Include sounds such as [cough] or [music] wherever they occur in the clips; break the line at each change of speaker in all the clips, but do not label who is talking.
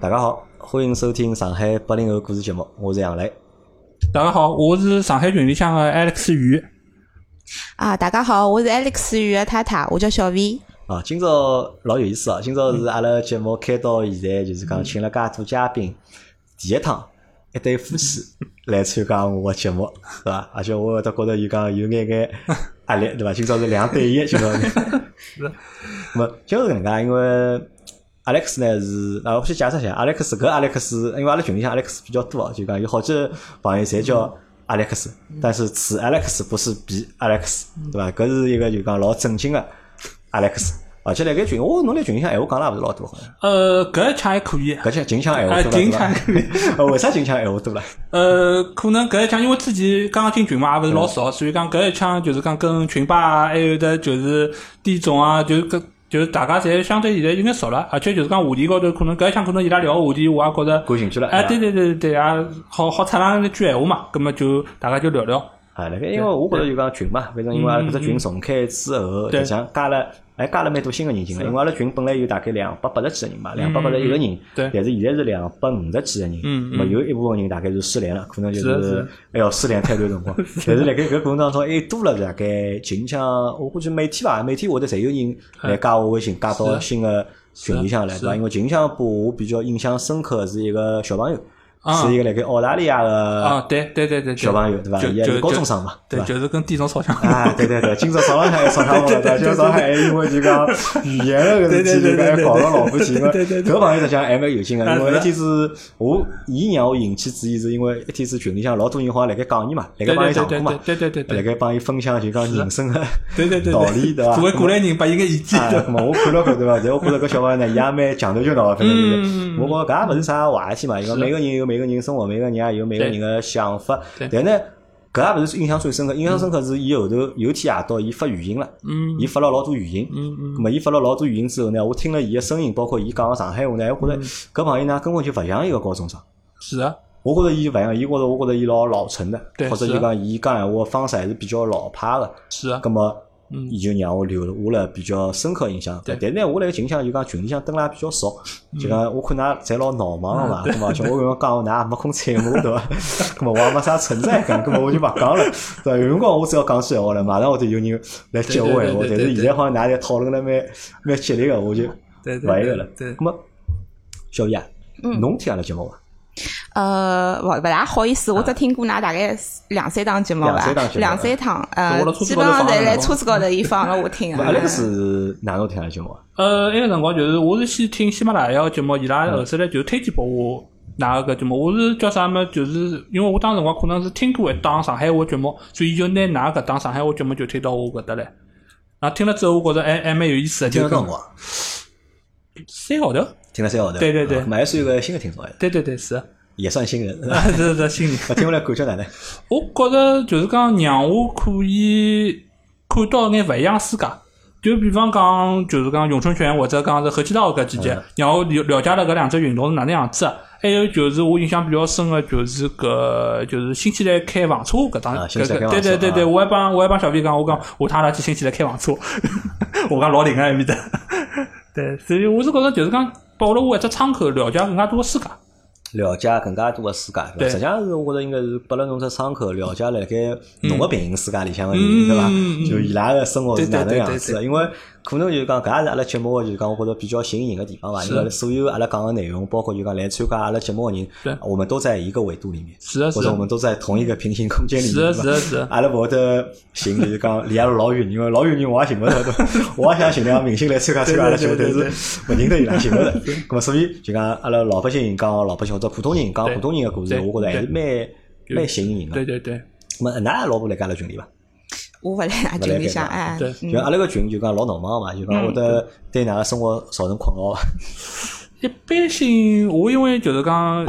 大家好，欢迎收听上海八零后故事节目，我是杨磊。
大家好，我是上海群里向的 Alex 宇。
啊，大家好，我是 Alex 宇的太太，我叫小 V。
啊，今朝老有意思啊！今朝是阿拉节目开到现在，就是讲请了介多嘉宾，第一趟一对夫妻来参加我的节目，是伐？而且我会得觉得伊讲有眼眼压力，对伐？今朝是两对一，今朝是。那么就是搿能介，因为 Alex 呢是，啊，我先解释一下，Alex 搿 Alex，因为阿拉群里向 Alex 比较多啊，就讲有好几个朋友侪叫 Alex，但是此 Alex 不是彼 Alex，对伐？搿是一个就讲老正经的 Alex，而且辣盖群，哦我侬辣群里向闲话讲了也勿是老多，好像
呃，搿一腔还可以。
搿就近腔闲话
哎
多了，对
近腔
[laughs] 伐？呃为啥近腔闲话多了？
呃，可能搿一腔，因为之前刚刚进群嘛，也勿是老少，所以讲搿一腔就是讲跟群霸啊，还有的就是地总啊，就是搿就是大家侪相对现在有眼熟了，而且就是讲话题高头，可能搿一腔可能伊拉聊个话题，我也觉着
感兴趣了
哎，
啊对
对对对对对，也好好插上一句闲话嘛，葛么就大家就聊聊。
啊，那个因为我觉着就讲群嘛，反正因为阿拉搿只群重开之后，
对
就像加了，还加了蛮多新个人进来。因为阿拉群本来有大概两百八十几个人嘛，两百八十一个人，
嗯对
但是现在是两百五十几个人，
嗯
咾有一部分人大概是失联了，可能就是
是
哎哟失联太段辰
[laughs]
光。但是辣盖搿过程当中，哎还多了大概近腔，我估计每天吧，每天会得侪有人来加我微信，加到新个群里向来，
哎是
对伐？因为近腔部我比较印象深刻是一个小朋友，
啊
是一个辣盖澳大利亚
啊
个，
对对对对，对
呃小朋友，对伐？
就
伊也
就是
高中
就
生嘛，
对，
伐？
就是跟地总
[laughs]
吵相。
啊，对对对，今朝早浪向还吵
[laughs]
相骂，对，今朝早浪向还因为就讲语言的搿事体，就讲还搞了老半天。因为搿朋友实际上还蛮有劲
啊
个，因为一天是我伊让我引起注意，是因为一天是群里向老多人好像辣盖讲伊嘛，辣
对
盖帮
对
伊
对
上课
对
嘛，
对对对
辣
对
盖帮伊分享就讲人生的
对对对，
道理对伐？
作为过来人，把伊个意见
啊，
对伐
咁么我看了搿对伐？但我觉着搿小朋友呢，伊也蛮强头强脑，反正就是，
嗯
我觉着搿也勿是啥坏事体嘛。伊讲每个人有每个人生活，每个人也有每个人个想法。
对
但呢，搿也勿是印象最深刻，印象深刻是伊后头有一天夜到，伊发语音了，
嗯
伊发了老多语音。
嗯嗯，
咁么，伊发了老多语音之后呢，我听了伊个声音，包括伊讲个上海话呢，我觉
嗯
着搿朋友呢根本就勿像一个高中生。
是啊，
我觉着伊勿像，伊觉着我觉着伊老老成的，
对
或者
是
伊
啊
讲伊讲闲话个方式还是比较老派个。
是啊
咁，么，
嗯
伊就让我留下了比较深刻印象。
对嗯
但是呢，我辣盖群里向就讲群里向蹲了也比较少，就讲我看㑚侪老闹忙个嘛，咁嘛，像我搿辰光讲，㑚也没空睬我对伐？
[laughs]
咁么我也没啥存在感，咁么我就勿讲了。对伐，有辰光我只要讲起闲话来，马上会得有人来接我闲话。
对
但
对对对嗯
是现在好像㑚侪讨论了蛮蛮激烈个，我就勿
对
一个
对
了。
对
咁，么，小叶，侬听阿拉节目伐？
呃，勿勿大好意思，我只听过㑚大概两三档节目
啊两
吧
三档节，目啊
两三趟，呃
我辣，车子
基
高
本
头
上
放了
侪
两
辣
档
车子高头伊放了我听
[laughs]
啊
咁阿拉
的。
是哪能听阿拉节目啊？
呃，那个辰光就是我是先听喜马拉雅个节目，伊拉
嗯
后头来就推荐拨我哪个节目，我是叫啥么？就是因为我当时辰光可能是听过一档上海话节目，所以就拿哪搿档上海话节目就推到我搿搭来。然后听了之后，我觉着哎还还蛮有意思的，
听
就
了
是
多少
讲
辰光啊？
三个号头，
听了三个号头。
对对对
啊咁还算一个新的听众哎，
对对对，是，
也算新
[laughs]
人。
啊， [laughs] 是是心里。
我听下来感觉哪能？
我觉着就是讲让我可以看到眼勿一样的世界。就比方讲，就是讲咏春拳或者讲是合气道搿几节
嗯，
让我了了解了搿两只运动是哪能样子的。还有就是我印象比较深的，就是搿就是新西兰开房车搿档
啊新
搿
西兰
个，
开房
对
车
对对对，
啊
我还帮我还帮小飞讲，我讲下趟阿拉去新西兰开房车， [laughs] 我讲老灵啊埃面搭。 [laughs] 对，所以我是觉着就是讲，拨了我一只窗口，了解更加多的世界。
了解更加多个世界，对伐？
对
实际上是我觉着应该是拨了侬只窗口，了解了盖侬个平行世界里向个人，
嗯
对伐
嗯嗯？
就伊拉个生活是哪能样子
对对对对
的？因为可能就是讲搿也是阿拉节目个，就是讲我觉着比较新颖个地方伐？因为所有阿拉讲个内容，包括就讲来参加阿拉节目个
对
人，我们都在一个维度里面，
是啊是
或者我
啊
们都在同一个平行空间里面，
是啊
对伐
是啊
[laughs]
是啊，
阿拉勿会得寻，就是讲离阿拉老远，因为老远人我也寻勿着，
[laughs]
我也想寻两个明星来参加参加阿拉节目，但是勿认得伊拉，寻勿
[laughs]
着。咁么，所以就讲阿拉老百姓讲老百姓或者普通人讲
对
普通人个故事，
对
我觉着还是蛮蛮吸引人
对
个。
对对
咁么，㑚老婆辣盖阿拉群里伐？
我勿来㑚群里向，哎，
对
嗯
就阿拉个群就讲老闹忙嘛，就
嗯
讲会得对㑚个生活造成困扰伐？
一般性，我因为就是讲。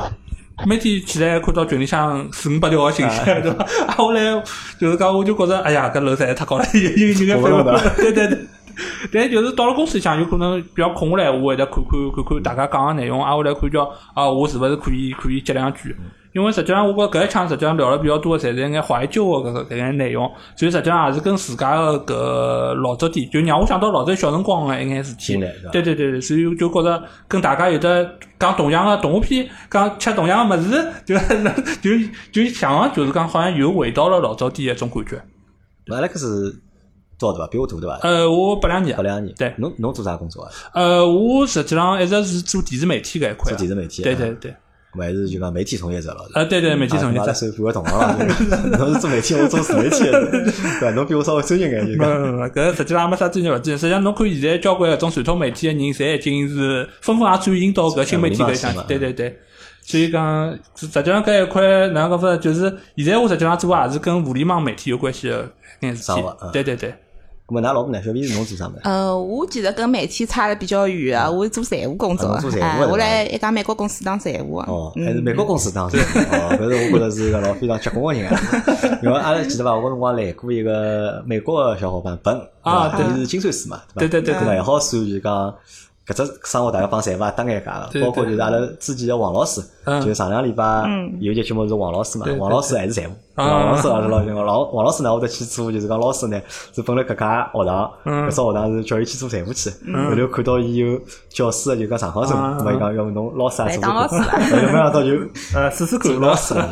每天起来看到群里向四五百条个信息， [laughs] 对伐？啊，后来就是讲，我就觉着，哎呀，搿楼实在太高了， [laughs] 有有有
搞
眼
勿
翻
动的
勿 [laughs] 对对对。但就是到了公司里向，有可能比较空下来，我会得看看看看大家讲个内容，啊，后来看叫啊，我是勿是可以可以接两句？因为实际上我觉着搿一腔实际上聊了比较多，侪是一眼怀旧的搿搿眼内容，所以实际上也是跟自家的搿老早点，就让我想到老早小辰光的一眼事体
经历是吧。
对对对，对所以我就觉着跟大家有的讲同样的动画片，讲吃同样的物事， [laughs] 就就就想的就是讲好像又回到了老早点一种感觉。
阿拉克是多少对伐？比我大对伐？
呃，我八两年
八，两年。
对
侬侬做啥工作啊？
呃，我实际上一直是做电视媒体搿一块
做
啊，
电视媒体啊
对对对，
我还是就讲媒体从业者了。
呃，对对，媒体从业
啊
者
阿拉。算半个同行
[laughs]
了。就是侬是做媒体，我做自媒体的，对伐？侬比我稍微专业眼，就是
没没没，搿实际上也没啥专业勿专业。实际上，侬看现在交关搿种传统媒体的人，侪已经是纷纷也转型到搿新媒体搿
传
项
统。
对对对，所以讲，实际上搿一块哪能讲法，就是现在我实际上做的也是跟互联网媒体有关系的眼事
生
体
活嗯。
对对对，
咁么，㑚老婆呢？小 B 是侬做啥物事？
呃，我其实跟媒体差的比较远啊，我是做财务工作
嗯啊侬做财务
的，哎
的，
我
对吧
来一家美国公司当财务啊。
哦，
嗯
还是美国公司当中，哦，搿是我觉着是一个老非常结棍个人啊。因为阿拉记得伐？我搿辰光来过一个美国个小伙伴本，
啊
伊
对
是金算师嘛，
对
对伐？
对对
搿么也好算就是讲搿只生活大家帮侪伐搭眼界
对
个，
对
包括就是阿拉之前个王老师，
嗯
就是上两礼拜有一节节目是王老师嘛
对，对
王老师还是财务，
啊
王老师也是老老王老师呢，我得去做就是讲老师呢是本来搿家学堂，
嗯
搿所学堂是叫伊去做财务去，后头看到伊有教师的就讲上好生，
啊
咾么伊讲要么侬老师也
来
做
当
做
老
看
师了。
哎 [laughs] 没想到就
呃，试试看 [laughs]
老师了。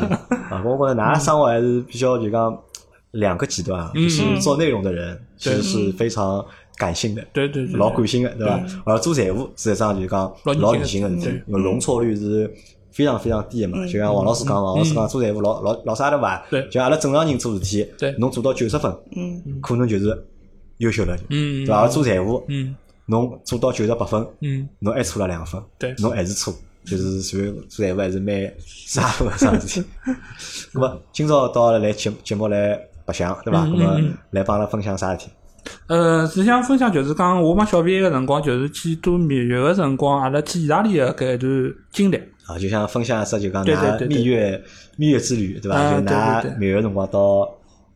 啊，我觉着㑚生活还是比较就讲两个极端啊，
嗯
就是做内容的人其实是非常感性的，
对对对，
老感性的，对伐？而做财务实际上就是讲老理性的事体，因
嗯
为容错率是。非常非常低的嘛，就像王老师讲嘛，王老师讲做财务老老老啥的嘛
嗯对，
就阿拉正常人做事体
对，
侬做到九十分，
嗯，
可能就是优秀了，
嗯
对伐？而做财务，
嗯
侬做到九十八分，
嗯，
侬还错了两分，
对
侬还是错，就是所以做财务还是蛮傻个桩事体。那么今朝到了来节节目来白相，对伐？
嗯
那
嗯
么
嗯
来帮阿拉分享啥事体？
呃，只想分享就是讲，我帮小编个辰光，就是去度蜜月个辰光，阿拉去意大利个搿一段经历。
啊，就想分享一下，就讲
对对
拿
对对
蜜月蜜月之旅，对伐？
啊
就拿
对对对
蜜月辰光到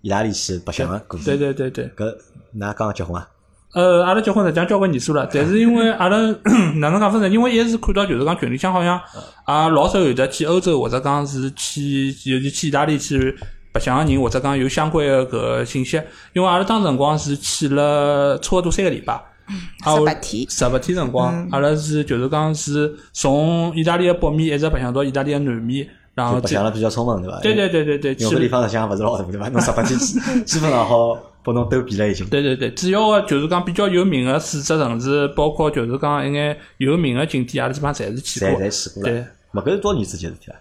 意大利去白相个故事。
对对对对。
搿㑚刚结婚啊？
呃，阿拉结婚实际上交关年数了，但是
[laughs]
因为阿拉 [coughs] 哪能讲法呢？因为一是看到就是讲群里向好像啊老少有的去欧洲或者讲是去尤其去意大利去白相个人，或者讲有相关的搿个信息。因为阿拉当辰光是去了差不多三个礼拜，啊
嗯十
我
八天，嗯
十八天辰光，阿拉是就是讲是从意大利的北面一直白相到意大利的南面，然后
就白
再
相了比较充分，对伐？
哦对对对对对，
因为搿
去了
地方实际上勿是老大，对伐？侬十八天基基本上好拨侬兜遍了已经。
对对对，主要个就是讲比较有名个四只城市，包括就是讲一眼有名个景点，阿拉基本上侪是去
侪
过。
侪去过
对
了。嘛，搿是多少年之前的事体啊？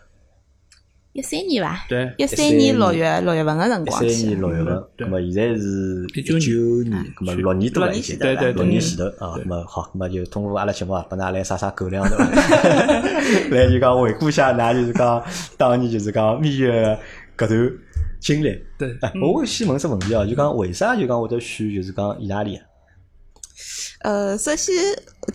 一三年伐？
对
一三年六月六月份个辰
一
光
三
去
年
的。
六月份，
对
那么现在是
19
九年，那么六年多了已经，
对对
六
对
年前头啊，那么好，那么就通过阿拉节目啊，帮㑚来撒撒狗粮对伐？ [laughs] 来就讲回顾一下，㑚就是讲当年就是讲蜜月搿段经历。
对，
哎，我先问只问题哦，就讲为啥就讲会得选就是讲意大利啊？
呃，首先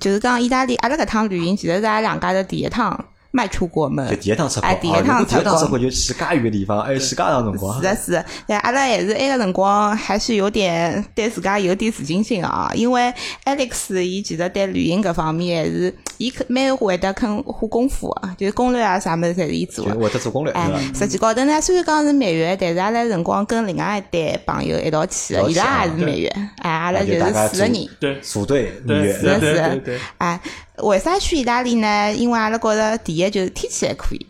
就是讲意大利，阿拉搿趟旅行其实是阿拉两家头第一趟迈出国门
就。第一趟出国，
哎
啊
第一趟
如果第一
出
趟
国
出国就去介远个地方，还哎要去介长辰光
是。的，啊是的，但阿拉还是埃个辰光还是有点对自家有点自信心啊，因为 Alex 伊其实对旅行搿方面还是伊肯蛮会得肯下功夫啊，就是攻略啊啥物事侪是伊做
就
的。
会得做攻略对
哎
伐？，
实际高头呢，虽然讲是蜜月，但是阿拉辰光跟另外一对朋友一道去
一道
的，
去
伊拉
啊
也是蜜月，哎，阿拉
那
就
就大家
是四个
组
人。
对
组队蜜
对
月
是
是的
对
是的
对对，
哎，为啥去意大利呢？因为阿拉觉着第一就是天气还可以，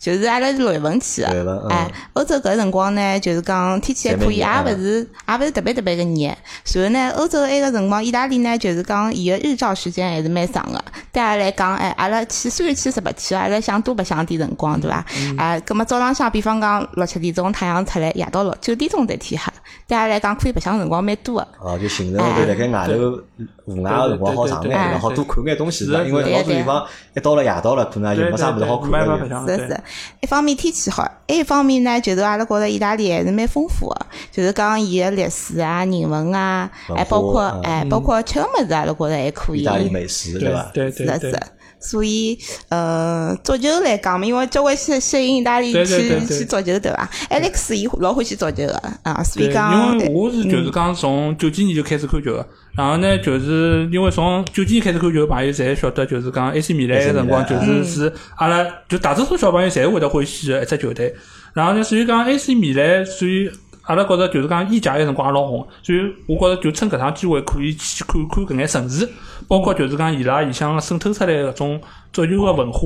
就是阿拉是六月份去
六月份
的
嗯。
哎，欧洲搿辰光呢，就是讲天气还可以，也
侪蛮热
勿
嗯
是也勿是特别特别个热。然后呢，欧洲埃个辰光，意大利呢，就是讲伊个日照时间还是蛮长个。对阿拉来讲，哎，阿拉去虽然去十八天，阿拉想多白相点辰光，对伐？
嗯
哎，葛末早浪向，比方讲六七点钟太阳出来，夜到六九点钟才天黑。对阿拉来讲，可以白相辰光蛮多个。
哦，就形成了对辣盖外头户外个辰光好上眼，
对对对对
然后多看眼东西，对伐？
是
因为老多地方一到了夜到了，可能就
对
没啥物事好看
对对
了
对
就。
对
是
啊对
是，一方面天气好，还有一方面呢，就是阿拉觉着意大利还是蛮丰富的，就是讲伊个历史啊、人文啊，
文化
还包括
嗯
哎，包括吃个物事，阿拉觉着还可以。
意大利美食，
对
伐？
对
是
对
的，
对
是的。所以呃，足球来讲嘛，因为交关吸吸引意大利
对对对
去
对
去足球，对伐？Alex 伊老欢喜足球个啊，所以
对，
讲
因为我是就是讲从九几年就开始看球的，然后呢，就是因为从九几年开始看球的朋友，侪晓得就是讲 AC 米兰嗯个辰光，
AC
就
米兰
是是阿拉就大多数小朋友侪会得欢喜个一只球队。然后呢，所以讲 AC 米兰，所以阿拉觉着就是讲意甲个辰光也老红，所以我觉着就趁搿趟机会可以去看看搿眼城市，包括就是讲伊拉里向渗透出来搿种足球个文化，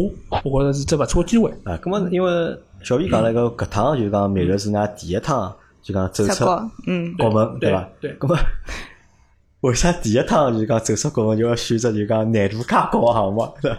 我觉着是只勿错个机会。
啊，咁么因为小编讲了一个搿趟就讲米兰是㑚第一趟就讲走
出
出
国，嗯，
国门
对
伐？
对
咁么啊为啥第一趟就讲走出国门就要选择就讲难度介高个项目？对伐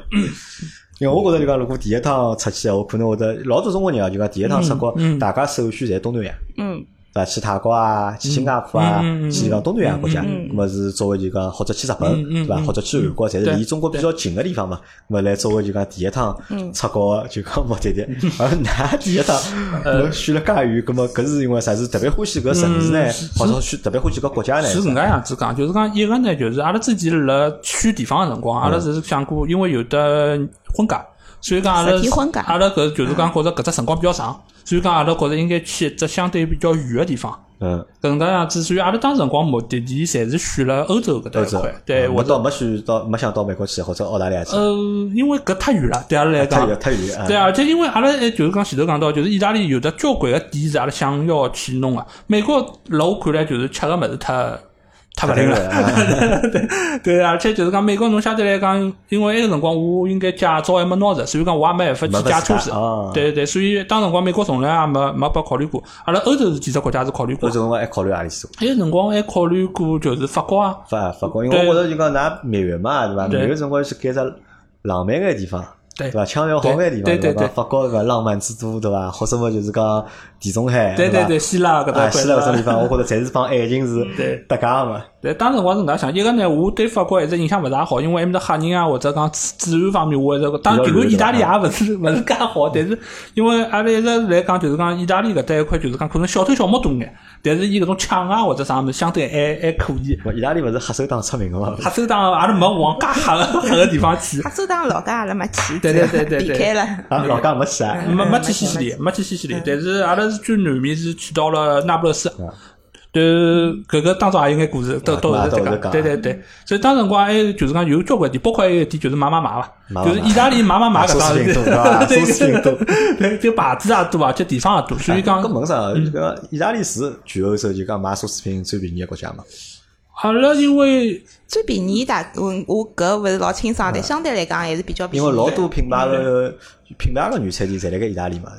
因为我觉着就讲，如果第一趟出去，我可能会得老多中国人啊，就讲第一趟出国，
嗯
大家首选侪东南亚，
嗯，
对伐？去泰国啊，去新加坡啊
嗯嗯嗯，嗯
去就讲东南亚国家，
嗯
咁么是作为就讲或者去日
嗯
本，
嗯
对伐？
嗯
或者去韩国，侪是
对
离中国比较近个地方嘛。咁么来作为就讲第一趟出国的就讲目的地，而㑚第一趟
呃
侬选了介远，咁么搿是因为啥？是特别欢喜搿城市呢，或者选特别欢喜搿国家呢？
嗯是搿能样子讲，就是讲一个呢，就是阿拉之前辣选地方个辰光，阿拉是想过，因为有的婚假，所以讲阿拉
实体婚假
阿拉搿就是讲觉着搿只辰光比较长，所以讲阿拉觉着应该去一只相对比较远个地方。
嗯，
搿能介样子，所以阿拉当时辰光目的地侪是选了欧洲搿搭
欧
一
洲
块，对，
我
或
倒
者
嗯没选到，没想到美国去或者澳大利亚去，
呃，因为搿太远了，呃对阿拉来
太
讲，
远太远啊！
对，而且因为阿拉呃就是讲前头讲到，就是意大利有的交关个点是阿拉想要去弄个。美国辣我看来就是吃个物事太太勿灵了。啊 [laughs] 对，而且就是讲美国侬相对来讲，因为埃个辰光我应该驾照还没拿着，所以讲我也没办法
没
去
办
驾啊
法
车子
驾哦。
对对对，所以当辰光美国从来也没没被考虑过。阿拉欧洲是几只国家是考虑
我
过
这，辰光还考虑阿里去。
埃个辰光还考虑过就是法国啊。
法法国，因为我觉着就讲㑚蜜月嘛，对伐？蜜
对
月辰光去拣只浪漫眼地方，
哎对
伐？腔调好眼地方，
对对
伐？
对
法国个浪漫之都，对伐？或者么就是讲地中海，
对对
对
对，
伐，
希腊搿搭
啊，希腊搿
块
种
是
地
吧
方，我觉着侪是帮爱情是搭界个嘛。
对，当时我是搿能想，一个呢，我对法国还是印象勿大好，因为埃面搭黑人啊，或者讲治治安方面，我还是当然，
比
尽
较
管
乱
意大
对吧
利也勿是勿是介好，但是因为阿拉一直来讲，就是讲意大利搿搭一块，就是讲可能小偷小摸多眼，但是伊搿种抢啊或者啥物事，相对还还可以。
勿意大利勿是黑手党出名个嘛？
黑手党阿拉没往介黑个黑个地方去，
黑手党老家阿拉没去，
对对对对
避
对
开了，
啊，老家没去啊。
没没去西西里，没去西
哎
西里，但是阿拉是最南面是去到了那不勒斯。对，搿个当中也有眼故事，到
啊
到时
到
再
时候
讲。
讲啊
对对对，所以当辰光还有就是讲有交关点，包括还有一点就是买买买伐，
买买啊
就是意大利买买买搿
奢侈品多对
桩
伐？
[laughs] 事
奢侈品
体，
多。哎
对，这牌子也啊多，而且地方也多，所以讲嗯
搿问啥？就讲意大利是全欧洲就讲买奢侈品最便宜个国家嘛？
阿拉因为
最便宜大，我我搿勿是老清
啊
爽，但相对来讲还是比较便
因
宜。
为老多品牌个
嗯
品牌个原产地侪辣盖意大利嘛。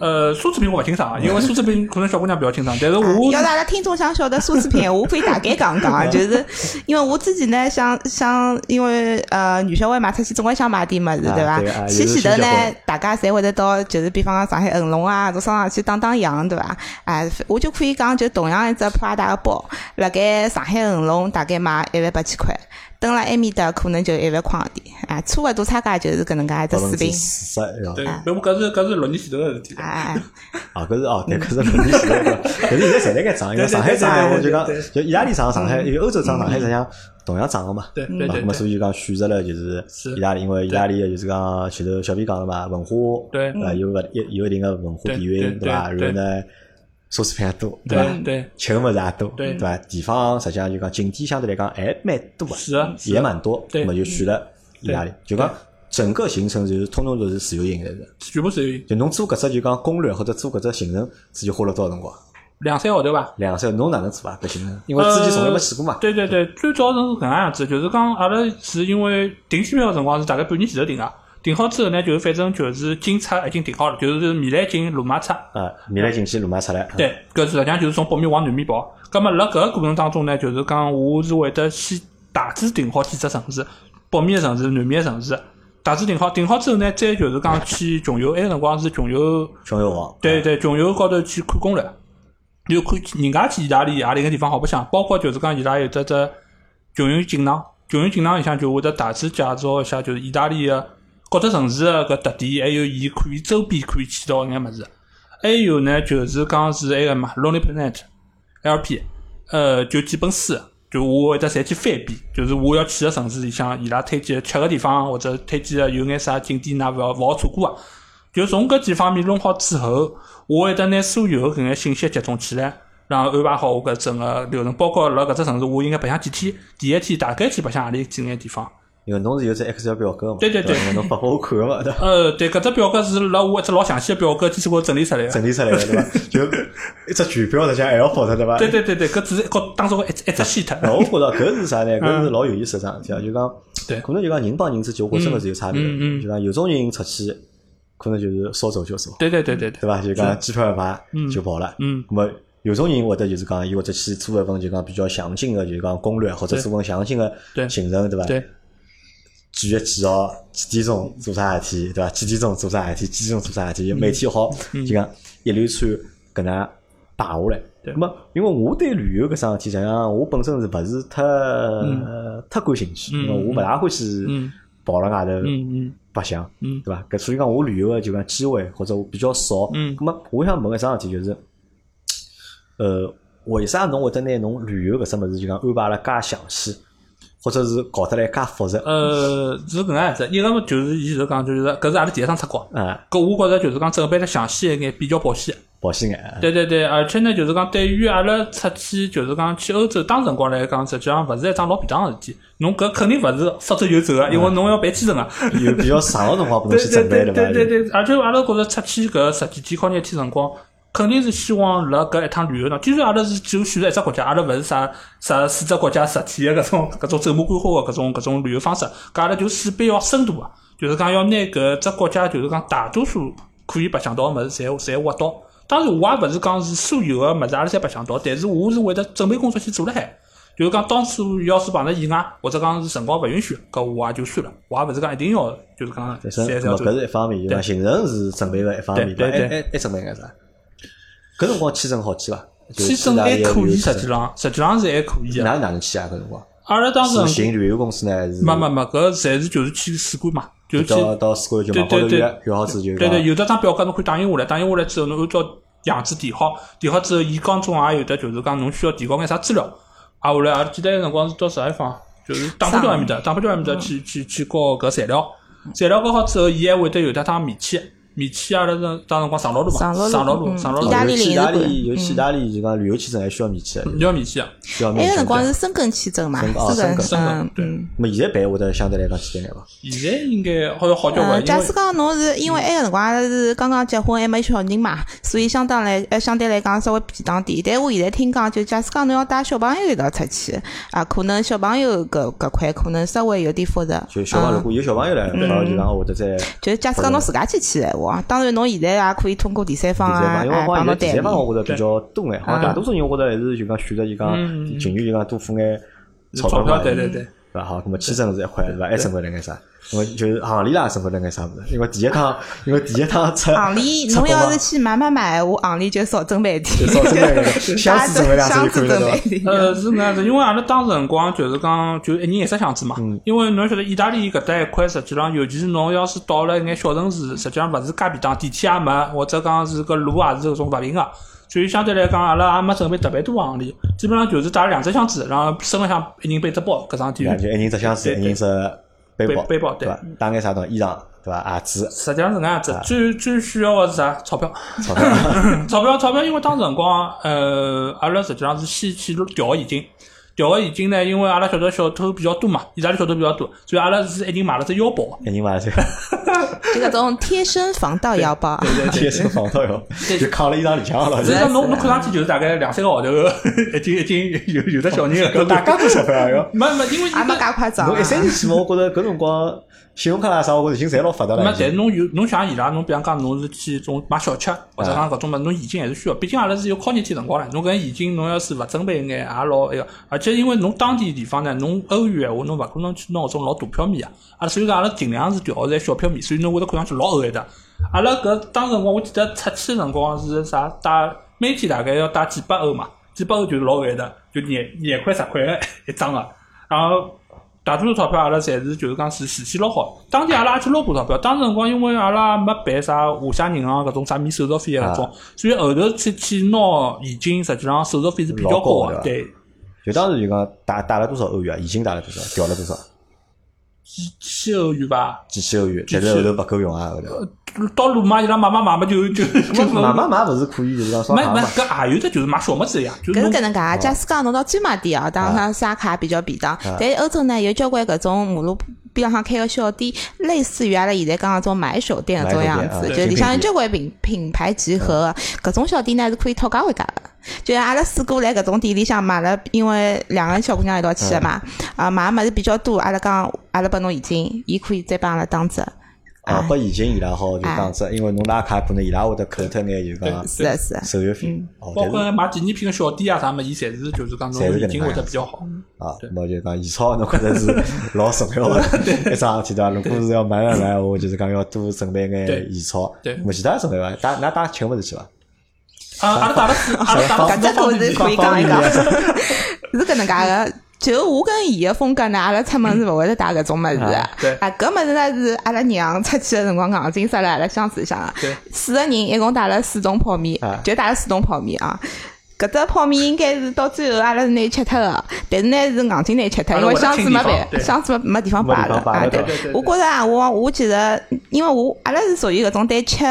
呃奢侈品我勿清爽啊，
哎
因为奢侈品可能小姑娘比较清爽，但是
啊
我
要是阿拉听众想晓得奢侈品，我可以大概讲
[laughs]
讲啊，就是因为我自己呢，想想，因为呃，女小孩买出去总归想买点么子，
啊
伐
对啊？
先
有时
前
新
头呢
结婚，
大家侪会得到，就是比方讲上海恒隆啊，种商场去打打洋，对伐？哎，我就可以讲，就同样一只 Prada 的包，辣盖上海恒隆大概卖一万八千块，蹲辣埃面搭可能就一万块钿，啊，差勿多差价就是搿能介一只
百分
水
之
平。
四十，
对，
啊
不过搿是搿是六年前头个事体。
哎哎，哎
啊，搿是哦，对，搿是伦理时代
[laughs]
个，搿是现在侪辣盖涨，因为
对对
上海
对
涨，
对
我
对
就讲
对，嗯
就意大利涨，上海因为欧洲涨，上海实际上同样涨个嘛。
对对
啊，
对
那么所
对
以就讲选择了就是
是
意大利，因为意大利就是讲前头小编讲了嘛，文化
对
伐？有文有有一定个文化
对
底
对
蕴
对
伐？然
对
后呢，奢侈品也多对伐？
对对，
吃个物事也多
对
对伐？地方实际上就讲景点相对来讲还蛮多个，
是啊是
也蛮多，
对嗯
那么就选了意大利，就讲整个行程就是通通都是自由行来的。
全部是有
就侬做搿只就讲攻略或者做搿只行程，自己花了多少辰光？
两三个号头伐。
两三侬哪能做啊？搿行程，因为自己从来没去过嘛。
对对对，最早是搿能样子，就是讲阿拉是因为订机票个辰光是大概半年前头订个，订好之后呢，就是反正就是进出已经订好了，就是米兰进罗马出。
啊，米兰进去，罗马出来。嗯
对，搿实际上就是从北面往南面跑。葛么辣搿个过程当中呢，就是讲我是会得先大致定好几只城市，北面个城市、南面个城市，大致定好。定好之后呢，再就是讲去穷游，埃个辰光是穷游
穷游王。
对对，穷游高头去看攻略，你就看人家去意大利何里个地方好白相，包括就是讲伊拉有得只穷游锦囊，穷游锦囊里向就会得大致介绍一下，就是意大利个各只城市个搿特点，还有伊可以周边可以去到眼物事。还有呢，就是讲是埃个嘛，Lonely Planet LP，呃，就几本书，就我会得侪去翻遍，就是我要去个城市里向，伊拉推荐的吃个地方或者推荐个有眼啥景点，㑚勿要勿好错过啊。就从搿几方面弄好之后，我会得拿所有的搿眼信息集中起来，然后安排好我搿整个流程，包括辣搿只城市我应该白相几天，第一天大概去白相何里几眼地方。
因为侬是有只 Excel 表格嘛，
对对对
吧因为侬发拨我看个嘛，对伐？
呃，对，搿只表格是辣我一只老详细的表格基础高头整理出来的。
整理出来个对伐？就一只全表实际上还要复杂对伐？
对对对对，搿只是搞当做一只一只 sheet。
那我觉着搿是啥呢？搿是老有意思的桩事体啊！就讲，
嗯对
可能就讲人帮人之间，我觉得真的是有差别的。
嗯嗯嗯
啊就讲有种人出去，可能就是说走就走，
对对对对对，
对伐？就讲机票一买就跑了。
嗯
那么有种人会得就是讲，伊会得去做一份就讲比较详尽的，就是讲攻略或者做份详尽的
对
行程，对伐？
对
几月几号几点钟做啥事体，对伐？几点钟做啥事体，几点钟做啥事体，每天好就讲一连串搿能排下来。
对
那么，因为我对旅游搿桩事体，实际上我本身是勿是太太感兴趣，
嗯
因为我勿大欢喜
嗯
跑辣外头
嗯嗯
白相，
嗯
对伐？搿所以讲我旅游的就讲机会或者我比较少。
嗯
那么我想问一桩事体就是，呃，为啥侬会得拿侬旅游搿只物事就讲安排了介详细，或者是搞得来介复杂？
呃，是搿能样子，一个么就是伊是讲就是搿是阿拉第一趟出国，
啊，
搿我觉着就是讲准备了详细一眼比较保险。
保险眼。
对对对，而且呢就是讲对于阿拉出去就是讲去欧洲当辰光来讲，实际上勿是一桩老便当个事体，侬搿肯定勿是说走就走个，因为侬要办签证啊。
有比较长的辰光拨侬
对
去
对
准备
对
对伐？
对对对，而且阿拉觉着出去搿十几天靠廿天辰光，肯定是希望辣搿一趟旅游呢。既然阿拉是只有选择一只国家，阿拉勿是啥啥四只国家十天个搿种搿种走马观花个搿种搿种旅游方式，搿阿拉就势必要深度啊，就是讲要拿搿只国家就是讲大多数可以白相到个物事，侪侪挖到。当然，我也勿是讲是所有个物事阿拉侪白相到，但是我是会得准备工作去做了海。就是讲，当初要是碰着意外，或者讲是辰光勿允许，搿我也就算了，我也勿是讲一定要，就是讲
对，
侪
是
是要
咾
做
搿。是一方面，就讲行程是准备个一方面，
对
伐？还
对
还还准备眼啥？搿辰光签证好签伐？就
签证
哪
还
里
可
旅游
以，
签证
实际上实际上是还可以
哪
啊。
哪能去啊？搿辰光
阿拉当
是
时，
寻旅游公司呢？还是
没没没，搿侪是就是去使馆嘛，就是去
嗯到到使馆就
对
网高头
对
约约好之后就
对对，
讲
有得张表格侬可以打印下来，打印下来之后侬按照样子填好，填好之后伊当中也有的就是讲侬需要提供眼啥资料，啊后来阿拉记得个辰光是到啥地方，就是打破桥埃面搭，打破桥埃面搭
嗯
去去去搞搿材料，材料搞好之后，伊还会得有得趟免签，免签阿拉是当辰光上老路嘛，上
上老
老
路
路
嗯
上老路
意，大利
有去意大
领事
嗯
利，有去意大利就
馆
讲旅游签证还需要免签的，
要免签啊。
需要
埃
免签
个嗯哎辰光
的。
是申根签证嘛，
申根哦申根
根，
申根
嗯
对
嗯。
那么现在办会得相对来讲简单眼伐？
现在应该好像好交关，
嗯，
因
假
为
使讲侬是因为
嗯
埃个辰光阿拉是刚刚结婚还没小人嘛，所以相当来呃相对来讲稍微便当点。但我现在听讲，就假使讲侬要带小朋友一道出去啊，可能小朋友搿搿块可能稍微有点复杂。
就小朋友如
嗯
果有小朋友来，然后就讲会得再
就是假使讲侬自家去去的闲话，当然侬现在也可以通过第三方啊，
第三方因为
哎
好
帮
像
侬
现在
代
第
理
三。方我觉着比较多哎，好像
嗯
大多数人我觉着还是就讲选择就讲情愿就讲多付眼钞
嗯钞
嘛
票，对对对。
对伐？好，那么签证是一块，对伐？还准备了眼啥？那么就是行李啦，准备了眼啥物事？因为第一趟，因为第一趟出
行李，
[laughs]
侬要是去买买买的话，行李就少准备一点，
少准备一点箱子
[laughs]
准备两只
箱
就可
子
以了
准
对吧
备一点。
呃，是搿样子，因为阿拉当时辰光就是讲，就一年一只箱子嘛。因为侬晓得，意大利搿搭一块，实际上，尤其是侬要是到了一眼小城市，实际上勿是介便当，地铁也没，或者讲是搿路啊也是搿种勿平个。所以相对来讲，阿拉也没准备特别多行李，基本上就是带了两只箱子，然后身浪向一人背只包，搿桩体
对伐就一人只箱子，
对对
一人只背包，
背背包
对
对
伐？带眼啥东西？衣裳，对伐？鞋子，
实际上是搿样子，最最需要个是啥？钞票。
啊钞票，
[laughs] 钞票，钞票，因为当时辰光，呃，阿拉实际上是先去调个现金，调个现金呢，因为阿拉晓得小偷比较多嘛，意大利小偷比较多，所以阿拉是一定买了只腰包。
一人买了就
就搿种贴身防盗腰包，啊
[laughs] 贴身防盗哟，就扛了衣裳里向了。
实际上，侬侬看上去就是大概两三个号头， [laughs] 已经已经有有的小人了。
[laughs] 大家都钞票哟。
没没，因为
也没
一个
介夸张
侬一
啊。
三年去嘛，我觉着搿辰光信用卡啊啦啥，我觉着已经侪老发达了。
没
已，经
但侬有侬像伊拉，侬比方讲侬是去种买小吃或者讲搿种物事，侬现金还是需要。毕竟阿拉是有靠日天辰光唻，侬搿现金侬要是勿准备一眼，也老埃个。而且因为侬当地地方呢，侬欧元闲话，侬勿可能去拿搿种老大票面啊。阿拉所以讲阿拉尽量是调个在小票面，所以侬会得看上去老厚一搭。阿拉搿当辰光我记得出去辰光是啥，带每天大概要带几百欧嘛，几百欧就是老厚一搭，就廿廿块十块个 [laughs] 一张啊个，然后。大多数钞票阿拉侪是就是讲是事先捞好。当地阿拉也去捞过钞票，当时辰光因为阿拉没办啥华夏银行搿种啥免手续费啊搿种，所以后头去去拿现金，实际上手续费是比较
老
高
高
个
的，
对。
就当时就讲带带了多少欧元啊，现金带了多少，调了多少，
几千欧元吧。
几千欧元，但是后头勿够用啊，后
呃
头。
到罗马伊拉买买买买就就就
买买买勿是可以就是讲烧
没
烤
没
嘛，
搿也有的就是买小么子一样，就是
搿是
侬
搿能
哦
介啊，假使讲侬到专卖店哦，
啊
当上刷卡比较便当。但是欧洲呢，有交关搿种马路边浪向开个小店，类似于阿拉现在讲搿种买手店搿种样
买手
子，
店啊
就是里向有
精品店
交关品品牌集
嗯
合的。搿种小店呢是可以讨价还价的。就是阿拉试过来搿种店里向买了，因为两个小姑娘一道去的嘛，
嗯
啊买的物事比较多，阿拉讲阿拉拨侬现金，伊可以再帮阿拉打折。
啊
哎
啊，，
拨现金伊拉好就讲这，因为侬拿卡可能伊拉会得扣脱眼就讲
是的，是的。
手续费，哦，
包
但
括
是
买纪念品个小店啊啥么，伊侪是就是讲侬
侪是搿
现金
能
会
介
得比较好。
啊，那就讲现钞侬觉着
[laughs]
是老重要的一桩事体对伐？如果是要买买买，我就是讲要多准备
对
眼现钞，
对
没其他准备伐？带拿带钱物事去伐？
啊，阿拉打了四，阿拉打了
搿
四
只
方
故
便面
事可以讲一讲， [laughs] 是搿能介个。就我跟伊个风格呢，阿拉出门是勿会得带搿种物事的
啊。
对
啊，搿物事呢是阿拉娘出去个辰光硬劲塞辣阿拉箱子里向个
对。
四个人一共带了四种泡面
啊，
就带了四种泡面啊。搿只泡面应该是到最后阿拉是拿伊吃脱个，但是呢是硬劲拿伊吃脱，
阿拉
因
会
为
得
箱子
清地
没
方
办，
对
箱子没没地方
没地
摆了
方摆
啊。
了
对
对
对对
我觉着啊，我我其实因为我阿拉是属于搿种对吃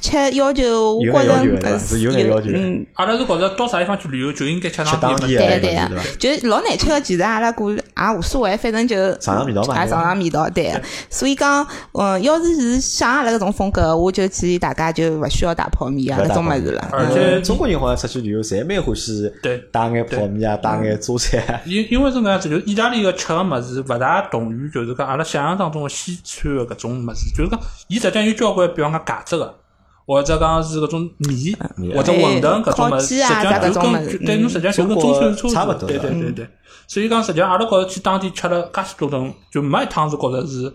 吃要求，我
有
觉
眼要求
着
的
呃
是有眼要求的
嗯。
阿拉是觉着到啥地方去旅游就应该吃
吃
当
当
地
地
的
的
对
物
对
事
啊
对伐？
就是老难吃个，其实阿拉过也无所谓，反正就
尝尝味道嘛对
也
吧
尝尝味道，对。所以讲，嗯，要是是像阿拉搿种风格，我就建议大家就勿需要打泡面啊
勿要
搿
打
种物
泡
事了。
而且
中国人好像出去旅游，侪蛮欢喜
对
带眼泡面啊，带眼榨菜啊，
因因为是搿样子，就是意大利个吃个物事勿大同于就是讲阿拉想象当中个西餐个搿种物事，就是讲伊实际上有交关，比方讲茄子个，或者讲是搿种米
米
或者馄饨搿种物
烤
事，实际
鸡啊
上
啥
就
搿种物
跟
事
就对侬实际上就跟
中国
中餐差
差
不
不
多，
多
对对对对。所以讲实际上阿拉觉着去当地吃了介许多顿，就没一趟是觉着是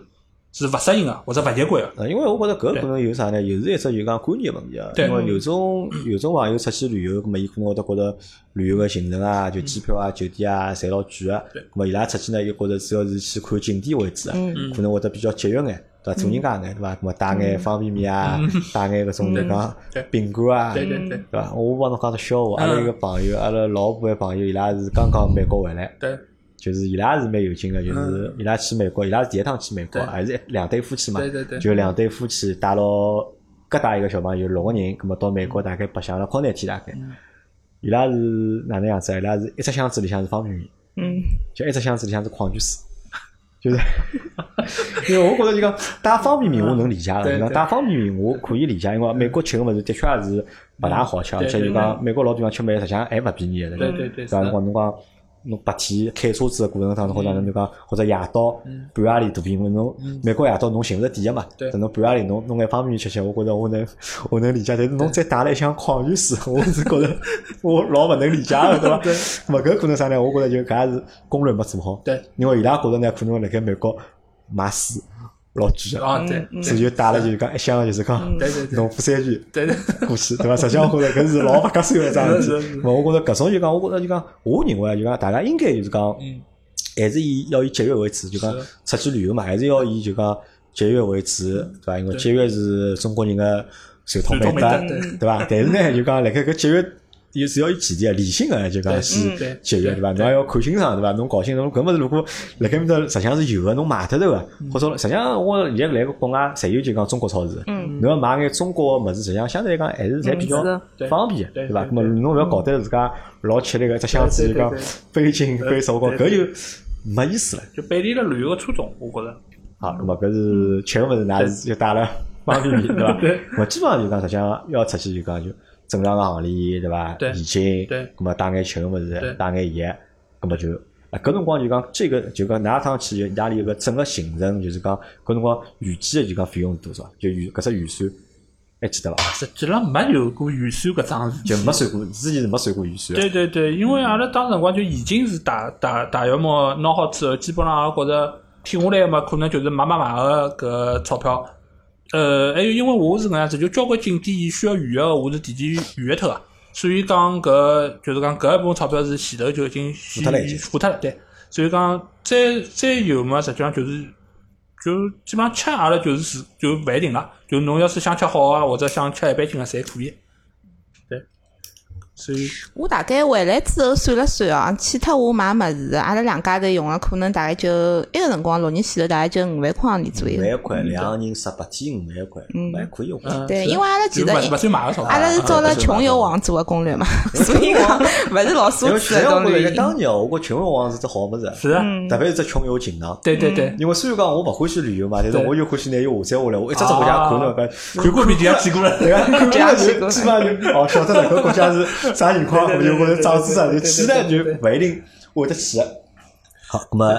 是勿适应个或者勿习惯个。
呃，因为我觉得搿可能有啥呢？又是一只就讲观念问题啊。
对
因为有种有种朋友出去旅游，葛末伊可能会得觉得旅游个行程啊，就机票啊、酒店啊，侪老贵个。葛末伊拉出去呢，又觉得主要是去看景点为主啊，可能会得比较节约眼，对伐？做人家眼，对伐？葛末带眼方便面啊， [laughs] 带眼搿种就讲
嗯对
饼干啊，
对嗯对对
对伐？我帮侬讲只笑话，阿拉一个朋友，阿拉老婆个朋友，伊拉是刚刚美国回来。
对
就是伊拉是蛮有劲个，就是伊拉去美国，伊拉是第一趟去美国，
嗯对
还是一两对夫妻嘛？
对对对
就两对夫妻带牢各带一个小朋友，六个人，葛末到美国大概白相了快廿天大概。伊拉是哪能样子啊？伊拉是一只箱子里向是方便面，
嗯，
就一只箱子里向是矿泉水，就是 [laughs] 因为我觉着就讲带方便面我能理解
[laughs] 对
了，就讲
对
带方便面我可以理解，因为美国吃个物事的确也是勿大好吃，而且
对
就讲美国老地方吃物事实际上还勿便宜个，
对
伐
对对
伐？
是
侬
的
讲侬讲侬白天开车子个过程当中，或者侬就
嗯
讲或者夜到半夜里肚皮，因为侬美国夜到侬寻勿着店个嘛，
对
等侬半夜里侬弄眼方便面吃吃，我觉着我能 [laughs] 我能理解，但是侬再带了一箱矿泉水， [laughs] 我是觉着我老勿能理解个，
[laughs]
对伐？勿搿可能啥呢？我觉着就搿也是攻略没做好。
对，
因为伊拉觉着呢，可能辣盖美国买水老贵
啊
个，
对
所以就嗯带了就是讲一箱就是讲
对对对
农夫山泉
对对，
过去，对伐？实际上我觉着搿是老勿合算个一
[laughs]
桩事体。咾我觉着搿种就讲，我觉着就讲，我认为啊就讲大家应该就是讲，
嗯
还是以要以节约为主，就讲
是
出去旅游嘛，还是要以就讲节约为主，对伐？因为节约是中国人个传统
传
美
统美
德
德，对
对伐？但是呢，就讲辣盖搿节约。也是要有前提啊，理性个就讲
对
先
嗯对
节约
对
对伐？侬也要看清爽对伐？侬搞清楚，侬搿物事如果辣盖面搭实际上是有个，侬买脱头个，
嗯
或者实际上我现在辣盖国外侪有就讲中国超市，
嗯
侬要买眼中国个物事，实际上相对来讲还是侪比较
嗯是的
对
方便，
对
对伐？
对
咾么侬勿要搞得自家老吃力个一只箱子
对
就
对
讲
对
背进背手工，
对
搿
对
就没意思了。
就背离了旅游个初衷，我觉着。
啊，那么搿是吃个物事，㑚是就带了方便面对伐？
嗯 [laughs] 对
我基本上就讲，实际上要出去就讲就正常个行李对伐？
对
现金，
对
咁么带眼吃个物
对
事，带眼盐，咁么就啊，搿辰光就讲这个就讲哪趟去意大利有个整个行程，就是讲搿辰光预计的就讲费用是多少？就预搿只预算还记得伐？
实际浪没有过预算搿桩事体。
就没算
嗯
过，之前是没算过预算的。
对对对，因
嗯
为阿拉当时辰光就现金是大大大约么拿好之后，基本上也觉着停下来嘛，可能就是买买买个搿钞票。呃，还有因为我是搿样子，就交关景点伊需要预约个，我是提前预约脱个，啊所以讲搿就是讲搿一部分钞票是前头就已经
付
付
脱了已经
付脱了，对。所以讲再再有嘛，实际上就是就基本上吃阿拉就是自就勿啊一定了，就侬要是想吃好啊，或者想吃一般性个，侪可以。对，所以
我大概回来之后算了算哦，去脱我买物事，阿拉两家头用了可能大概就埃个辰光六年前头大概就五万块洋钿左右
五。万块，两个人十八天五万块，还可以用。
嗯
对，
是
因为阿拉其
就
实
勿勿算买个钞票，
阿拉是照了穷游王做的攻略嘛，所以讲勿是老
因
奢
为穷
侈的
游
种
回来，
旅行。
当年我觉穷游王是只好物事，
是啊，
特别是只穷游锦囊。
对对对，
嗯
因为虽然讲我勿欢喜旅游嘛，但是
对
我又欢喜拿伊下载下来，我一只只国家看了个，
看过比就要去过了，
对吧？看
这样
了
去
就
过
基本上就哦，晓得哪个国家是啥情况，我
对对
就或
对
者长知识，就
对对对
去呢
对
就
对
勿一定会得去。好，那么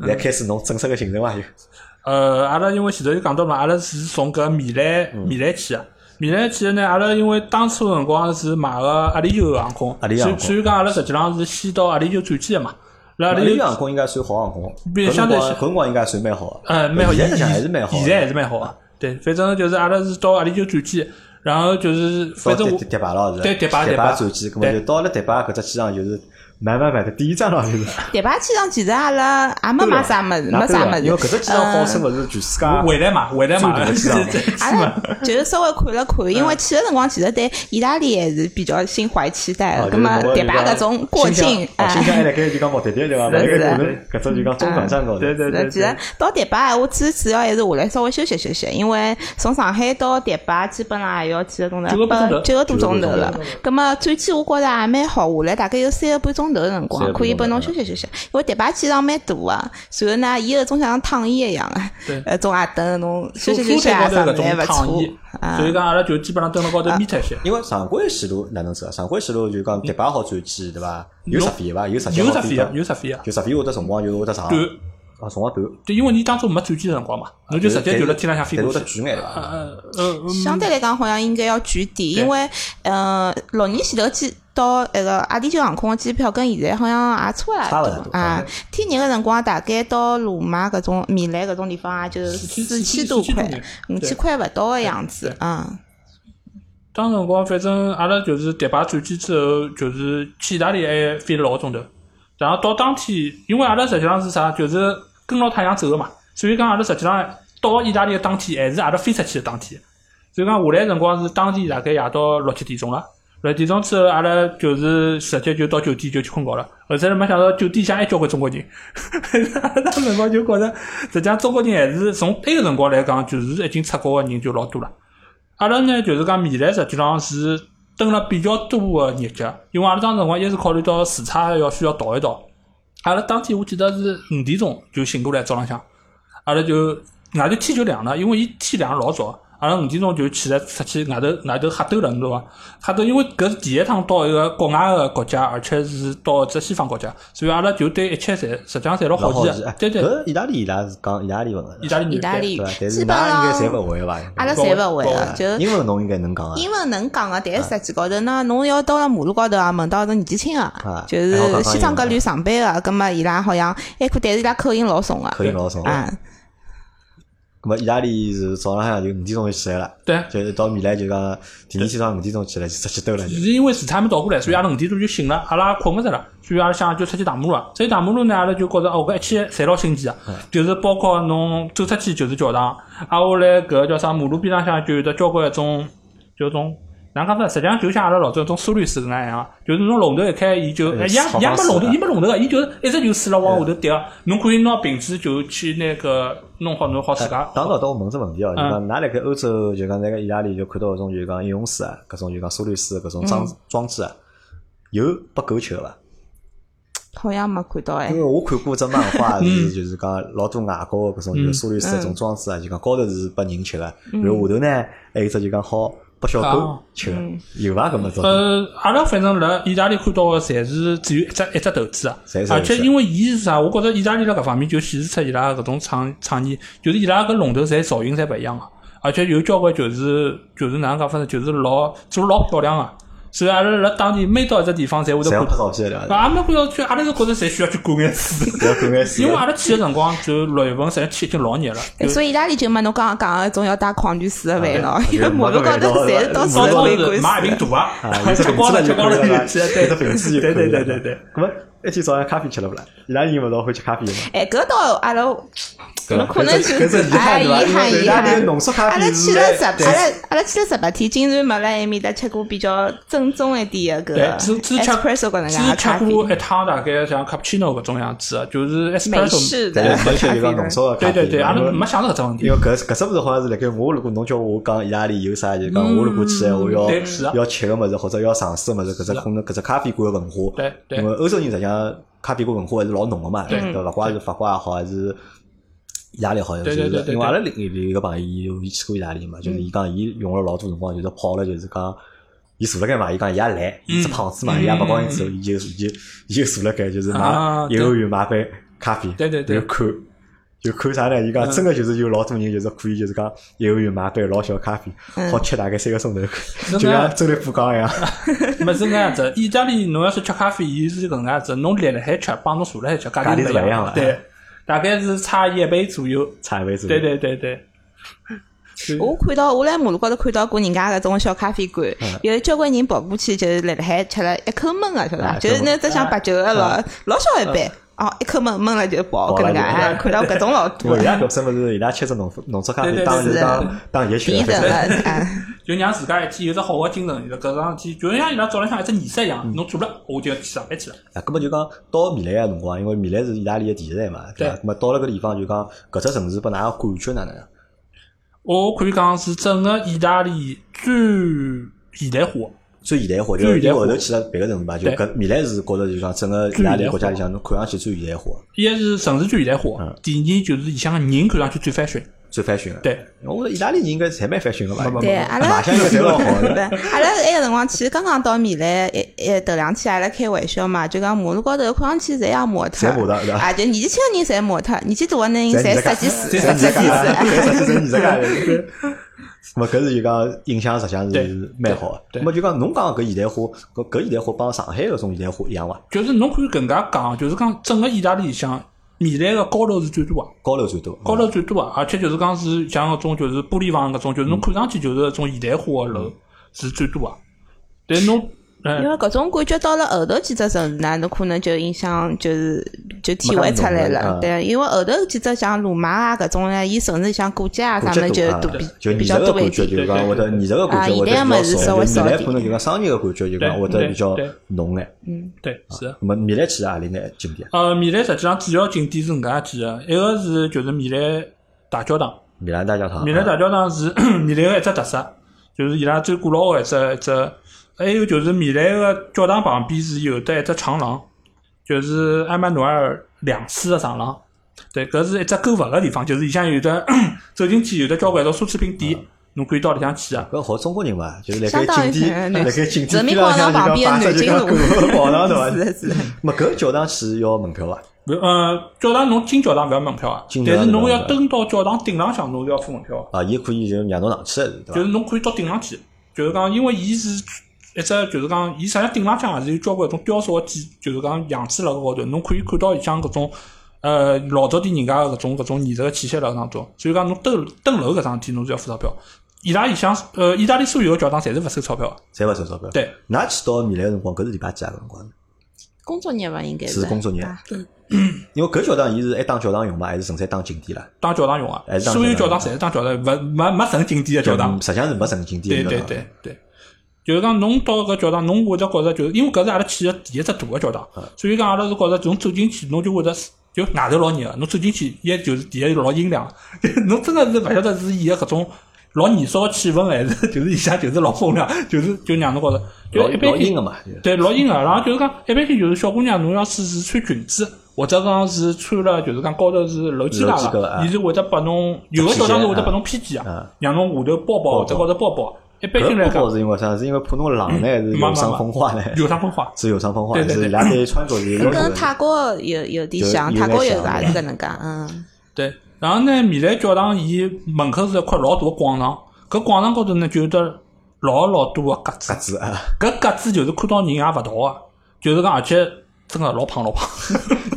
现在开始侬正式个行程伐？就
[laughs] 呃，阿拉因为前头就讲到嘛，阿拉是从搿米兰米兰去个。米兰去个呢，阿拉因为当初的辰光是买个阿里优航空，
阿里优航
所以
空
所以讲阿拉实际上是先到阿里优转机个嘛。那阿
阿
里
里
优，
航空应该算好航空，
比
搿辰
相对
光
是
搿辰光应该算蛮好的。
呃，蛮好，
现在想还是蛮好的。
现在还是蛮好个。对，反正就是阿拉是到阿里优转机，然后就是反正
到
我
迪迪拜了是吧，
对迪拜
迪
迪拜
转机，搿么
对
就到了迪拜搿只机场就是买买买的第一站了，就是。
迪拜机场其实阿拉也没买啥物事，没啥物
因为搿
事。
只机场号称勿是全世界
啊回来嘛，回来嘛，是 [laughs] 这
呃阿
是
拉
嘛。
就是稍微看了看，因为去的辰光其实对意大利还是比较心怀期待
啊
的。
就是
葛么
侬
迪
就
拜
讲
搿种过
新疆
境，
哦新疆
哎，
还辣盖就讲目的地对伐？勿辣盖
是
可
的
能搿种就讲中转站高头。
对对对
其实
对，
到迪拜闲话，主主要还是下来稍微休息休息，因为从上海到迪拜基本上也要几个钟
九
头，
个半钟头
八九个多钟头了。葛么转机我觉着也蛮好，下来大概有三个半钟头的辰
三
光，
个半
可以拨
钟头
侬休息休息。因为迪拜机场蛮大个，随后啊呢，伊搿种像躺椅一样
对
个，呃，种也等侬休息
苏
休
苏
息
台
啊
高
啥
头
么
搿种
子还勿
躺
错
椅，
啊
所。以讲阿拉就基本上蹲辣高头眯脱歇。
因为常规线路哪能走啊？常规线路就讲迪拜好转机对伐？有
侬
直飞伐？有直
有啊
接
直
好
飞
飞
个
伐，
有直飞个，
就直飞会得辰光就是会得长，
短
啊辰光短，
就因为你当初没转机的辰光嘛，侬就直接就辣天浪向飞
但
过
是会
去
得。贵眼对伐？
呃呃，
相对来讲，好像应该要贵点，
对
因为呃，六年前头机到那个阿联酋航空的机票跟现在好像也差勿
差
大
勿
多
大多
啊。天热的辰光，大概到罗马搿种米兰搿种地方，也啊就四千多块
呃四
啊
千多块，
五千块勿到的样子
对
嗯，
当辰光反正阿拉就是迪拜转机之后，就是去意大利还飞了六个钟头，然后到当天，因为阿拉实际上是啥，就是跟牢太阳走个嘛，所以讲阿拉实际上到意大利的当天，还是阿拉飞出去的当天。所以讲下来的辰光是当天大概夜到六七点钟了，六七点钟之后阿拉就是直接就到酒店就去困觉了，而且没想到酒店里向还交关中国人， [laughs] 阿拉当辰光就觉着，实际上中国人还是从埃个辰光来讲，就是已经出国个人就老多了。阿拉呢就是讲米兰实际上是蹲了比较多个日脚，因为阿拉当辰光一是考虑到时差要需要倒一倒，阿拉当天我记得是五点钟就醒过来，早浪向，阿拉就外头天就亮了，因为伊天亮老早，阿拉五点钟就起来出去外头外头瞎兜了，侬懂伐？瞎兜，因为搿是第一趟到一个国外个国家，而且是到一只西方国家，所以阿拉就对一切侪实际上侪
老
老好
好
奇
奇
个
哎，
对对，
搿意大利伊拉是讲意大利文个，
意大利
意大利
对伐？但
基
是
本
㑚应该侪
上
勿会伐？
阿拉
高
侪勿会
高
个
啊，
就
英文侬应该能讲啊。
英文能讲个，但是实际高头呢，侬要到了马路高头啊，问到是年纪轻
啊
个，就
还好讲讲
是西装革履上班个，啊葛么伊拉好像还可，但是伊拉口音老重个，
口音老重。
啊，
咁么意大利是早浪向就五点钟就起来了，
对
就是到米兰就讲第二天早上五点钟起来就直接兜了就。
是因为时差没倒过来，所以阿拉五点钟就醒了，阿拉也困勿着了，所以阿拉想就出去打马路啊。出去打马路呢，阿拉就觉着哦，搿一切侪老新奇啊，就是包括侬走出去就是教堂，挨下来搿叫啥马路边浪向就有得交关一种，就种。哪能讲法？实际上就像阿拉老早种苏律师搿能一样啊，就是侬龙头一开，伊就
哎
哎伊也
好
伊也没
像
龙头，
是
伊没龙头个，啊伊就是一直就水了往下头滴个。侬可以拿瓶子就去那个弄好弄好自家。
当到到我问只问题哦，就
嗯
讲㑚辣盖欧洲就讲那个意大利就看到搿种就讲饮用水啊，搿种就讲苏律师搿种
嗯
装装置啊，有拨狗吃的伐？
好像没看到哎
因
嗯
为。我看过只漫
[laughs]
画是就是讲老多外国的搿种就是苏律师搿种
嗯
装置啊，就讲高头是拨人吃的，然后下头呢还有只就讲好拨小狗
嗯啊
吃的，有伐搿么种？
呃，阿拉反正辣意大利看到个，侪是只有一只一只投资啊
侪是，
而且
投资
因为伊是啥，我觉着意大利辣搿方面就显示出伊拉搿种创创意，就是伊拉搿龙头侪造型侪勿一样个、啊而且有交关就是就是哪能讲法呢，就是老做老漂亮个、啊所以阿拉辣当地每到一只地方侪会得
侪要
看
拍
到。
照片的对伐？
啊，阿拉看到去，阿拉是觉着侪需要去逛一次，
侪要看眼水
[laughs] 因为阿拉去个辰光就六月份，实际上去已经老热了，就
所以意大利就嘛，侬刚刚讲个种要带矿泉水的烦恼，
对
因为马路高头侪是到处
到
都
处
玫
是
瑰
买一
水
瓶。大啊
啊，，吃
吃光了吃光了就去，
吃
对对对对对对。
那么一天早上咖啡吃了不啦？伊拉人勿是老欢喜吃咖啡嘛？
哎，搿倒阿拉
对吧
可能就
搿是遗
哎
憾
遗
对伐？因
憾
为
遗
伊拉那个
憾。
浓缩咖
阿拉
啡
去
是
了
在
十，阿拉阿拉去了十八天，竟然没辣埃面搭吃过比较正宗一点的搿
对
个，
只只吃
espresso 搿能
只
介的咖
吃
啡，
过一趟，大概像 cappuccino 搿种样子的，啊就是
美
espresso。
式的
对，
咖
而且
啡
就讲浓
的。
缩的咖
对
啡。
对对，阿拉
因为
没想到搿只问
因
[laughs]
题
为。搿搿只物事好像是辣盖我，如果侬叫我讲意大利有啥，就是讲我如果去，我要
嗯对是啊啊
要吃个物事或者要尝试个物事，搿只可能搿只咖啡馆的文化，
对对
因为欧洲人实际上咖啡馆文化还是老浓个嘛，
对
对伐？勿怪是法国也好，还是意大利也好，就
对对对
是
对对嗯
因为阿拉另有一个朋友，伊有伊去过意大利嘛，就是伊讲伊用了老多辰光，就是泡了，就是讲。伊坐辣盖嘛，伊讲伊也来，伊
嗯
是胖子嘛，伊也勿高兴走，伊就伊就伊就坐辣盖，就是买
啊
一欧元买杯咖啡，
对对对
然后看就看啥呢？伊
嗯
讲真个就是有老多人就是可以就是讲一个月买杯老小咖啡，
嗯
好吃大概三个钟头， [laughs] 就
真的
像周立波讲一样。
没是搿能样子，意大利侬要是吃咖啡，伊是搿能样子，侬立辣海吃，帮侬坐辣海吃，价
价
钿
钿是勿
是
一
一
样
样
的嗯
的。对，大概是差一倍左右。
差一位置，
对对对对，
我看到我辣马路高头看到过人家搿种小咖啡馆，有交关人跑过去就是辣辣海吃了一口闷个，晓得伐？
啊
就是那只像白酒个老老小一杯，哦，一口闷闷了就跑
跑
搿
了
能介，
就
哎看到搿种老
因
多
为伊拉本身勿是伊拉吃只浓浓缩咖
对
啡，
对
当时
是
当当热
低
血
等
的，
了，哎。
就让自家一天有只好个精神，有搿桩事体，就像伊拉早浪向一只仪式一
嗯
样，侬做了，我就要去上班去了。
啊，根本就讲到米兰个辰光，因为米兰是意大利个第一站嘛，对伐？
对
那么到了搿地方就讲搿只城市拨㑚个感觉哪能样？
我可以讲是整个意大利最现代化。
最现代化，就
最
是因
现代
为
化
后头去了别个城市嘛，就
对
搿米兰是觉着就讲整个意大利国家里向侬看上去最现代化、
一是城市最现代化
嗯，
第二就是里向个人看上去最 fashion。
最 fashion 个。
对，
我觉着意大利人应该侪蛮 fashion 个吧？
对，阿拉
马相应该侪老好
对
的。
阿拉埃个辰光去，刚刚到米兰，一一头两天阿拉开玩笑嘛，就讲马路高头看上去侪像模特，
侪模特对吧
啊，就年纪轻个人侪模特，年纪大个人侪设计师，
侪
设计师。
设计师，
[laughs]
侪设计师。么搿是就讲印象，实际上
对
是蛮好的。
对
么就讲侬讲搿现代化，搿搿现代化帮上海搿种现代化一样伐？
就是侬可以搿能介讲，就是讲整个意大利里向，米兰个高楼是最多个。
高楼最多，嗯
高楼最多啊，而且就是讲是像搿种就是玻璃房搿种，就是侬看上去就是搿种现代化的楼是最多啊。但侬
因
[laughs]
嗯，
为搿种感觉到了后头几只城市呢，侬可能就印象就是就体会出来
没那么浓
了
了，嗯
对。因为后头几只像罗马啊搿种呢，伊城市像古迹啊
古
啥
迹
么就
多啊
都比
就
比
艺
较
术个
多一
感觉，
点。
就是讲会得艺术个感觉会得
啊
比
现代物事
较
稍微
少，就米兰
少一点
可能就讲商业个感觉就讲会得比较
对对
浓眼。
对是。
那么米兰去是何里眼景点？
呃，米兰实际上主要景点是搿能介几个，一个是就是米兰大教堂，
米兰大教堂，啊
米兰大教堂是 [coughs] 米兰个一只特色，就是伊拉最古老个一只一只。还有就是米兰个教堂旁边是有得一只长廊，就是埃曼努埃尔两世个长廊。对，搿是一只购物个地方，就是里向有得 [coughs] 走进去有得交关种奢侈品
啊
店，侬可以到里向去啊。
搿好中国人嘛，就是辣
相当
盖
于
景点，
是
辣
南
盖景
人
点
民广场旁边
的
南京路
广场对伐？
[laughs] 是的是
[laughs]
的。
么搿教堂去要门票伐？
勿呃，教堂侬进教堂勿要门票啊
进，教
但
堂
是侬
勿要
要
门票
登到教堂顶浪向，侬是要付门票啊。
啊，伊可以就让侬上去，对伐
就？是侬可以到顶上去，就是讲，因为伊是一只，就是讲，伊实际上顶浪向也是有交关种雕塑个技，就是讲洋气辣搿高头，侬可以看到里向搿种呃老早点人家搿种搿种艺术个气息辣搿当中。所以讲，侬登登楼搿桩事体，侬是要付钞票。伊拉里向呃，意大利所有个教堂侪是勿收钞票个，
侪勿收钞票。
对，
㑚去到米兰个辰光，搿是礼拜几啊？搿辰光
工作日伐，应该
是工作日
啊
因为搿教堂伊是还当教堂用嘛，还是纯粹当景点啦？
当教堂用啊
还，是当
所有
教堂啊
教堂侪是当教堂，勿没没成景点个教堂
就。实际上是没成景
对
点。
对对。对，就是讲侬到搿教堂，侬会得觉着就是因为搿是阿拉去个第一只大个教堂，
嗯
所以讲阿拉是觉着侬走进去，侬就会得就外头老热个，侬走进去也就是第一老阴凉， [laughs] 侬真个是勿晓得是伊个搿种。老年少气氛还是 [laughs] 就是里向就是老风凉，就是就让侬觉着，
老
就一般
老阴
性
个嘛，就是
对，老阴个。然后就是讲，一般性就是小姑娘，侬要是是穿裙子，或者讲是穿了，就是讲高头是楼梯
楼
架
梯架
个
啊，
伊是会得拨侬有个
披
教堂是
肩
会得
啊
拨侬披肩
啊
啊，让侬下头包包或者高头包包。一般性
搿
来
不
讲嗯
好，是因为啥？是因为怕侬冷呢，还是
没
有
没
伤
没
风化呢？
有伤风化。
是有伤风化，
对对
是
对
伊拉对穿着是要求
跟
的。
泰国有有点像，
有有
泰国
点
有
像
个也是搿能介，嗯。
对，然后呢，米兰教堂伊门口是一块老大个广场，搿广场高头呢就有得老老多个格子
格，子啊，
搿格子就是看到人也勿大个，就是讲而且真个老胖老胖。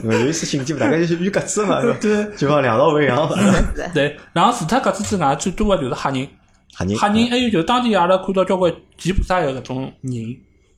因为有一次性景大概就是遇格子嘛，对，就像两道围墙嘛，
对，然后除脱格子之外，最多个就是黑人。
[laughs] 吓人
黑人还哎有就是当地阿拉看到交关吉普赛个搿种人，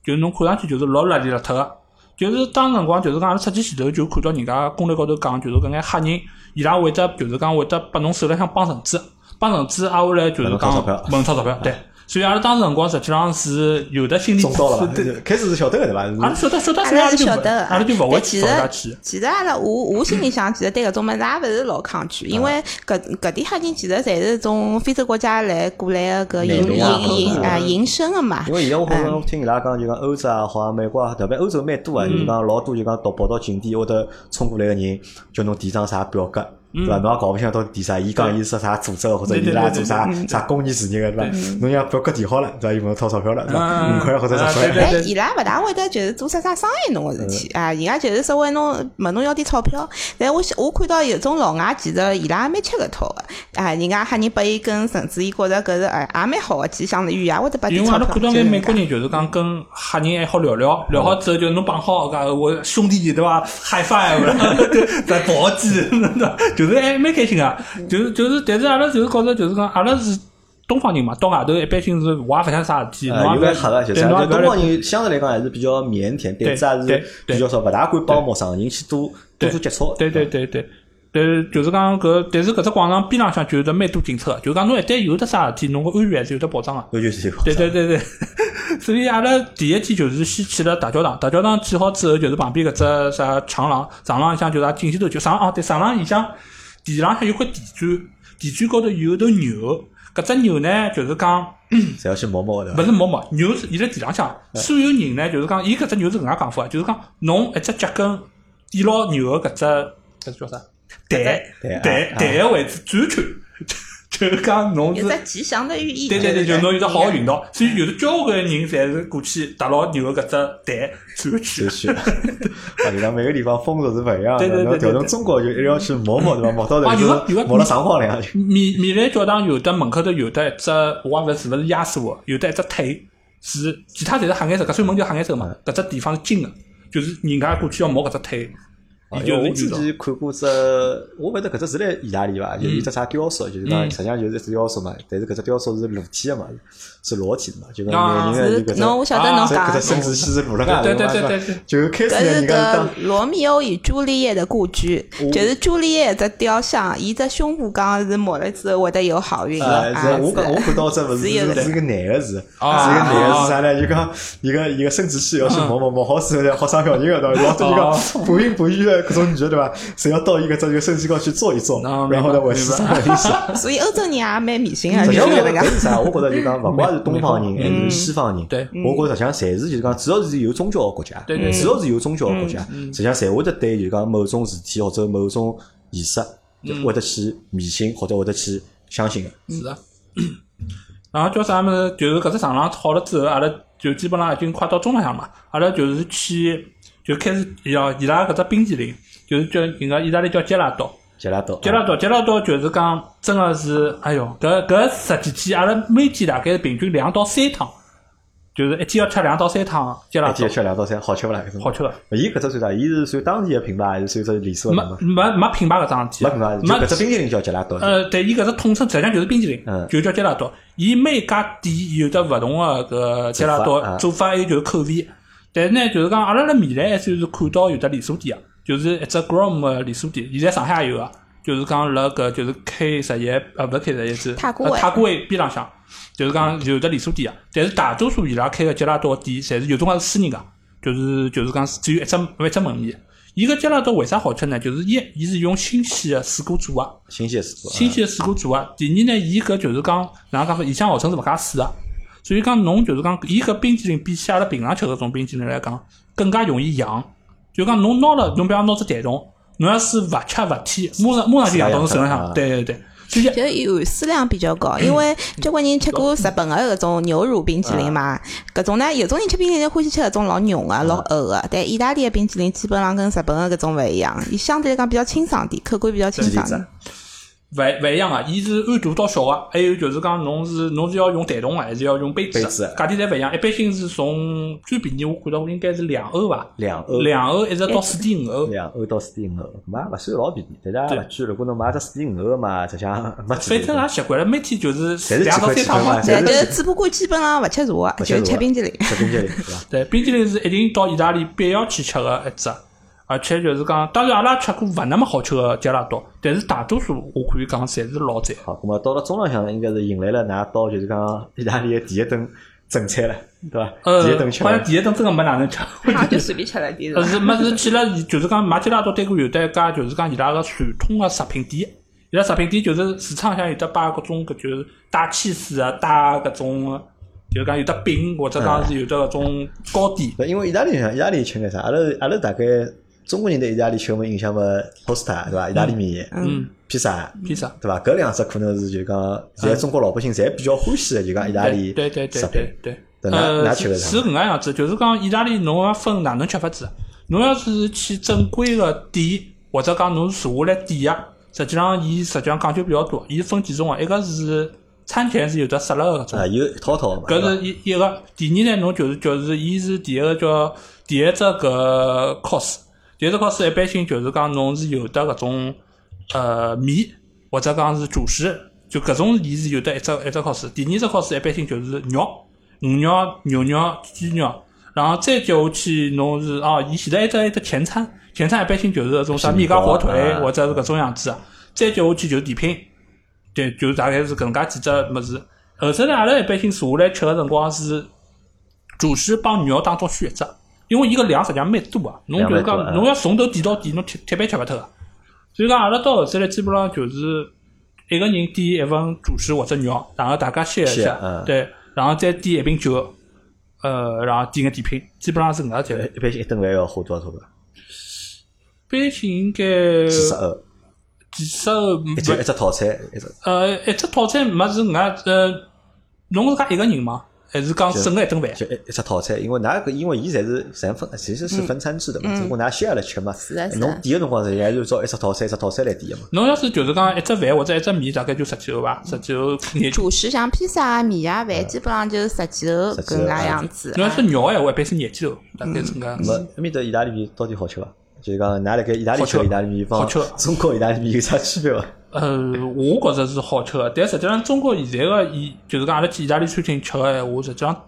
就是侬看上去就是老邋里邋遢个，就是当辰光，就是讲阿拉出去前头就看到人家攻略高头讲，就是搿眼黑人，伊拉会得就是讲会得拨侬手里向帮绳子，帮绳子挨下来就是
帮侬掏
讲
钞票
问侬掏钞票，对。所以阿拉当时辰光实际上是有的心理
中到了吧？
对
就开始是晓得个对
阿拉
伐？是
晓得晓得，
阿
所以
拉
拉
是
就
晓
勿
得的，
阿拉就勿会去
但其
找
实
人家去。
其实阿拉我我心里想，其实对搿种物事也勿是老抗拒，
嗯
因为搿搿点黑人其实侪是从非洲国家来过来个搿
美
营
容啊
营
各
营
种
啊营生个嘛
因。为现在我好像
哎
我听伊拉讲，就讲欧洲啊，好像美国啊，特别欧洲蛮
嗯
多啊，就是讲老多就讲到跑到景点会得冲过来个人，叫侬填张啥表格，对伐？侬也搞勿清到底填啥，伊讲伊是啥组织的或者
嗯对
伊
对
拉
对
做
对
啥啥公益事业个对伐？侬让表格填好了，对伐？伊问侬掏钞票了，对伐？
嗯
五块或者
啊
十
对嗯对
块。
哎，伊拉勿大会得就是做出啥伤害侬个事体啊！伊拉就是稍微侬问侬要点钞票，但我想我看到有种老外其实伊拉也蛮吃搿套个啊！人家喊人拨伊根绳子，伊觉着搿是哎也蛮好个吉祥的寓意，也会得拨
因
点
为
钞
阿
票
拉。看到
就是
眼美国
搿
人就是讲跟黑人还好聊聊，聊好之后就侬绑好个我兄弟对伐？High five，然 [laughs] 后就在跑机， [laughs] 就是还蛮开心啊。
嗯
就是就是，但是阿拉就是觉着就是讲阿拉是东方人嘛，到外头一般性是我也勿想啥事体，
呃，
侬
有
也勿
眼
要
黑个，就是
对侬也
啊
勿要
东方
来
人相对来讲还是比较腼腆，
对
胆子还
对
是
对
比较少，勿大敢帮陌生人去多多
对
做接触。
对对对对。但是就是讲搿，但是搿只广场边浪向就有得蛮多警察的，就是讲侬一旦有得啥事体，侬个安全还是有得保障个。
那就是
对对对对， [laughs] 所以阿拉第一天就是先去了大教堂，大教堂去好之后，就是旁边搿只啥长廊，长廊里向就是也进去头就长哦，对，长廊里向地浪向有块地砖，地砖高头有一头牛，搿只牛呢就是讲
侪要去摸摸的
勿。是毛毛，牛是伊辣地浪向，所有人呢就是讲伊搿只牛是搿能介讲法，就是讲侬一只脚跟抵牢牛个搿只搿只叫啥蛋
蛋
蛋
啊
蛋个位置转一圈， [laughs] 就是讲侬是
有只吉祥的寓意。
对对对，
就
就是侬有只好
伊
个运道，所以有的交关人侪是过去踏牢牛个搿只蛋转
就
去。 [laughs]
去，啊，就讲每个地方风俗是不一样的。
对对对
侬啊调
对
成
对
中国就一定要去摸摸对伐？摸到
啊
头
有啊
就
有
是
啊
摸了上荒凉。
米米兰教堂有的门口头有的一只，我也勿是勿是压死我，有的一只腿是其他侪是黑颜色，搿扇门就黑颜色嘛，
嗯
搿只地方是金个，就是人家过去要摸搿只腿，
啊
伊
因
就
为我
是
之
遇到。
前看过只，我勿晓得搿只是辣意大利伐？就是有只啥雕塑，就是讲
嗯
实际上就是一只雕塑嘛，但是搿只雕塑是裸体的嘛，是裸体的嘛，就讲
啊
每个人
是
有搿只
侬我晓得侬
啊
搿
讲
搿只
的。
生殖器是露了外头
对
嘛，
对
是
对
吧
对对？
就开始
搿
呢
是
人家
搿
当。
罗密欧与朱丽叶的故居，
哦
就是朱丽叶只雕像，伊只胸部讲是抹了之后会得有好运
啊，
哎
的
是
啊。
我
是
讲我看到这勿是
是有
是
的
是个男的是，是一个
啊
男的是啥呢？就讲一个一个生殖器要去摸摸摸好之后呢，好生小人个对伐？老多就
啊
讲不孕不育的各种女的对伐？谁要到一个这个生殖高去做一做
啊，
然后呢，
明白
我是生小人是。 [laughs]
所以欧洲人也蛮迷信啊，
实
就
际
是
上，
搿能
搿
介。
是哎啥？我觉着就讲，勿管是东方人哎
美
还是西方人，
嗯对
我觉着实际上侪是就是讲，只要是有宗教个国家，
对嗯对对
只要是有宗教个国家，实际上侪会得对就是讲某种事体或者某种仪式，就会得去迷信或者会得去相信的。
是啊。
嗯
然后叫啥么子？就是搿只长廊好了之后，阿拉就基本上已经快到中浪向嘛。阿拉就是去就开始伊拉伊拉搿只冰淇淋，就是叫人家意大利叫杰拉多。
杰拉多，
杰拉多，杰拉多就是讲真个是，哎哟，搿搿十几天，阿拉每天大概平均两到三趟，就是一天要吃两到三趟杰拉
一
多
天，吃两到三，好吃勿啦？搿种
好吃个。
伊搿只算啥？伊是算当地个品牌，还是算只连锁
没
个品
没没品牌搿桩事体，
牌？没品牌，就搿只冰淇淋叫杰拉多。
呃，对，伊搿只统称实际上就是冰淇淋，
嗯
就叫杰拉多。伊每家店有得勿同个搿杰拉
做法
多
嗯
做啊法，还有就是口味。但是呢，就是讲阿拉辣米兰还算是看到有得连锁店啊，就是一只 Grom 个连锁店，现在上海也有啊。就是讲辣搿就是 K 十一，呃，勿是 K 十一是
塔古
呃
卫
塔古卫边浪向，就是讲有得连锁店啊。但是大多数伊拉开个杰拉多店，啊侪是有种讲是私人个，就是就是讲只有一只一只门面。伊个杰拉多为啥好吃呢？就是一，伊是用新鲜个水果做啊个。
新鲜水果，
新鲜水果做啊。第二呢，伊搿就是讲，哪能讲法，里向号称是勿加水啊。所以讲，侬就是讲，伊搿冰淇淋比起阿拉平常吃搿种冰淇淋来讲，更加容易养。就讲侬拿了，侬比方拿只蛋筒，侬要是勿吃勿舔，马上马上就养到侬手浪
是啊
向。对对对，所以
就含水量比较
[laughs]
高，因为
嗯
交关人吃过日本的搿种牛乳冰淇淋嘛，搿种呢，有种人吃冰淇淋欢喜吃搿种老浓
嗯
个、老厚个，但意大利的冰啊淇淋基本上跟日本的搿种勿一样，伊相对来讲比较清爽点，口感比较清爽
几
点
点。
勿勿一样个，伊是按大到小个，还有就是讲侬是侬是要用弹筒个，还是要用杯子
杯子
个？价钿侪勿一样，一般性是从最便宜，我看到应该是两欧伐，
两欧
两欧一直到四点五欧。
两欧到四点五，嘛勿算老便宜，但是也勿贵。如果侬买只四点五个嘛，实际上没几
反
个
正
人
也习惯了，每天就是
侪是
两
几
到
块
三
几
趟
块
嘛
嘛，。
对，
侪
就是是只不过基本上勿吃茶
不吃
个，就
茶
是吃冰激凌。
吃冰激凌对伐？
对，冰淇淋是一定到意大利必要去吃个一只，而且就是讲，当然阿拉吃过勿那么好吃个加拉多，但是大多数我可以讲侪是老赞。
好，咁么到了中浪向，应该是迎来了㑚到就是讲意大利的第一顿正餐了，对伐？
呃
第一顿，吃
好像
完，
第一顿真个没哪能吃。
好 [laughs] 就随便吃了点
呃，
嗯
是没是去了，就是讲买吉拉多对过有得一家，就是讲伊拉个传统个食品店。伊拉食品店就是市场向有得摆各种搿就是带气势啊，带搿种就是讲有得饼或者讲是有得搿种糕点。
对因为意大利人，意大利吃眼啥？阿拉阿拉大概中国人对意大利吃，我们印象嘛，pasta 对伐？意大利面，
嗯，
披萨。
披萨。
对伐？搿两只可能是就讲，现在中国老百姓侪比较欢喜的，就讲意大利
嗯对对对
食品
对。对。
对哪
呃，
哪吃
是
得
是
上
搿能样子，就是讲意大利侬要分哪能吃法子。侬要是去正规个店，或者讲侬坐下来点呀，实际上伊实际上讲究比较多，伊分几种个，一个是餐前是有得沙拉个搿种
啊，。有一套套嘛。对
搿是
伐
一一个，第二呢，侬就是就是，伊是第一个叫第一只搿 cos，第一只 cos 一般性就是讲侬是有得搿种呃面或者讲是主食，就搿种伊是有得一只一只 cos。第二只 cos 一般性就是肉，鱼肉、牛肉、鸡肉，然后再接下去侬是哦，伊现在一只一只前餐，前餐一般性就是搿种啥
是
面加火
面包
腿
啊
或者是搿种样子啊，再接下去就是甜品。对，就大概是搿能介几只物事。后头呢，阿拉一般性坐下来吃个辰光是主食帮肉当中选一只，因为伊个量实际上蛮多啊。侬就是
量蛮多
讲，
啊
侬要从头点到底，侬铁铁板吃勿脱个。所以讲，阿拉到后头来基本上就是一个人点一份主食或者肉，然后大家歇一
歇
下，
嗯
对，然后再点一瓶酒，呃，然后点个甜品，基本上是搿能介吃。
呃一般性一顿饭要花多少钞票？
一般性应该
几十欧，
几十欧，
一只一只套餐，一只
呃，一只套餐没是俺呃，侬是讲一个人吗？还是讲整个一顿饭？
就一一只套餐，因为㑚搿因为伊侪是侪分，其实
嗯
是分餐制的嘛。只不过㑚歇下来吃嘛
的，嗯是的
侬点个辰光是还是按照一只套餐一只套餐来点的嘛。
侬要是就是讲一只饭或者一只面，大概就十几欧吧，十几欧眼睛。
主食像披萨啊、米啊、饭，基本上就是十几头
嗯十几
搿
头
能
啊
介样子。
侬要是肉的话，一般是廿几欧，大概是搿能介
咹，
嗯
埃面搭意大利面到底好吃伐？就是讲，㑚辣盖意大利
好吃
吃的意大利面
好
帮
吃
中国意大利面有啥区别伐？
呃，我觉着是好吃的，但实际上中国现在个伊就是讲阿拉去意大利餐厅吃个闲话，实际上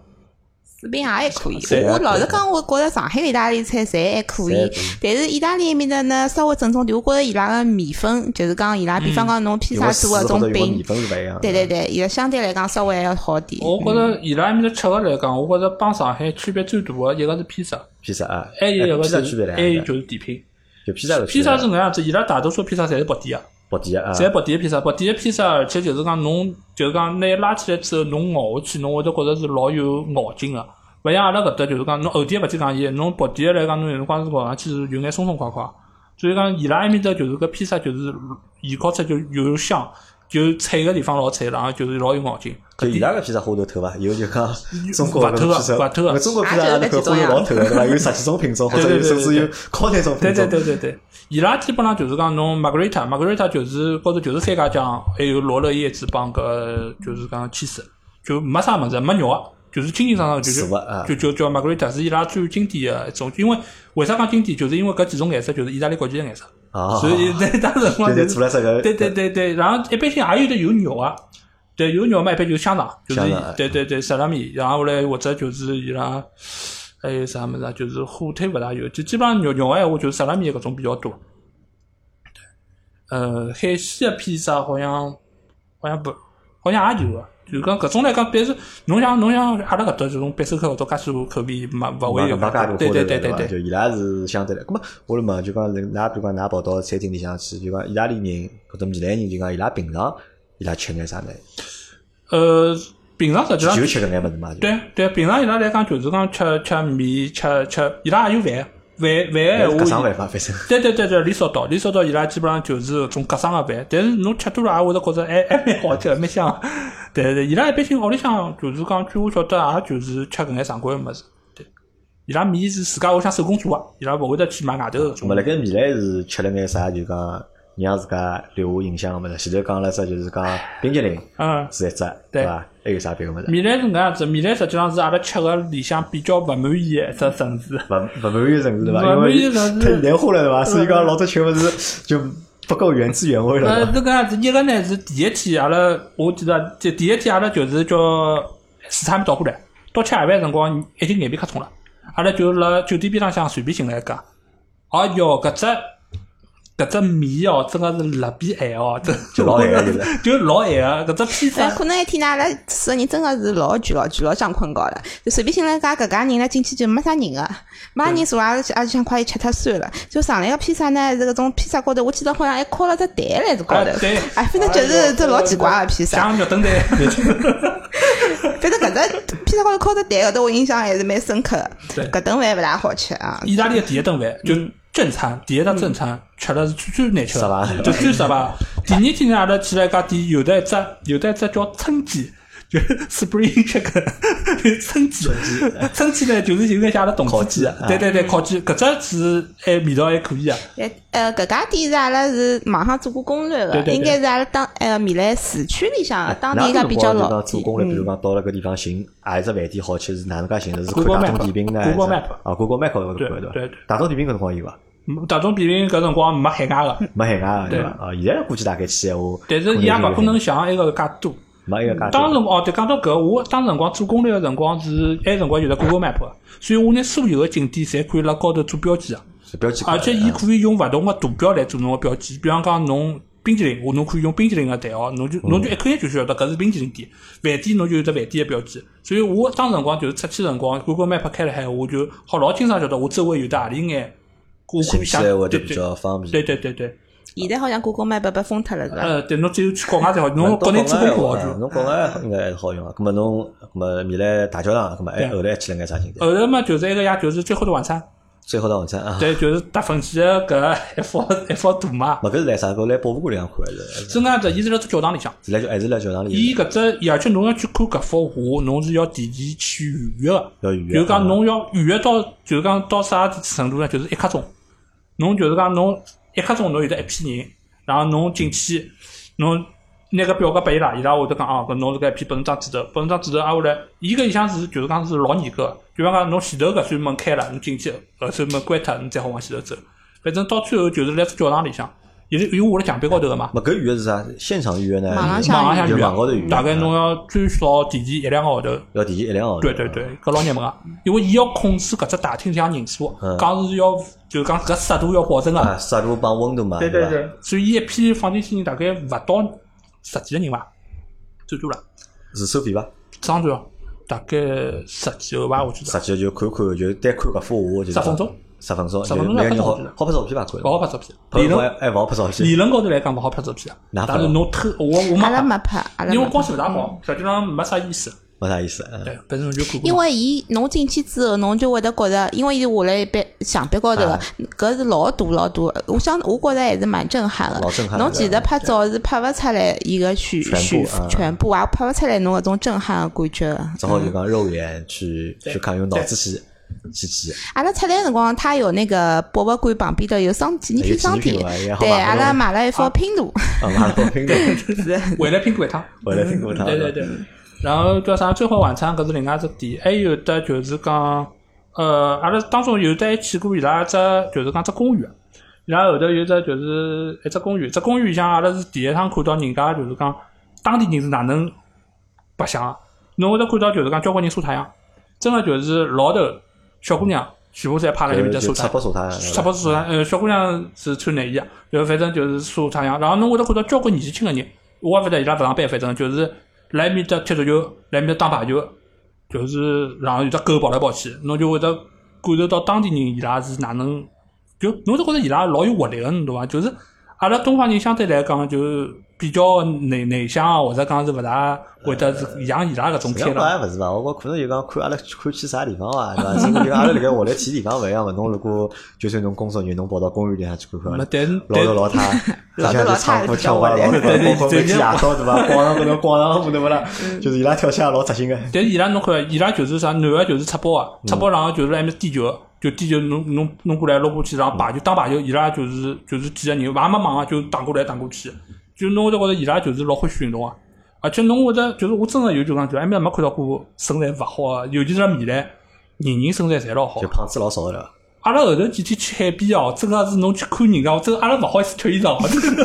水平也还可以
侪。
我
还可以
老实讲，我觉着上海的意大利菜侪还可
侪还
以
可以，
但是意大利埃面搭呢稍微正宗点。我觉着伊拉个米粉，就是讲伊拉比方讲侬披
因
萨
为水
做个
或
种
者用米
饼，
粉嗯是勿一样的。
对对对，伊拉相对来讲稍微还要好点。嗯
我觉着伊拉埃面搭吃个来讲，我觉着帮上海区别最大个一个是披萨，
披萨啊，
还有一个
披萨
是
区别来
还有
的，
就是甜品。
就啊披萨是
披萨是搿能样子，伊拉大多数披萨侪是薄底个。
薄底的啊，
侪薄底个披萨，薄底个披萨，而且就是讲侬，就是讲拿伊拉起来之后，侬咬下去，侬会得觉着是老有咬劲啊个。勿像阿拉搿搭就是讲，侬厚底勿去讲伊，侬薄底个来讲，侬有辰光是咬上去是有眼松松垮垮。所以讲伊拉埃面搭就是搿披萨，就是伊烤出来就有香，就脆个地方老脆，然后就是老有咬劲。
就
搿
伊
点
拉个披萨花头头伐？有就讲中国
勿透
个
啊
披萨，
勿透啊
搿中国披萨阿拉搿花头老透个对伐？有十几种品种，或
对
者
对
有
对
甚至有高难种
对
品
对
种。
对对对，伊拉基本上就是讲侬 margarita margarita 就是高头就是番茄酱，还有罗勒叶子帮搿就是讲 cheese，就没啥物事，没肉啊，就是清清爽爽就
食物啊
就就叫 margarita 是伊拉最经典的一种，因为为啥讲经典，就是因为搿几种颜色就是意大利国旗的颜色，
啊，
所 [laughs] 以在当辰光
就
就是
做了这个，
对对对对，然后一般性也有的有肉啊，对，有肉嘛，一般就是香肠，就是
香肠
对对对，萨拉米，然后后来或者就是伊拉还有啥么子啊，就是火腿勿大有，就基本上啊肉肉个闲话就是萨拉米搿种比较多。呃，海鲜的披萨好像好像不好像也有啊。就讲搿种来讲，但是侬像侬像阿拉搿搭这种必胜客搿种介许多口味，没勿会有
没介多
对对对
对
对对
就。伊拉是相对来，咁么我来问，就讲㑚比如讲㑚跑到餐厅里向去，就讲意大利人或者米兰人，就讲伊拉平常伊拉吃眼啥呢？
呃，平常实际上
就吃搿眼物事嘛，就
对对，平常伊拉来讲就是讲吃吃米，吃吃，伊拉也有饭，饭饭
各
个
上
闲话
办，法，反正
对对对对，连锁到连锁到伊拉基本上就是种隔生个饭，但是侬吃多了也会得觉着还还蛮好吃，蛮香。对对，伊拉一般性屋里向就是讲，据我晓得啊也就是吃搿眼常规个物事。对，伊拉面是自家屋里向手工做个，伊拉勿会得去买外头搿
咁么
种。
辣盖米兰是吃了眼啥？就讲让自家留下印象个物事。前头讲了只就是讲冰激凌
嗯，
是一只，对
对
伐？还有啥别个物事？
米兰是搿样子，米兰实际上是阿拉吃个里向比较勿满意的一只城市。
勿勿满意城市对伐？
勿
因
满
为
意城市
太难化了对伐？所以讲老多吃物事就不够原汁原味了
[laughs] 呃，
对伐。
是搿样子，一个呢是第一天，阿拉我记得啊第第一天阿拉就是叫时差没倒过来，到吃夜饭辰光已经眼皮卡痛了，阿拉就辣酒店边浪向随便寻了一家，哎哟，搿只搿只面哦，真个是辣比咸哦，真
就老咸个就是
就老咸啊！搿只披萨
哎，可能一天呢，阿拉住个人真个是老卷老卷老张困觉了，就随便寻了一家搿家人呢，进去就没啥人个，没啥人坐，阿拉就阿拉就想快点吃脱算了。就上来个披萨呢，是搿种披萨高头，我记得好像还敲了只蛋来是高头
啊对，
哎，反正就是这老奇怪个披萨。
像肉
[laughs]
炖蛋，
反正搿只披萨高头敲只蛋，搿搭我印象还是蛮深刻
对
的。搿顿饭勿大好吃啊，
意大利的第一顿饭就正餐，第一顿正餐吃了是最最难吃
失败
的，就最失败。第二天呢，阿拉去了一家店，有的一只有的一只叫春鸡。 [laughs] 就是 spring chicken，就是 [laughs] 春鸡，春鸡呢就是有点像阿拉冬
烤
鸡
鸡
啊
啊，
对对对，烤鸡，搿只是还味道还可以啊，
哎呃，搿家店是阿拉是网上做过攻略
对对
个，
对
应该是阿拉当呃米兰市区里向的当地
哪
一家
能
比较
光就
老
讲
的
做
店。
工了，比如讲到了搿地方寻啊一只饭店好吃是哪能介寻的？是看
Google
大
Map
众点评呢？
Google
还
Map
是啊，Google Map 高头看
对
对
对
伐？大众点评搿辰光有伐？
嗯大众点评搿辰光没海外个，
没海外个
对
对伐？啊，现在估计大概去闲话，
但是伊也勿可能像埃个介多。
没一个价。
当辰光啊哦，对，讲到搿，我当时辰光做攻略个辰光是，埃辰光有了 Google Map，个所以我拿所有个景点侪可以辣高头做标记啊个，
是标记过
而
来
且伊可以用勿同个图标来做侬个标记，比方讲侬冰淇淋，我侬可以用冰淇淋个代号，侬就侬就一看就晓得搿是冰淇淋店，饭店侬就有得饭店个标记。所以我当时辰光就是出去辰光，Google Map 开了海，我就好老清爽晓得我周围有得何里眼，我可以
信息
想
闲话
对
就比
对
较方便。
对对对对，
现在好像 Google Map 被封脱了是伐？
呃，对，侬只有去国外才好，侬
侬
国内做
国
功
外
课好
话
做。
侬国外应该还是好用啊。咁么侬，咁么米兰大教堂，咁么
对
还后头还去了眼啥景点？
后头嘛，呃就是埃个呀，就是最后的晚餐。
最后到晚餐啊，
对，就是达 [laughs] 芬奇的搿一幅一幅图嘛。
勿搿是来啥？搿来博物馆里向看还是？
是搿啊样子，伊是辣只教堂里向，
是来就还是来教堂里
伊？搿只，而且侬要去看搿幅画，侬是要提前去预约个。
要预约
就是讲
嗯
侬要预约到，就是讲到啥程度呢？就是一刻钟，侬就是讲侬一刻钟侬有得一批人，然后侬进去，侬拿个表格拨伊拉，伊拉会得讲啊，搿侬是搿一批拨侬张纸头，拨侬张纸头，挨下啊来，伊搿里向是就是讲是老严格的，就讲讲侬前头搿扇门开了，侬进去，后扇门关脱，侬再好往前头走。反正到最后就是辣只教堂里向，伊是有画辣墙壁高头个嘛。
勿搿预约是啥？现场预约呢？
网浪
网
向
上
就
约
网高头预约
啊大概侬要最少提前一两个号头。
要提前一两个号头。
对对对，搿老热门啊，因为伊要控制搿只大厅里向人数啊
嗯，
讲是要就是讲搿湿度要保证
啊，
啊。
湿度帮温度嘛，伐？，
所以伊一批放进去人大概勿到十几个人伐，最多了，
是收费伐？
张最少大概十几个伐，我觉得。
实际就看看，就单看搿幅画，就是
十分钟，
十分钟，
十分钟
就每个人
要拍
好
照片
好拍照片伐？可以拍
勿好拍照片，理论
照哎，勿好拍照
理
片。
论高头来讲勿好拍照片啊。
哪
但
拍
是
了
侬偷我我
阿拉
没
没
拍，
拍，阿拉
因为
没
光
拍
寻勿大好，实际上没啥意思。
没啥意思。嗯
对，反正就看看。
因为伊侬进去之后，侬就会得觉着，因为伊是画了一边墙壁高头个
啊，
搿是老大老大。我想，我觉着还是蛮震撼
老震
个。
撼
侬其实
对
拍照是拍勿出来伊个全
全部
全
啊
全部啊，拍勿出来侬搿种震撼个感觉。
只好就讲肉眼去
嗯对
去看，用脑子去去记。
阿拉出来的辰光，它有那个博物馆旁边头有商纪念品商店
有纪念品嘛也，好
对，
买回来
阿拉买了一副拼图，
啊，马拉拼的，
回来拼过一趟。
回来拼过汤。
对对对。然后叫啥？最好晚餐搿是另外一只店，还有的就是讲，呃，阿拉当中有的还去过伊拉一只，就是讲只公园。伊拉后头有一只就是一只公园，只公园里向阿拉是第一趟看到人家就是讲当地人是哪能白相的。侬会得看到就是讲交关人晒太阳，真个就是老头小姑娘全部侪趴辣
就
里面
就
搭
就擦
晒太阳
破。手他，
差不多是
嗯
穿，呃，小姑娘是穿内衣啊，然后反正就是晒太阳，然后侬会得看到交关年纪轻个人，我也勿晓得伊拉勿上班，反正就是来面搭踢足球，来面搭打排球，就是然后有只狗跑来跑去，侬就会得感受到当地人伊拉是哪能，就侬是觉着伊拉老有活力个，侬懂伐？就是阿拉东方人相对来讲就比较内内向啊，或者讲是勿大会得是像伊拉搿种
搿
开
倒
朗。
还勿是吧？啊我觉可能就讲看阿拉看去啥地方伐，对伐？只不过就讲阿拉辣盖屋里去地方勿一样嘛。侬如果就算侬工作日，侬跑到公园里向去看看
没，，但是
老头
但
老太，
老头
像
老
就唱歌
太比较
跳舞，老头老
活跃
太，包括每
对对对
天夜到对伐？广场搿种广场舞对勿啦？就是伊拉跳起来也老扎心个。
但是伊拉侬看，伊拉就是啥，男个就是出包啊，出包然后就是埃面点球，就点球侬侬弄过来落过去，然后排球打排球，伊拉就是就是几个人，也没忙啊，就打过来打过去，就侬会得觉着伊拉就是老欢喜运动啊。而且侬会得就是我真的有就讲，就埃面没看到过身材勿好啊，尤其是辣米兰，人人身材侪老好
就。胖子老少个了，
阿拉后头几天去海边哦，真个是侬去看人家，我真的阿拉勿好意思脱衣裳。真的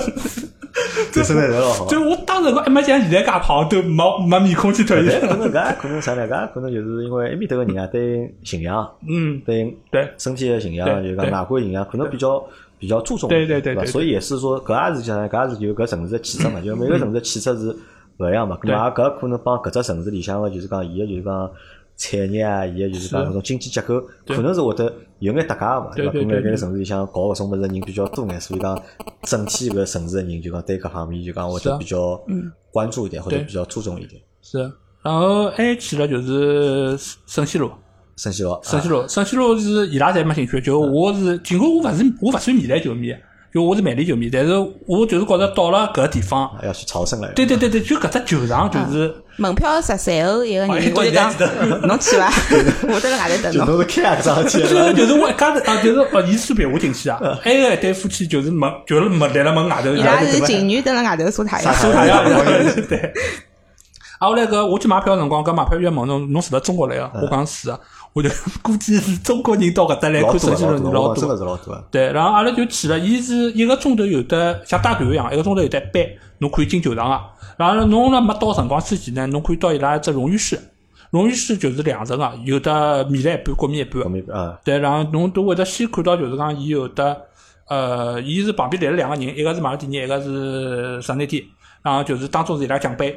这身材侪老好。
[laughs] 就我当时我哎还没像现在介胖，都没没面孔去脱衣
但可 [laughs]
裳。
能搿也可能啥呢？搿也可能就是因为埃面搭个人啊，对形象、
嗯，
对
对。
身体的形象，
对
就是讲
对
外观形象，可能比较比较注重一
对
点，
对对
吧
对
所以也是说，搿也是讲，搿也是有搿城市的气质嘛，就是每个城市的气质是勿一样嘛。咁
嗯对
嘛，搿可能帮搿只城市里向个，就是讲伊个就是讲产业啊，伊个就是讲
是
搿种经济结构，
对
可能是会得有眼搭界个嘛。
对
吧？
对
咁辣
对
搿个城市里向搞搿种物事的人比较多眼，所以讲整体搿城市的人就讲对搿方面就讲会
是
得
啊
比较关注一点，或者
对
比较注重一点。
是，然后还去了就是圣西路，
生西佬，
圣西路，圣西路是伊拉侪没兴趣，
嗯
就我是尽管我勿是我勿算米兰球迷，就我是曼联球迷，但是我就是觉着到了搿个地方，
啊要去朝圣了。
对对对对，就搿只球
啊 [laughs]
场就是
门票十三欧一个
哎
人，我
对
就讲侬去伐？我在外头等
就
侬。
侬是开啊搿桩事体
最
了嗯
后就是我一家子啊，就是哦，伊是陪我进去啊，还有一对夫妻就是门就是门立了门外头，
伊
然
拉
后
是情侣蹲辣外头晒太阳，
晒
收太阳，
[laughs]
对。啊，后来搿我去买票的辰光，搿买票员问侬侬是辣中国来个？
嗯
我讲是啊，我就 [laughs] 估计是中国人到搿搭来
老多
看圣
了
西路
老
人
多了，
老
我讲真
多
的。是老多了。
对，然后阿拉就去了，伊是一个钟头有的像带团一样，一个钟头有的班，侬可以进球场啊。然后侬呢没到辰光之前呢，侬可以到伊拉一只荣誉室，荣誉室就是两层啊，有的米兰一半，国米一半
我。们啊，
对，然后侬都会得先看到，就是讲伊有的，呃，伊是旁边立了两个人，一个是马尔蒂尼，一个是萨内蒂，然后就是当中是伊拉奖杯，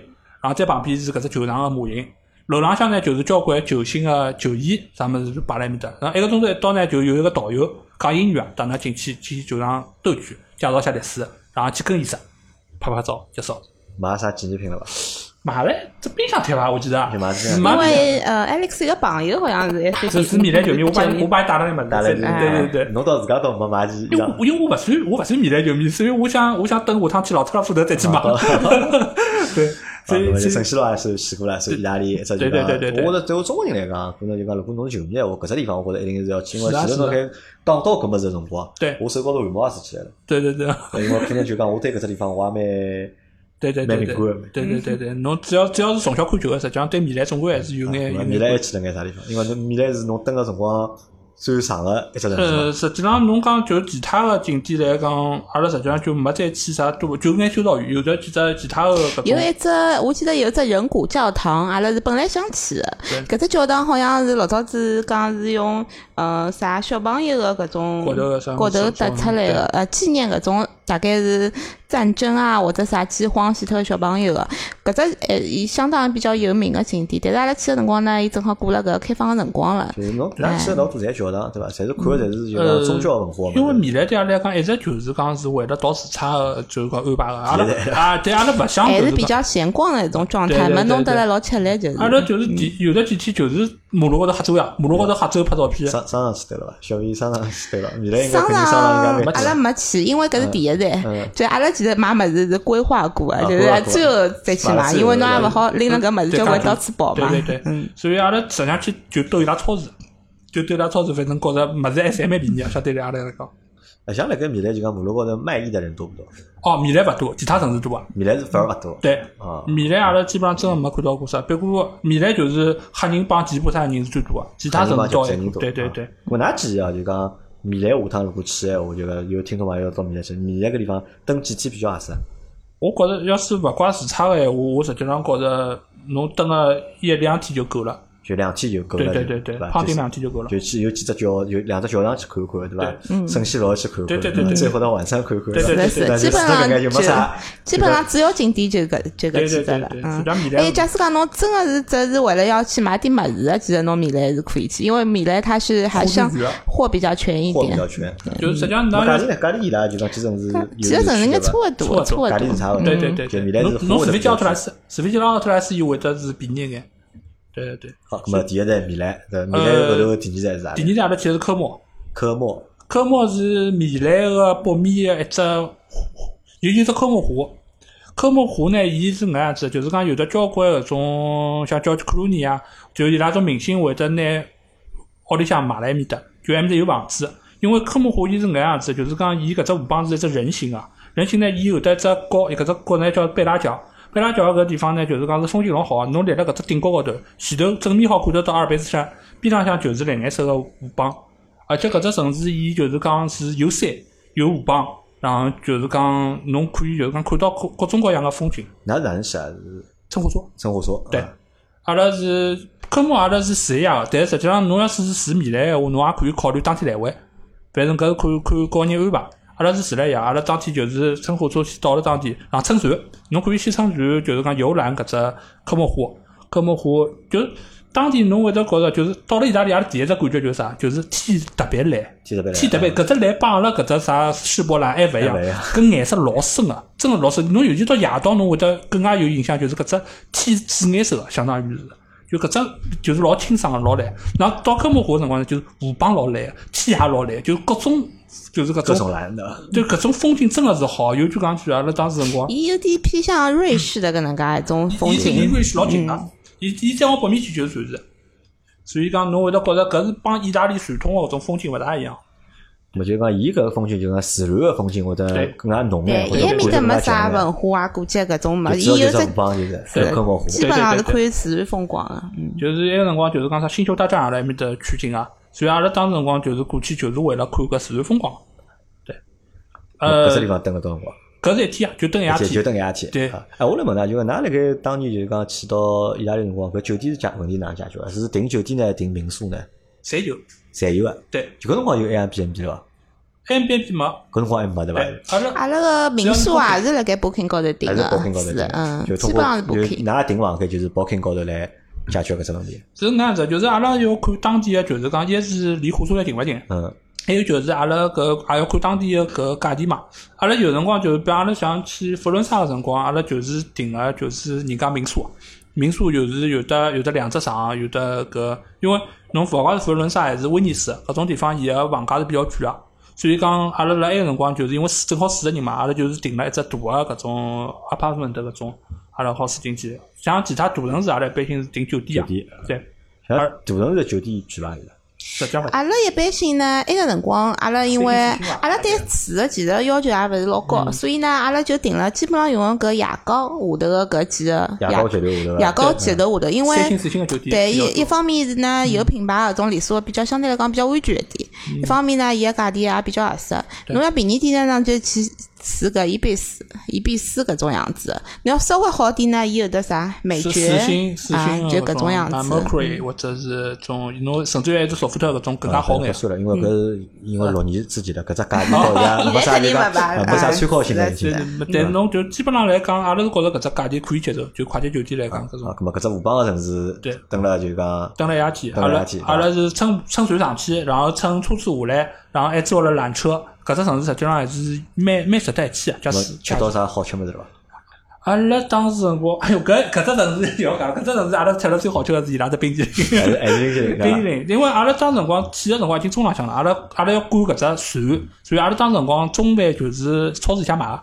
然后在旁边是搿只球场个模型。楼浪向呢，就是交关球星个球衣，啥物事就摆辣埃面搭。然后一个钟头一到呢，就有一个导游讲英语啊，带㑚进去去球场兜圈，介绍一下历史，然后去更衣室拍拍照结束。
买啥纪念品了伐？
买了只冰箱贴伐，我记得啊
就买只冰箱，
买
因
冰箱
为呃，Alex 一个朋友好像是 FC
这是米兰球迷，我把我把伊带了埃面
带
搭，
来
对
就是
哎对对。
侬到自家倒没买件衣
因为
裳，
我因为我勿算我勿算米兰球迷，所以我想我想等下趟去老特拉福德再去买。 [laughs] 对，所
啊
以
那么就
所
圣
以
西罗也是去过了，是意大利一只
对
地方。
对对对对
我觉着对我中国人来讲，可能就讲如果侬是球迷闲话，搿只地方我觉着一定是要去，因为
是啊
前头
是啊
侬开讲到搿么子个辰光，
对
我手高头汗毛也竖起
[laughs]
来了，
对对对
因为可能就讲我对搿只地方我也蛮。
对对对
蛮
对
敏
对
感的
对对对，侬只要只要是从小看球的，实际上对米兰总归还是有眼有
啊米兰还
眼。
去了眼啥地方？因为侬米兰是侬蹲个辰光最长个一只城市嘛
呃，。实际上侬讲就其他的景点来讲，阿拉实际上就没再去啥多，就眼修道院，有的去只其他的搿
有
种。
一只，我记得有一只人骨教堂，阿拉是本来想去的。搿只教堂好像是老早子讲是用呃啥小朋友的搿种
骨头的啥
骨头搭出来
小
的，呃纪念搿种大概是战争啊或者啥饥荒死脱的小朋友的。搿只呃伊相当比较有名的景点，但是阿拉去的辰光呢，伊正好过了搿开放的辰光了。
就是侬拉去了老多侪教堂对伐？侪是看的侪是就
哎呃
讲宗教文化嘛。
因为米兰对阿拉来讲，一直就是讲是为了导视差的，就是讲安排的。阿拉啊，对阿拉勿想
还
就是是
比
讲。
较闲逛的一种状
对
态，
对
没
对
弄得
对
来老吃力，就是。
阿拉
嗯
就是第有的几天就是马路高头瞎走呀，马路高头瞎走拍照片。
商商场去对了伐？小米商场去对了，米兰应该
商
肯定商场
场
应该
阿拉没去，因为搿是第一
嗯
站，就阿拉其实买物事是规划过
啊
的，就
规划
是
过
最后再去
买了
买，
之后
因为侬
再
也
买
勿好拎了搿物事交关到处跑嘛。
对对对，
嗯，
所以阿拉实际上去就兜伊拉超市，就兜伊拉超市，反正觉着物事还是还蛮便宜，相对来阿拉来讲。
啊，像辣盖米兰就讲马路高头卖艺的人多不多？
哦，米兰勿多，其他城市多啊。
米兰是反而勿多。
对，嗯
啊，
米兰阿拉基本上真的没看到过啥，不过米兰就是黑人帮吉普赛人是最多啊，其他城
嘛
市
就
倒
人
也
多。
对对对
啊，。我哪建议啊？就讲米兰下趟如果去闲话，就讲有听众朋友到米兰去，米兰搿地方蹲几天比较合适？
我觉着要是勿怪时差个闲话，我实际上觉着侬等个一两天就够了。
就两天就够
对
了，
对对对
吧？，
胖
就
丁
是
两天就够了。
就去有几只桥，有两只桥上去看看，对伐？圣西罗去看看，
嗯对对对
吧
对
最后到晚上看看，
对对
吧
是
对
但
是，
是四个
基本上
搿就没啥
基本上主要景点就搿就搿
对
几
对
只
对
了
对，，
嗯
除。了米
还有，
兰，
假使讲侬真的是只是为了要去买点么子的，其实侬米莱是可以去，因为米莱它是还像
货啊比较全
货比较全一
货比
点
嗯
较，全。
就是实际上
那
侬
价
要
钿呢？价钿伊拉就讲基本是有
其实人应该差
勿
勿
差
多，差
不
勿
多，价钿是
多。
差勿多。
对对对
就
对
嗯米兰，是
侬侬
货的
除非
比较
叫奥特莱
全。
斯，除非叫奥特莱斯，伊会得是便宜一眼。对对对，
好，那么第一站米兰，对吧米兰后头的第二站是啥呢？
呃第二站阿拉去的是科莫，
科莫，
科莫是米兰个北面个一只湖，有一只科莫湖。科莫湖呢，伊是搿样子的，就是讲有的交关搿种像叫克鲁尼啊，就是伊拉种明星会得拿屋里向买来埃面搭，就埃面搭有房子。因为科莫湖伊是搿样子的，就是讲伊搿只河浜是一只人形啊，人形呢伊有得一只高，伊搿只高呢叫贝拉桥。贝拉桥搿地方呢，就是讲是风景老好啊，侬立辣搿只顶高高头，前头正面好看得到阿尔卑斯山，边浪向就是蓝颜色个河浜。而且搿只城市伊就是讲是有山有河浜，然后就是讲侬可以就是讲看到各各种各样的风景。
哪哪能写啊？是
乘火车，
乘火车。
对
啊
阿拉是科目阿拉是住一夜个，但实际上侬要是是住米兰闲话，侬也可以考虑当天来回。反正搿是看看个人安排。阿拉是住了一夜，阿拉当天就是乘火车先到了当地，然后乘船，侬可以先乘船，就是讲游览搿只科目湖。科目湖就是当地侬会得觉着，就是到了意大利，阿拉第一只感觉就是啥，就是天特别蓝。
天特别
天特别，搿只蓝帮阿拉搿只啥世博蓝还勿一样
还勿一样，
搿啊颜色老深个，真个老深。侬尤其到夜到，侬会得更加有印象，就是搿只天紫颜色个，相当于是。就搿只就是老清爽个，老蓝。然后到科目湖个辰光呢，就是河浜老蓝，天也老蓝，就各种就是搿
各种
种，
蓝的。
对搿种风景真个是好。尤其讲句，阿拉当时辰光，
伊有点偏向瑞士的搿能介一种风
伊伊
景，嗯
瑞士老近个，伊伊再往北面去就是瑞士。所以讲，侬会得觉着搿是帮意大利传统个搿种风景勿大一样。
我就讲伊搿个风景，就是讲自然个风景会得
对
更加浓
对
哎，，或
伊
者
埃面
更加
搭没
强
啥
烈
文化啊、古迹搿种物
就
事，
只
伊
有
有
就是
只
城邦，就是
对
有科目湖。
基本上是
对对对
可以自然风光的。嗯
就是埃个辰光就是讲啥《星球大战》阿拉埃面搭取景啊，所以阿拉当时辰光就是过去就是为了看搿自然风光。对，呃
搿，只地方蹲了多少辰光？
搿是一天啊，就等一夜
就就
天。
等一夜天。
对
啊哎，我来问㑚，就讲㑚辣盖当年就是讲去到意大利辰光，搿酒店是解问题哪能解决啊？是订酒店呢，订民宿呢？
侪有。
侪有个。
对
就搿辰光有 Airbnb 了
，M B B 没，
伐？搿辰光还没对伐？
对，阿拉
阿拉个民宿啊，也是辣盖 Booking 高头订
还是
的
Booking 高头，
是
订
的，嗯，
就通
基
过
本上是
就
Booking。
㑚订房间就是 Booking 高头来解决搿只问题。
是搿样子，啊就是阿拉要看当地个，就是讲一是离火车站近勿近，
嗯，
还有就是阿拉搿也要看当地个搿价钿嘛。阿拉有辰光就是，比如阿拉想去佛罗伦萨个辰光，阿拉就是订个就是人家民宿，啊民宿就是有的有的两只床，有的搿，因为侬勿管是佛罗伦萨还是威尼斯搿种地方，伊个房价是比较贵个。所以讲，阿拉辣埃个辰光，就是因为四正好四个人嘛，阿拉就是订了一只大个搿种 apartment 搿种，阿拉好住进去。像其他大城市，阿拉一般性是订酒店
酒
啊，
店，
对，
像
而
大城市的酒店贵伐？现在
实际上
阿拉一般性呢，埃个辰光，阿拉因
随
为
意去嘛
阿拉对住的其实要求也勿是老高，所以呢，阿拉就定了，基本上用搿夜高下头的搿几个
夜高集团下头伐
夜高集头下头，因
三星
为
四星个酒店
对
比较多，嗯
一一方面是呢，有品牌啊搿种连锁比较相对来讲比较安全一点，一方面呢，伊个价钿也比较合适。侬要便宜点呢，就去住搿一比四、一比四搿种样子。侬要稍微好点呢，伊有得啥美
是
爵
四星四
啊
星，
就搿种样
啊
子。
，Mercury 或者是种，侬甚至于还是索福特搿种更加
啊
好眼
不。算了，因为搿是因为六年之前了，搿只价钿到现
[laughs]
在没
嗯哦现在
啥
肯定
人
没办
家，
法
没啥
哎
参考性了已
是
经。
的
啊，
嗯但侬就基本上来讲，阿拉是觉着搿只价钿可以接受，就快捷酒店来讲搿种。
啊搿么搿只河浜个城市，
对
等了就讲
等了一夜天，
等
阿
了
拉
一啊夜天
阿拉是乘乘船上去，然后乘车子下来，然后还坐了缆车。搿只城市实际上还是蛮蛮值得一去的，假
没
使
吃到啥好吃物 [laughs] 事了伐？
啊阿拉当时辰光，哎哟，搿搿只城市 [laughs] 要讲，搿只城市阿拉吃了最好吃的是伊拉只冰淇淋。
还是还是
冰淇
搿个
淋，因为阿拉当辰光去个辰光已经中浪向了，阿拉阿拉要赶搿只船，所以阿拉当辰光中饭就是超市里向买的，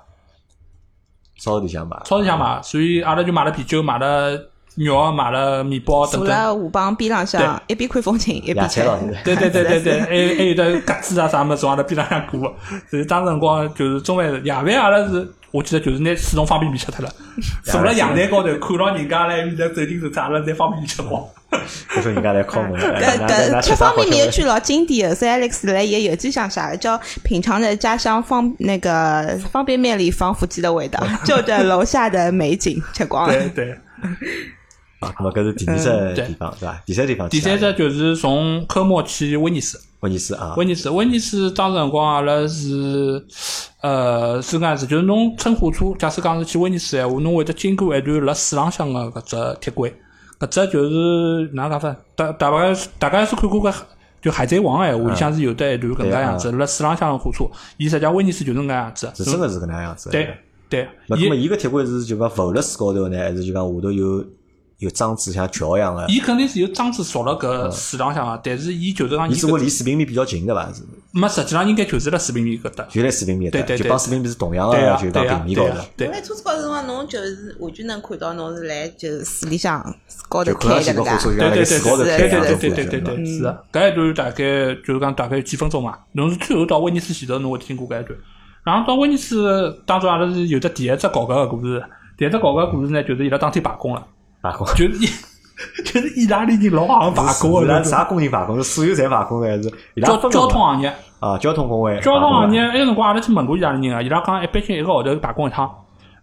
超市里向买，
超市里向买的，所以阿拉就买了啤酒，买了肉，买了面包等
坐
等。
辣河浜边浪向，一边看风景，一边
野
吃
菜。咯，
[laughs]
现在
对对对对对，还还有的鸽子啊啥么子往阿拉边浪向过，所以当辰光就是中饭夜饭阿拉是，我记得就是拿四种方便面吃脱了，坐辣阳台高头看牢人家来面搭走进走出，阿拉拿方便面吃光。
我说人家来敲门，哎
嗯搿
哪哪哪
搿
吃
吃
啥好
方便
吃
面
物
有
事？
句老经典的，是 Alex 来也有句想啥的，叫品尝着家乡方那个方便面里防腐剂的味道，就着楼下的美景吃光了。
对对。
啊，咁么搿是第二只
对
地方是伐？第三地方
第
去哪
三
里，
只就是从科莫去威尼斯，
威尼斯啊，
威尼斯，威尼斯当时辰光阿拉是，呃，是搿样子，就是侬乘火车，假使讲是哎去威尼斯闲话，侬会得经过一段辣水浪向个搿只铁轨，搿只就是哪能讲法？大大概大概是看过搿就海贼王个闲话，里向是有得一段搿能介样子，辣水浪向个火车，伊实际上威尼斯就是搿能介样子，
啊是真个是搿能样子。
对对，
那
伊
么伊个铁轨是就讲浮了水高头呢，还是就讲下头有有桩子像桥一样个？
伊肯定是有桩子凿辣搿水浪向个，但是伊就是讲伊
伊只不过
搿，
离水平面比较近个伐？是
没实际上应该就是辣水平面搿搭，
就在水平面
对
搭，
对
就
对
帮水平面是同样
对
个，
啊
就讲
对啊
平面
对
高
啊
头。
对
侬。来车子高头辰光，侬就是完全能看到侬是来就是水里向高头
就看上去个
开的
火车就
搿个。
像辣盖水
对对对
高头开一
对
样
对
的
对对
感
对
觉嘛
对，是的，搿一段大概就是讲大概有几分钟嘛，侬是最后到威尼斯前头，侬会听过搿一段。然后到威尼斯当中，阿拉是有的第一只搞搿个故事，第一只搞搿个故事呢，就是伊拉当天罢工了，
罢工。
就是伊 [laughs] 就是意大利人老行罢工
是 [laughs] 伊拉
的，
啥工人罢工？是所有侪罢工的，还是啊伊拉
交
分了
交
嘛
通行业，
啊，交通工会罢工
交
了，
通行业埃个辰光阿拉去问过意大利人啊，伊拉讲一般性一个号头罢工一趟，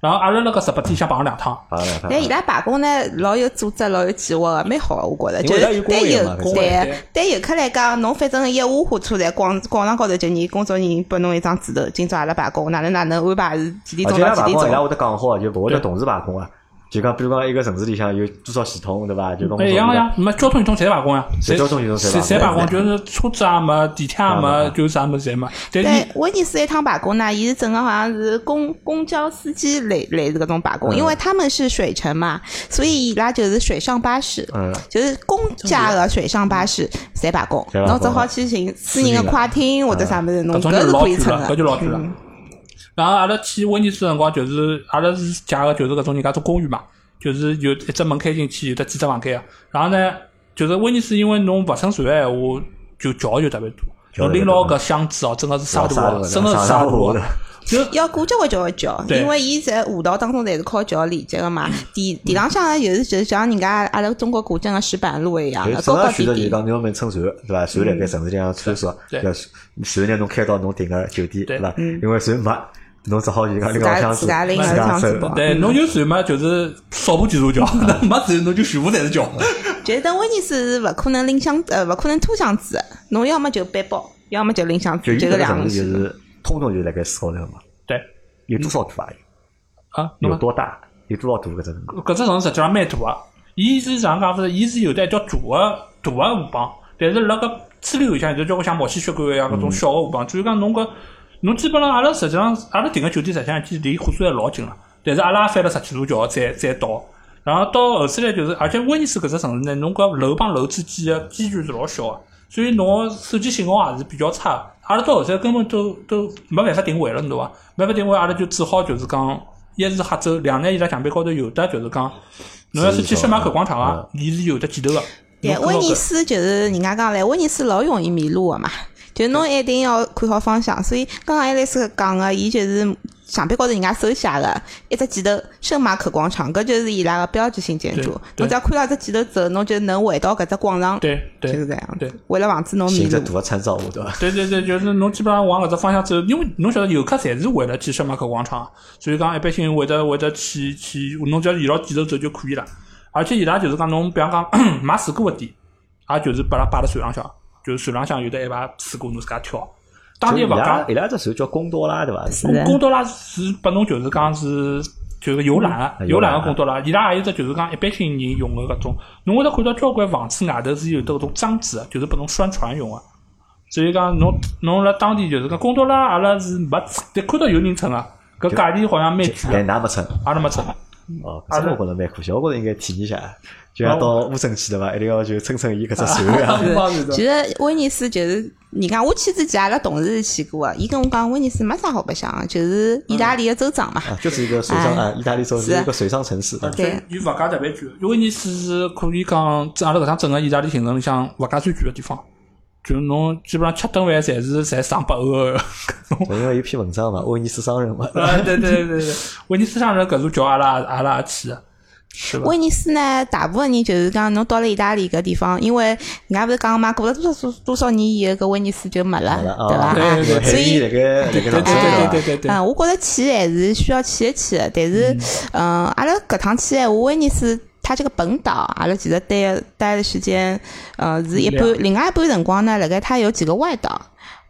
然后阿拉辣搿十八天想罢工两趟。
罢工两趟
但伊拉罢工呢，老有组织，老有计划的，蛮好的，我觉着。
因
就
为伊拉
是
有工会
对
嘛
游
工会
对
对对游客来讲，侬反正一下火车站广广场高头就你工作人员拨侬一张纸头，今朝阿拉罢工，哪能哪能安排是几点
而
钟
且伊
到
拉罢
几点
工，伊拉
钟？
会得讲好，啊就勿会得
对
同时罢工啊。就讲，比如讲一个城市里向有多少系统，对伐？就讲
哎，一样个呀，没交通运通侪罢工呀，
侪交通运通侪
侪侪
罢
罢
工
工，就是车子也没，地铁也
啊
没
啊，
就是啥么子侪没。但
对
是，
威尼斯一趟罢工呢，伊是整个好像是公公交司机类类似搿种罢
嗯
工，因为他们是水城嘛，所以伊拉就是水上巴士，
嗯，
就是公家的水上巴士侪罢工
侪罢，工
侬只好去寻
私
私人的
人的
快艇或者啥物事，侬
搿种嗯
搿
就是是老
可以
贵
乘
了，搿
的。
就老贵了。然后阿拉去威尼斯的辰光，就是阿拉是借个就是搿种人家做公寓嘛，就是有一只门开进去，有得几只房间啊。然后呢，就是威尼斯，因为侬勿乘船的闲话，就桥就特别多。
桥
侬拎牢搿箱子哦，真个是沙
老沙
大
大
的，
的
真个是
沙
沙啊
大的
大的。就
要过交关交关桥，
对嗯
因为伊在河道当中侪是靠桥连接的嘛。地地浪向有是就是像人家阿拉中国古镇的石板路一
啊
样
就
的，
正
高
常
高
选
低
择就是
低。
讲，侬要么乘船，对伐？船辣盖城市里向穿梭，
嗯对
要船呢，侬开到侬订个酒店，对
对
伐？因为船没，侬只好就讲拎
嗯自
个
家
箱子，
自家拎个
自家
箱子
走
跑
对，侬有船嘛，就是少部几座桥，侬 [laughs] 没船侬就全部侪是桥。
就是等威尼斯是勿可能拎箱，呃，勿可能拖箱子的，侬要么就背包，要么就拎箱
就
子，
伊
就
搿
搿
个
两
城
种
市就
事。
是通通就辣盖水高头嘛，
对
有多少大啊？
啊，侬
有
讲
多大？有多少大搿只城市？
搿只城市实际上蛮大个，伊是哪能讲法子？伊是有得一条大个大个河浜，但是辣搿支流里向有得交关像毛细血管一样搿
嗯
种小个河浜。所以讲侬搿侬基本上阿拉实际上阿拉订个酒店实际上已经离火车站老近了，但是阿拉也翻了十几座桥才才到。然后到后头来就是，而且威尼斯搿只城市呢，侬搿楼帮楼之间个间距是老小个，所以侬手机信号也是比较差的。阿拉到后头根本都都没办法定位了，侬懂伐？没办法定位，阿拉就只好就是讲，一是黑走，两呢伊拉墙壁高头有的就是讲，侬要是去圣马可广场啊，伊是有的几头个。
对，
侬看
威
到
尼
搿
斯就是人家讲嘞，威尼斯老容易迷路的嘛，就是侬一定要看好方向。所以刚刚艾丽丝讲的，伊就是墙壁高头人家手写的一只箭头，圣马可广场，搿就是伊拉个标志性建筑。
对对
侬只要看到这箭头走，侬就能回到搿只广场，
对
就
对
是这样
对
子。为了防止侬迷
寻只
路，
大个参照物，对伐？
对对对，就是侬基本上往搿只方向走，因为侬晓得游客侪是为了去圣马可广场，啊所以讲一般性会得会得去去，侬只要沿牢箭头走就可以了。而且伊拉就是讲侬，比方讲 [coughs] 买水果个店，也就是把拉摆辣船浪向，就是船浪向有得一排水果，侬自家挑。当地
就
物
伊拉
价，
伊拉只船叫贡多拉，对伐？
是的
贡多拉是拨侬就是讲是就是游览个
嗯
游
游览
览个
啊
贡多拉，伊拉也有只就是讲一般性人用个搿种，侬会得看到交关房子外头是有得搿种桩子的，就是拨侬拴船用个。啊所以讲侬侬辣当地就是讲贡多拉，阿拉是没但看到有人乘啊，搿价钿好像蛮贵
但
个，
㑚没乘。
阿拉没乘。
哦，搿只我觉着蛮可惜，我觉着应该体验一下，就像到乌镇去对伐？一定要就乘乘伊搿只
[laughs]
船啊呀。
其实威尼斯就是，你看我去之前，阿拉同事是去过的，伊跟我讲威尼斯没啥好白相的，就是意大利的州长嘛。
啊，就是一个水上啊，意大利州是
哎是
一个水上城市。
而
对
且伊物价特别贵，因为你是是可以讲，在阿拉搿趟整个意大利行程里向物价最贵个地方，就是侬基本上吃顿饭侪是侪上百欧个。
因为有一篇文章嘛，威尼斯商
[laughs]
人嘛，
啊，对对对对对， [laughs] 威尼斯商人搿座桥阿拉阿拉也去的，是吧？
威尼斯呢，大部分人就是讲，侬到了意大利搿地方，因为人家勿是讲嘛，过了多少多多少年以后，搿威尼斯就没了，对伐？
啊，
对
啊
对
所以
海边辣盖辣盖
对
上
对
对
对对对
嗯，我觉着去还是需要去一去的，但是，嗯，阿拉搿趟去闲话，威尼斯它这个本岛，阿拉其实待待的时间，呃，是一半，另外一半辰光呢，辣盖它有几个外岛。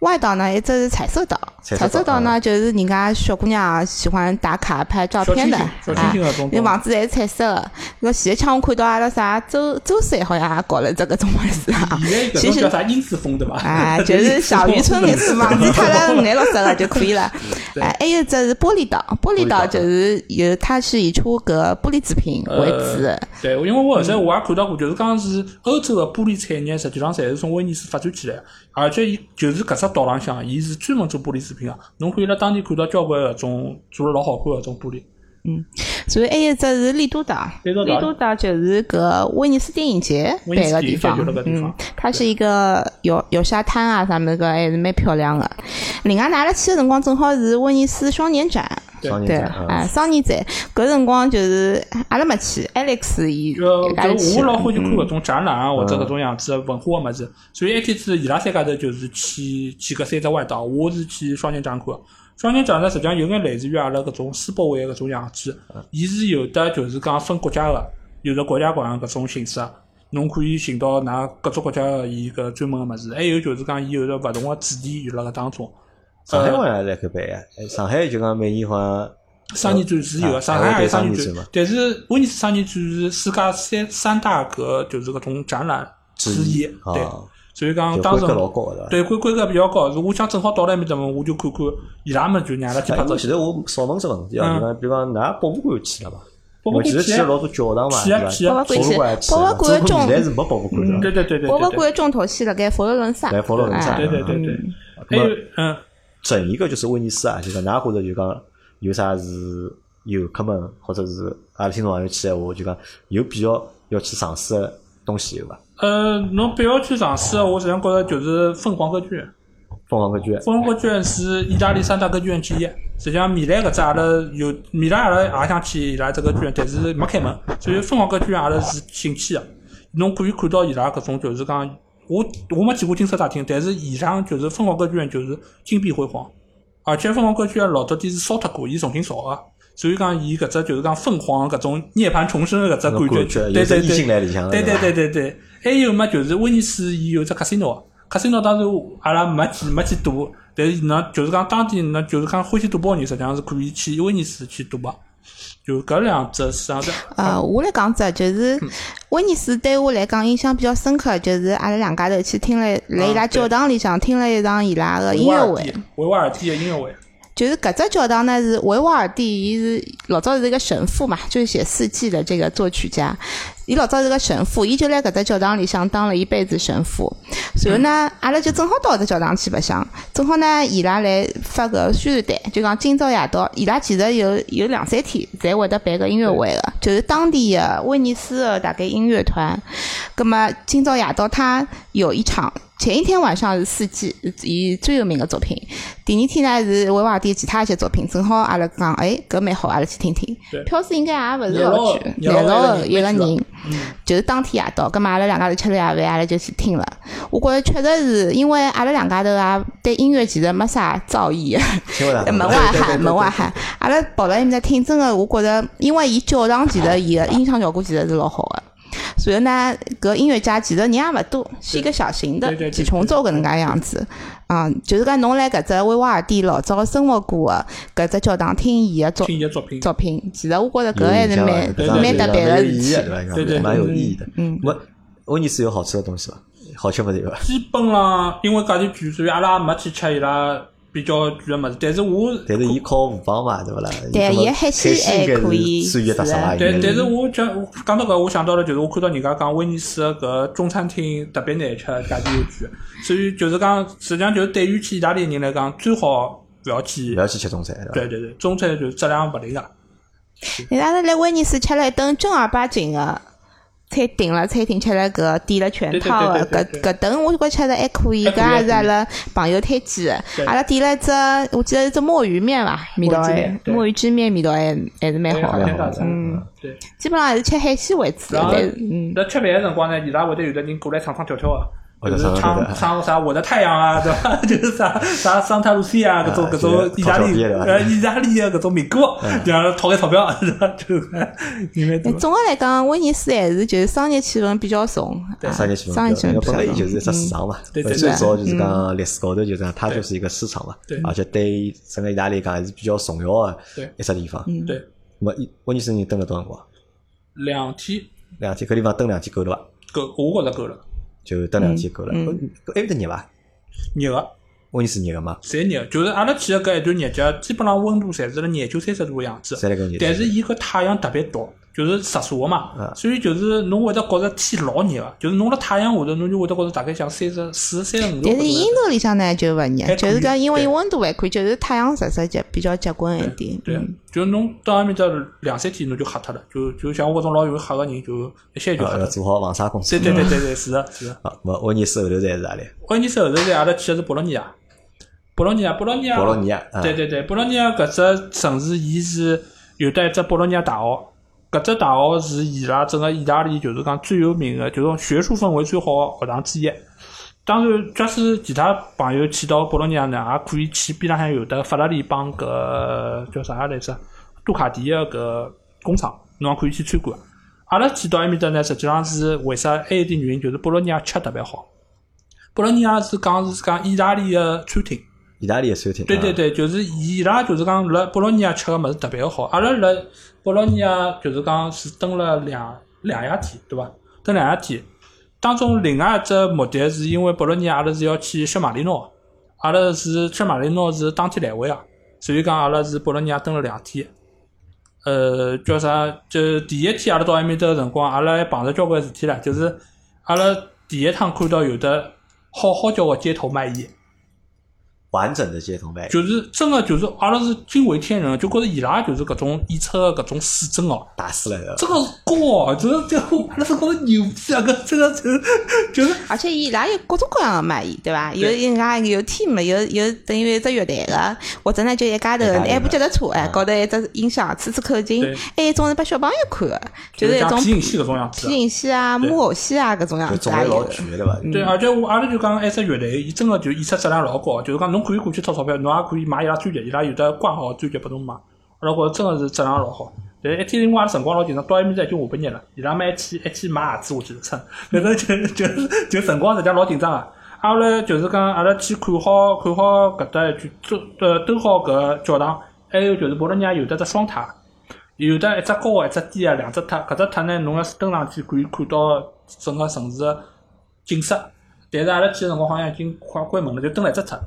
外岛呢，一只是彩色岛，
彩
彩
色岛
岛呢，就是人家小姑娘喜欢打卡拍照片的，
小清新小清新的
啊
中，
那
岛
房子侪是彩色的。那前一腔我看到阿拉啥周周三好像也搞了这个中文市场，
现在搿
其
种
实
叫啥英子风对伐？
[laughs] 啊，就是小渔村那种房子，它拉五颜六色的就可以了。哎，还有一只是玻璃岛，玻璃岛就是有，它是以出搿玻璃制品为主。
[laughs] 对，因为我后头我也看到过，就是讲是欧洲的玻璃产业，实际上侪是从威尼斯发展起来的，而且伊就是搿只岛浪向，伊是专门做玻璃制品个。侬可以辣当地看到交关搿种做了老好看搿种玻璃。
所以还有一只是丽都岛，
丽都岛
丽都岛就是搿威尼斯电影节
威尼
办
斯
个
电影
地
节
方
就那个，地
嗯
方，
它是一个有有沙滩啊啥么个，还是蛮漂亮的。另外，阿拉去的辰光正好是威尼斯双年展，
对哎
双嗯
对
年展
啊，双年展搿辰光就是阿拉没去，Alex 伊
呃，
家里
就
去
我
了
老欢喜看搿种展览啊，或者搿种样子的文化个物事。所以一天子伊拉三家头就是去去搿三只外岛，我是去双年展看的。双年展呢，实际上有眼类似于阿拉搿种世博会搿种样子，伊是有的就是讲分国家个，有的国家馆搿种形式啊。侬可以寻到㑚各种国家个伊搿专门个物事，还有就是讲伊有的勿同个主题有辣搿当中。
上海好像来搿办呀，哎上海就讲每年好像
商业展是有
啊
个，上海
还有
也有商
商
业
业展
展
嘛，
但是威尼斯商业展是世界三三大个就是搿种展览之一，对
啊，
所以讲
就
当
规
时
格老高的。哎
对规规格比较高，是我想正好到那面头嘛，我就看看伊拉们就让伊拉去
哎，
拍
因
照
为。前头我少问只问题啊，
嗯
就讲比方㑚博物馆去了伐？
博物
我
馆
其实去
去啊
了老多教堂嘛，
去
对
啊
伐？
去啊
博
[laughs]
物馆也去
博
了，
物馆
只不过
中
现在是没博物馆
嗯对
了，
对对对
博物
对对，
馆重头戏辣盖佛罗伦萨，
来佛罗伦萨。
哎
对对对对
嗯，
还有嗯，
整一个就是威尼斯啊，就是哪觉着就讲有啥是游客们或者是阿拉听众朋友去闲话，就讲有比较要去尝试的东西有伐？
呃，侬不要去尝试啊的，我实际上觉着就是凤凰歌剧院。
凤凰歌剧院
凤凰歌剧院是意大利三大歌剧院之一。实际上，米兰搿只阿拉有米兰阿拉也想去伊拉只歌剧院，但是没开门。所以凤凰歌剧院阿拉是进去个，侬可以看到伊拉搿种就是讲，我我没去过金色大厅，但是以上就是凤凰歌剧院就是金碧辉煌，而且凤凰歌剧院老早底是烧脱过，伊重新造个。所以讲，伊搿只就是讲凤凰搿种涅槃重生的搿只
那种
感
感
觉
觉，
对
有
对
只意
对
境，来里向了，
啊对
对
对
伐
对对对，还有嘛，就是威尼斯伊有只 casino，casino 当时阿拉没去没去赌，但是呢，就是讲当地呢，就是讲欢喜赌博的人，实际上是可以去威尼斯去赌博。就搿两只实际上是
呃，我来讲只，就是
嗯
威尼斯对我来讲印象比较深刻，就是阿拉两家头去听了，来伊拉
啊对
教堂里向听了一场伊拉个
维
音
瓦
乐
尔
会
第。维瓦尔第的音乐会，
就是搿只教堂呢是维瓦尔第，伊是老早是一个神父嘛，就是写《四季》的这个作曲家。伊老早是个神父，伊就来搿只教堂里向当了一辈子神父。随后呢，阿拉就正好到搿只教堂去白相，正好呢伊拉来发个宣传单，就讲今朝夜到，伊拉其实有有两三天才会得办个音乐会个，就是当地的威尼斯的大概音乐团。葛么今朝夜到，他有一场。前一天晚上是四季，伊最有名的作品。第二天呢是维瓦尔第其他一些作品，正好阿拉讲，哎，搿蛮好，阿拉去听听
对。
票子应该也勿是
廿
老
六
贵，
廿
廿
六
六
个人
一个
没去嗯
人，就是当天夜到，葛末阿拉两家头吃了夜饭，阿拉就去听了。我觉着确实是因为阿拉两家头啊，对音乐其实没啥造诣。
听勿大懂
门外汉，门外汉。阿拉跑到伊面搭听，真个我觉着，因为伊教堂其实伊个音响效果其实是老好个。然后呢，搿音乐家其实人也勿多，是一个小型
对对
的
对
几重奏搿能介样子。啊，就是讲侬来搿只维瓦尔第老早生活过个搿只教堂听伊个作
听伊的作品。
作品，其实我觉着
有
搿还是
印象啊
哎蛮
对
对
蛮
对
特别个
蛮有
事
意义的
体。
对伐？
对对
蛮有意
对
义的。
嗯，
没威尼斯有好吃的东西伐？好吃物事有伐？
基本浪因为价钿贵，所以阿拉没去吃伊拉比较贵的物事。但是我
但是伊靠五帮嘛，对勿啦？
对
伊
伊海鲜还哎可以
算一特色伐？
是啊
应该
但
是
但是我讲讲到搿，我想到了，就是我看到人家讲威尼斯的搿中餐厅特别难吃，价钿又贵，所以就是讲，实际上就是对于去意大利人来讲，最好勿要去
勿。要去吃中餐，对伐？
对对对，中餐就是质量勿灵个。
伊拉辣威尼斯吃了一顿正儿八经个餐厅了，餐厅吃了搿点了全套啊
对对对
的搿
对对
搿顿我觉吃的还可以，
[laughs] 还可以
搿也是阿拉朋友推荐
对
的。阿拉点了一只，我记得是只墨鱼面伐，味道
墨鱼之
还
面对
墨鱼鸡面味道还还是蛮好
蛮
的。
对啊
好的
嗯
嗯
对。
基本上还是吃海鲜为主
然
的
后，
但是嗯，
辣吃饭个辰光呢，伊拉会得有的人过来唱唱跳跳个。啊
或
就
者
是
啥个
唱
的，
唱啥我的太阳啊，对伐？ [laughs] 就是啥啥桑塔露西啊，搿种
啊
搿种
就是
意大利
讨钞票对伐
呃意大利的搿种民歌，
嗯
然后讨个钞票， [laughs] 是伐？就是因为
那哎总的来讲，威尼斯还是就是商业气氛比较重，啊
商业气氛比较，因为本来伊
嗯
就是一只市场嘛，
嗯对
因
对
为
对
最早就是讲历史高头就是讲它就是一个市场嘛
对，
而且对整个意大利讲还是比较重要的
对
一只地方。
嗯
那
对
么伊威尼斯人蹲了多少辰光？
两天
两天，搿地方蹲两天够了伐？
够，我觉着够了，
就蹲两天够了。哦哎
嗯
搿搿埃面搭热伐？
热个。
威尼斯热个嘛？
侪热，就是阿拉去的搿一段日节，基本上温度侪是辣廿九三十度个样子。
侪辣搿个热
但是伊搿太阳特别毒，就是直射个嘛，所以就是侬会得觉着天老热个，就是侬辣太阳下头，侬就会得觉着大概像三十四、三十五度
但是
搿
印
能。
度里向呢就勿
还
热，就
可
是
以
讲因为
对
温度还可以，就是太阳直射结比较结棍一点。
对啊
嗯，
就是侬到埃面搭两三天侬就吓脱了，就就像我搿种老容易吓个人，就一歇就吓
啊，
脱
要
了。
做好防晒工作。
对对对对对，是的，是的。
啊，那么威尼斯后头才是哪里？
关键是后头是阿拉去的是博洛尼亚，博洛尼亚，博洛尼亚，
博洛尼亚。啊
对对对，博洛尼亚搿只城市，伊是有得一只博洛尼亚大学，搿只大学是伊拉整个意大利就是讲最有名的，就是学术氛围最好的学堂之一。当然，假使其他朋友去到博洛尼亚呢，也可以去边浪向有的法拉利帮搿叫啥来着？杜卡迪的搿工厂，侬也可以去参观。阿拉去到埃面搭呢，实际上是为啥？还有一点原因就是博洛尼亚吃特别好。博洛尼亚是讲是讲意大利的餐厅，
意大利的餐厅。
对对
啊，
对，就是伊拉就是讲辣博洛尼亚吃个物事特别好，阿拉辣博洛尼亚就是讲是蹲了两两夜天，对伐？蹲两夜天，当中另外一只目的是因为博洛尼亚阿拉是要去圣马力诺，阿拉是圣马力诺是当天来回啊，所以讲阿拉是博洛尼亚蹲了两天。呃，叫啥？就第一天阿拉到埃面搭个辰光，阿拉还碰着交关事体啦，就是阿拉第一趟看到有的好好叫个街头卖艺。
完整的街头卖艺，
就是真个就是阿拉是惊为天人，就觉着伊拉就是搿种演出个搿种水准哦，
打死了。
这个是高哦，就是这个阿拉是觉着牛逼啊，搿这个就是就是
而且伊拉有各种各样的卖艺，对伐？有
对
人家有 team，有有等于有一只乐队个，或者呢就一家头
一家头
还部脚踏车，哎
嗯，
高头一只音响，吹吹口
对
琴，还有一哎种是拨小朋友看个，就是一
像
种
皮影戏搿种样子
皮
啊。
影戏啊、
对
木偶戏啊搿种样
就
子
种
啊
类老
有。
全的吧？
对，而且我阿拉就讲埃只乐队，伊真个就演出质量老高，就是讲侬可以过去掏钞票，侬也可以买伊拉专辑，伊拉有的挂好专辑拨侬买，阿拉觉着真个是质量老好。但是一天因为阿拉辰光老紧张，到埃面搭已经下半日了，伊拉们还去还去买鞋子，我记得穿， [laughs] 反正就就就辰光实际上老紧张啊。阿拉就是讲，阿拉去看好看好搿搭一句，走呃兜好搿教堂，还有就是博洛尼亚有得只双塔，有得一只高的一只低啊的两只塔，搿只塔呢，侬要是登上去可以看到整个城市的景色。但是阿拉去的辰光好像已经快关门了，就登了一只塔。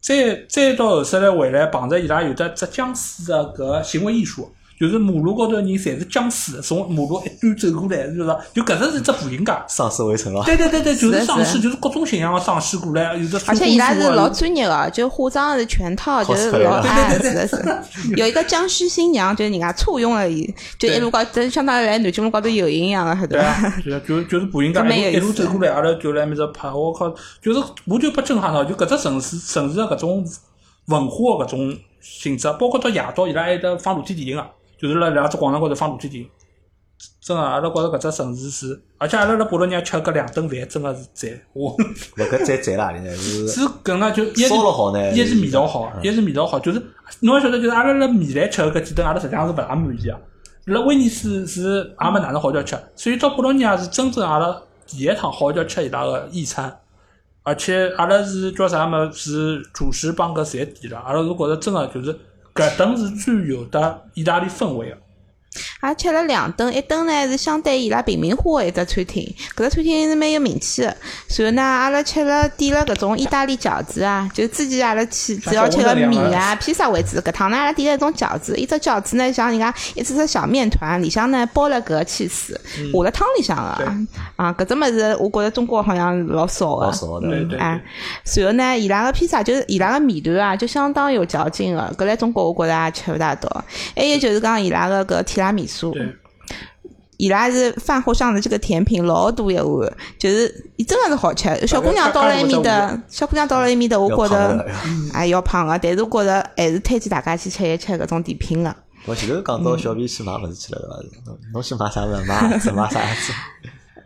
再再到后头来回来，碰着伊拉有得只僵尸的搿行为艺术，就是马路高头的人侪是僵尸，从马路一端走过来，就是就�搿只是只步行街。
丧尸围城了，
对对对对，就是是
哦
丧
的
尸，
是的
就是各种形象的丧尸过来，有的
而且伊拉是老
对
专业个，就化妆是全套，就是
Cosplay
老
啊
哎，是的是的。有一个僵尸新娘，就是人家簇拥而已，就一路高，就相当于来南京路高头游行一样个，对伐？
啊，对啊，就就是步行街
真蛮有
一路一路
意思
走过来，阿拉就来面搭拍，我靠，就是我就被震撼到，就搿只城市城市的搿种文化的搿种性质，包括到夜到伊拉还有得放露天电影啊，就是辣两只广场高头放露天电影。真个，阿拉觉着搿只城市是，而且阿拉辣博洛尼亚吃搿两顿饭，真个是赞。我
勿搿再在哪里呢？是
[laughs] 是搿能介就一是
烧了好呢
呃一是味道好，
嗯
一是味道好，就是侬要晓得，就是阿拉辣米兰吃的搿几顿，阿拉实际上是勿大满意啊。辣威尼斯是也没哪能好叫吃，所以到博洛尼亚是真正阿拉第一趟好叫吃伊拉个意餐，而且阿拉是叫啥么是主食帮搿侪点了，阿拉是觉着真个就是搿顿是最有的意大利氛围个。
也吃了两顿，一顿呢是相对伊拉平民化的一只餐厅，搿只餐厅是蛮有名气的。随后呢，阿拉吃了点了搿种意大利饺子啊，就之前阿拉去主要吃个米啊、披萨为主，搿趟呢阿拉点了一种饺子，一只饺子呢像人家一只只小面团，里向呢包了搿个气丝，下了汤里向
对
个。啊，搿只物事我觉着中国好像老少
老
个。
少的，
对对
哎
对，，
随后呢，伊拉个披萨就是伊拉个面团啊，就相当有嚼劲个。搿来中国我觉着也吃勿大到。还有就是讲伊拉个搿提拉米苏，
对
伊拉是饭后上的这个甜品老大一碗，就是伊真的是好吃。
呃
小姑娘到了埃面搭，小姑娘到了埃面搭，我
要
觉
胖
着
的。
嗯
哎要胖个，但是我觉着还是推荐大家去吃一吃搿种甜品个。 [laughs]
我前头讲到小 B 去买物事去了，对伐？侬侬去买啥物事？买鸭子，买啥鸭子？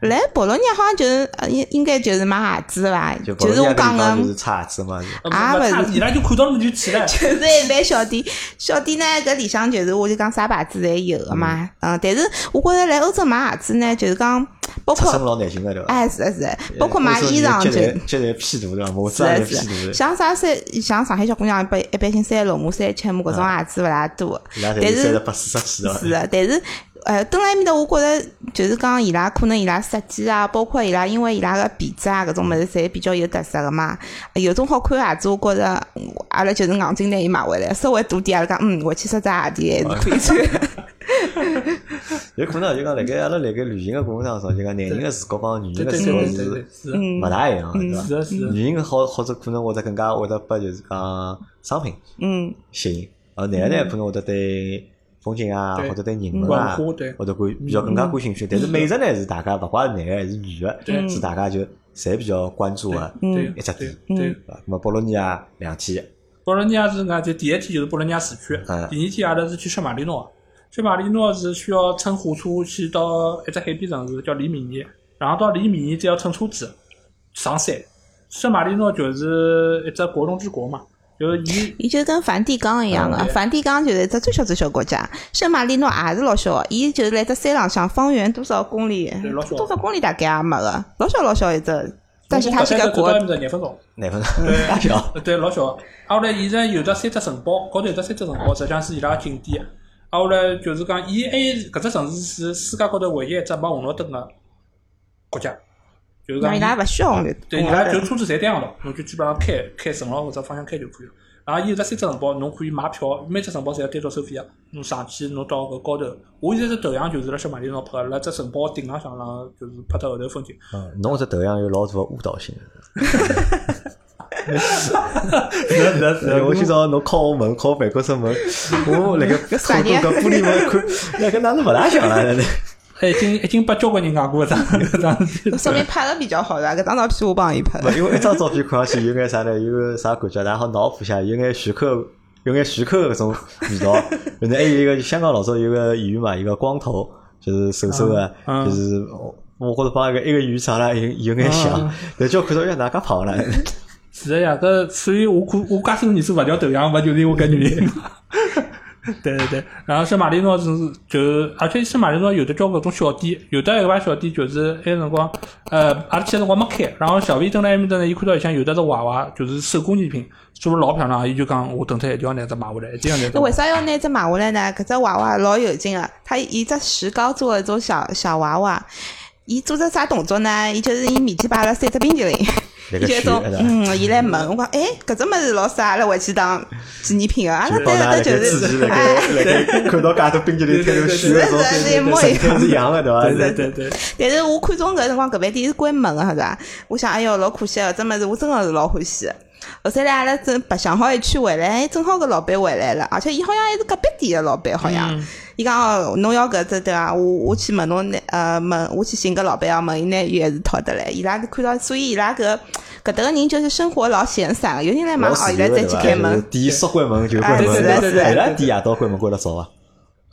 来博洛尼亚好像就是呃应应该就是买鞋子伐？
就
就
保
是
罗
我
尼亚搿地
讲个
方，就是差子嘛，是
呃
啊
没没
勿
差
是嗯
伊拉就看到侬就去了。
[laughs] 就是一般小店，小店呢搿里向就是我就讲啥牌子侪有个嘛，嗯，但是我觉着来欧洲买鞋子呢，就是讲包
出身
括
老难寻个对伐？
哎是的
呃
是的，包括买衣裳
就
就。
接来 P 图对伐？我
是
这
啊
也
的
P
是
图
的，
的，
像啥三，像上海小姑娘一般一般性三六码、三七码搿种鞋子勿大多，
伊拉侪
但
是三
是
十八四十起对伐？
啊
是的，但是呃，蹲辣埃面搭，我觉着就是讲伊拉可能伊拉设计啊，包括伊拉因为伊拉个皮质啊搿种物事，侪比较有特色个嘛。有种好看个鞋子，我觉着嗯阿拉就是硬劲拿伊买回来，稍微大点，阿拉讲嗯，回去设只鞋垫还是可以穿。
有可能就讲辣盖阿拉辣盖旅行个过程当中，就讲男人个视角帮女人
对
个
对
视
对
角
对对
是
对，是
嗯
的
勿大一样个，对
是
伐？
的是的。啊
女人好或者可能会得更加会得被就是讲商品
嗯，
吸引，而男的呢可能会得对风景啊，
嗯对嗯
或者对人文
文
啊，
化对嗯
或者感比较更加感兴趣。但是美食呢是大家勿管是男的还是女的，
对
是大家就侪比较关注个
嗯
对
一只
对
点。
对，
对伐？那么博洛尼亚两天，
博洛尼亚是俺就第一天就是博洛尼亚市区
嗯，
第二天阿拉是去圣马力诺，圣马力诺是需要乘火车去到一只海边城市叫里米尼，然后到里米尼再要乘车子上山。圣马力诺就是一只国中之国嘛，就是伊
伊就跟梵蒂冈一样个、啊
嗯对
梵蒂冈就是一只最小最小国家，圣马力诺也是老小的，伊就是辣只山浪向，方圆多少公里
对老小，
多少公里大概也没个，老小老小一只， [laughs] 但是它是
从
个
火车站走到埃
国
面搭廿分钟。
哪分大小？
呃对，老小。啊，后来现在有的三只城堡，高头有的三只城堡，实际上是伊拉个景点。啊，后来就是讲，伊还有搿只城市是世界高头唯一一只没红绿灯个国家，就是
那
讲
伊拉勿需要红绿
对，
红
伊
绿
拉
灯
就车子侪单向道，侬就基本上开开顺牢搿只方向开就可以了。然后伊有只三只城堡，侬可以买票，每只城堡侪要单独收费个。啊侬上去，侬到搿高头，我现在只头像就是辣圣马力诺拍个，辣只城堡顶浪向，然后就是拍到后头风景。
嗯，侬这头像有老大的误导性。是是是， [laughs] 我今朝侬敲我门，敲我办公室门，我那个透过搿玻璃门
[laughs]
看，那个哪能勿大像了呢？
哎，已经已经拨交关人讲过搿桩搿桩事体了。
说明拍的比较好啦，搿张照片我帮
[laughs]
伊拍
不
的。
因为一张照片看上去有眼啥呢？有啥感觉？然后脑补一下，有眼徐克，有眼徐克搿种味道。然后还有一个香港老早有个演员嘛，一个光头，就是瘦瘦的，
嗯嗯
就是我我觉着帮一个一个演员长了有有眼像
嗯，
但叫看到哎呀哪介胖了？
是的呀，搿所以我可我介许多年数勿调头像，勿就是因为搿原因嘛。对对对，然后圣马力诺是就是，呃而且圣马力诺有的交关种小店，有的一排小店就是埃辰光，呃，阿拉去的辰光没开，然后小薇蹲辣埃面搭呢，伊看到里向有的是娃娃，就是手工艺品，做了老漂亮，伊啊就讲我等他一定要拿只买回来，一定要拿只买
那
回
为
来。
啥要拿只买下来呢？搿只娃娃老有劲个，它伊只石膏做的一种小小娃娃，伊做只啥动作呢？伊就是伊面前摆了三只冰淇淋，
那
伊
个
就
区
一种
哎呀
嗯，伊来问我讲，哎，搿只物事老啥？阿拉回去当纪念品个，阿拉
帮
啊对
㑚辣盖
哎搿就
之前
是
辣
哎
盖。
[laughs]
辣盖看到介多冰淇淋推头虚的种，
对对对对对对
神态是一样的，对伐？
对对对对，
但是我看中搿辰光搿爿店是关门个，晓得伐？我想，哎哟，老可惜哦，这物事我真个是老欢喜的。后头来阿拉正白相好一圈回来，哎正好搿老板回来了，而且伊好像还是隔壁店个老板，好像
嗯。
伊讲哦，侬要搿只对伐？我我去问侬拿呃问，我去寻搿老板啊问，伊拿伊还是讨得来。伊拉看到，所以伊拉搿搿搭个人就是生活老闲散个，有人来买
老
哦，
自
伊
由
拉
的
再
对
去
伐？
开
就是
门。
店说关门就关
哎
门，
对对
伐
对对对
伊拉店夜到关门关了早啊。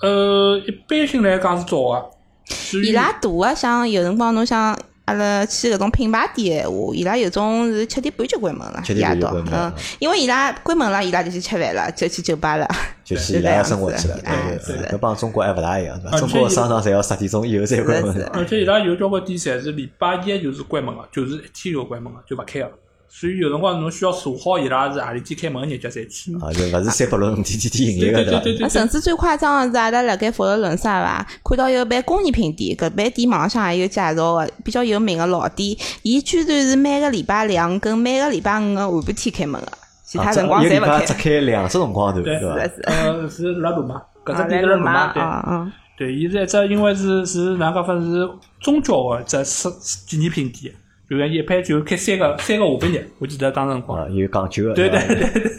呃，一般性来讲是啊早个，所以
伊拉大个像有辰光侬像阿拉去搿种品牌店闲话，伊拉有种是七点半就关门了，
7点
夜
半就
到
关门
嗯
嗯，
因为伊拉关门了，伊拉就去吃饭了，就去酒吧了。
就去伊拉生活去了，
哎是
对
的
对，搿帮中国还勿大一样，对伐？
而且
中国的商场侪要十点钟以后才关
是
门
的。
而且伊拉有交关店，侪是礼拜一就是关门个，就是一天就关门个，就勿开个。所以有辰光侬需要查好伊拉是何里天开门个日脚再去。
[laughs] 啊，就勿是三百六十五天天天营业
对
个，伐？
对对 [laughs] 对
那甚至最夸张的是，阿拉辣盖佛罗伦萨伐，看到有一爿工艺品店，搿爿店网上也有介绍个，比较有名个老店，伊居然是每个礼拜两跟每个礼拜五个下半天开门个，其他
啊
辰光
一个
侪
礼
勿
拜
开。
只开啊两只辰光头，
对
对
是
伐
的？是的，
呃，是辣鲁嘛，搿只
啊来
店是辣鲁
买
嘛，对
啊啊。
对，伊是一只因为是是哪能讲法是宗教个一只是纪念品店，就讲一般就开三个三个下半日，我记得当辰光。
啊，有讲究个，
对
对
对
伐？
对 [laughs] 对，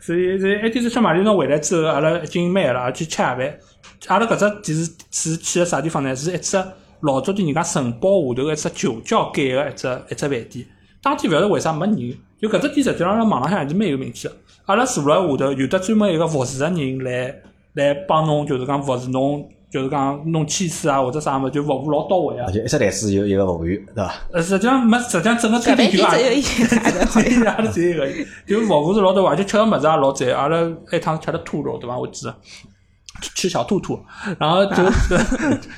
所以哎所以埃天子吃马里诺回来之后，阿拉已经蛮晚了，也去吃夜饭。阿拉搿只店是是去个啥地方呢？是一只老早的人家城堡下头一只酒窖盖个一只一只饭店。当天勿晓得为啥没人，就搿只店实际上辣网浪向还是蛮有名气个。阿拉坐辣下头，有得专门一个服侍个人来来帮侬，就是讲服侍侬就是讲弄气势啊或者啥么，就服务老到位啊
而。且一只台子有一个服务员，对伐？
呃，实际上没，实际上整个餐
搿
厅
边
就啊
就
阿
只有一
[laughs]
家头，
所以阿拉只有一个，就服务是老到位，而且吃个物事也老赞。阿拉那趟吃了兔肉，对伐？我记得吃吃小兔兔，然后就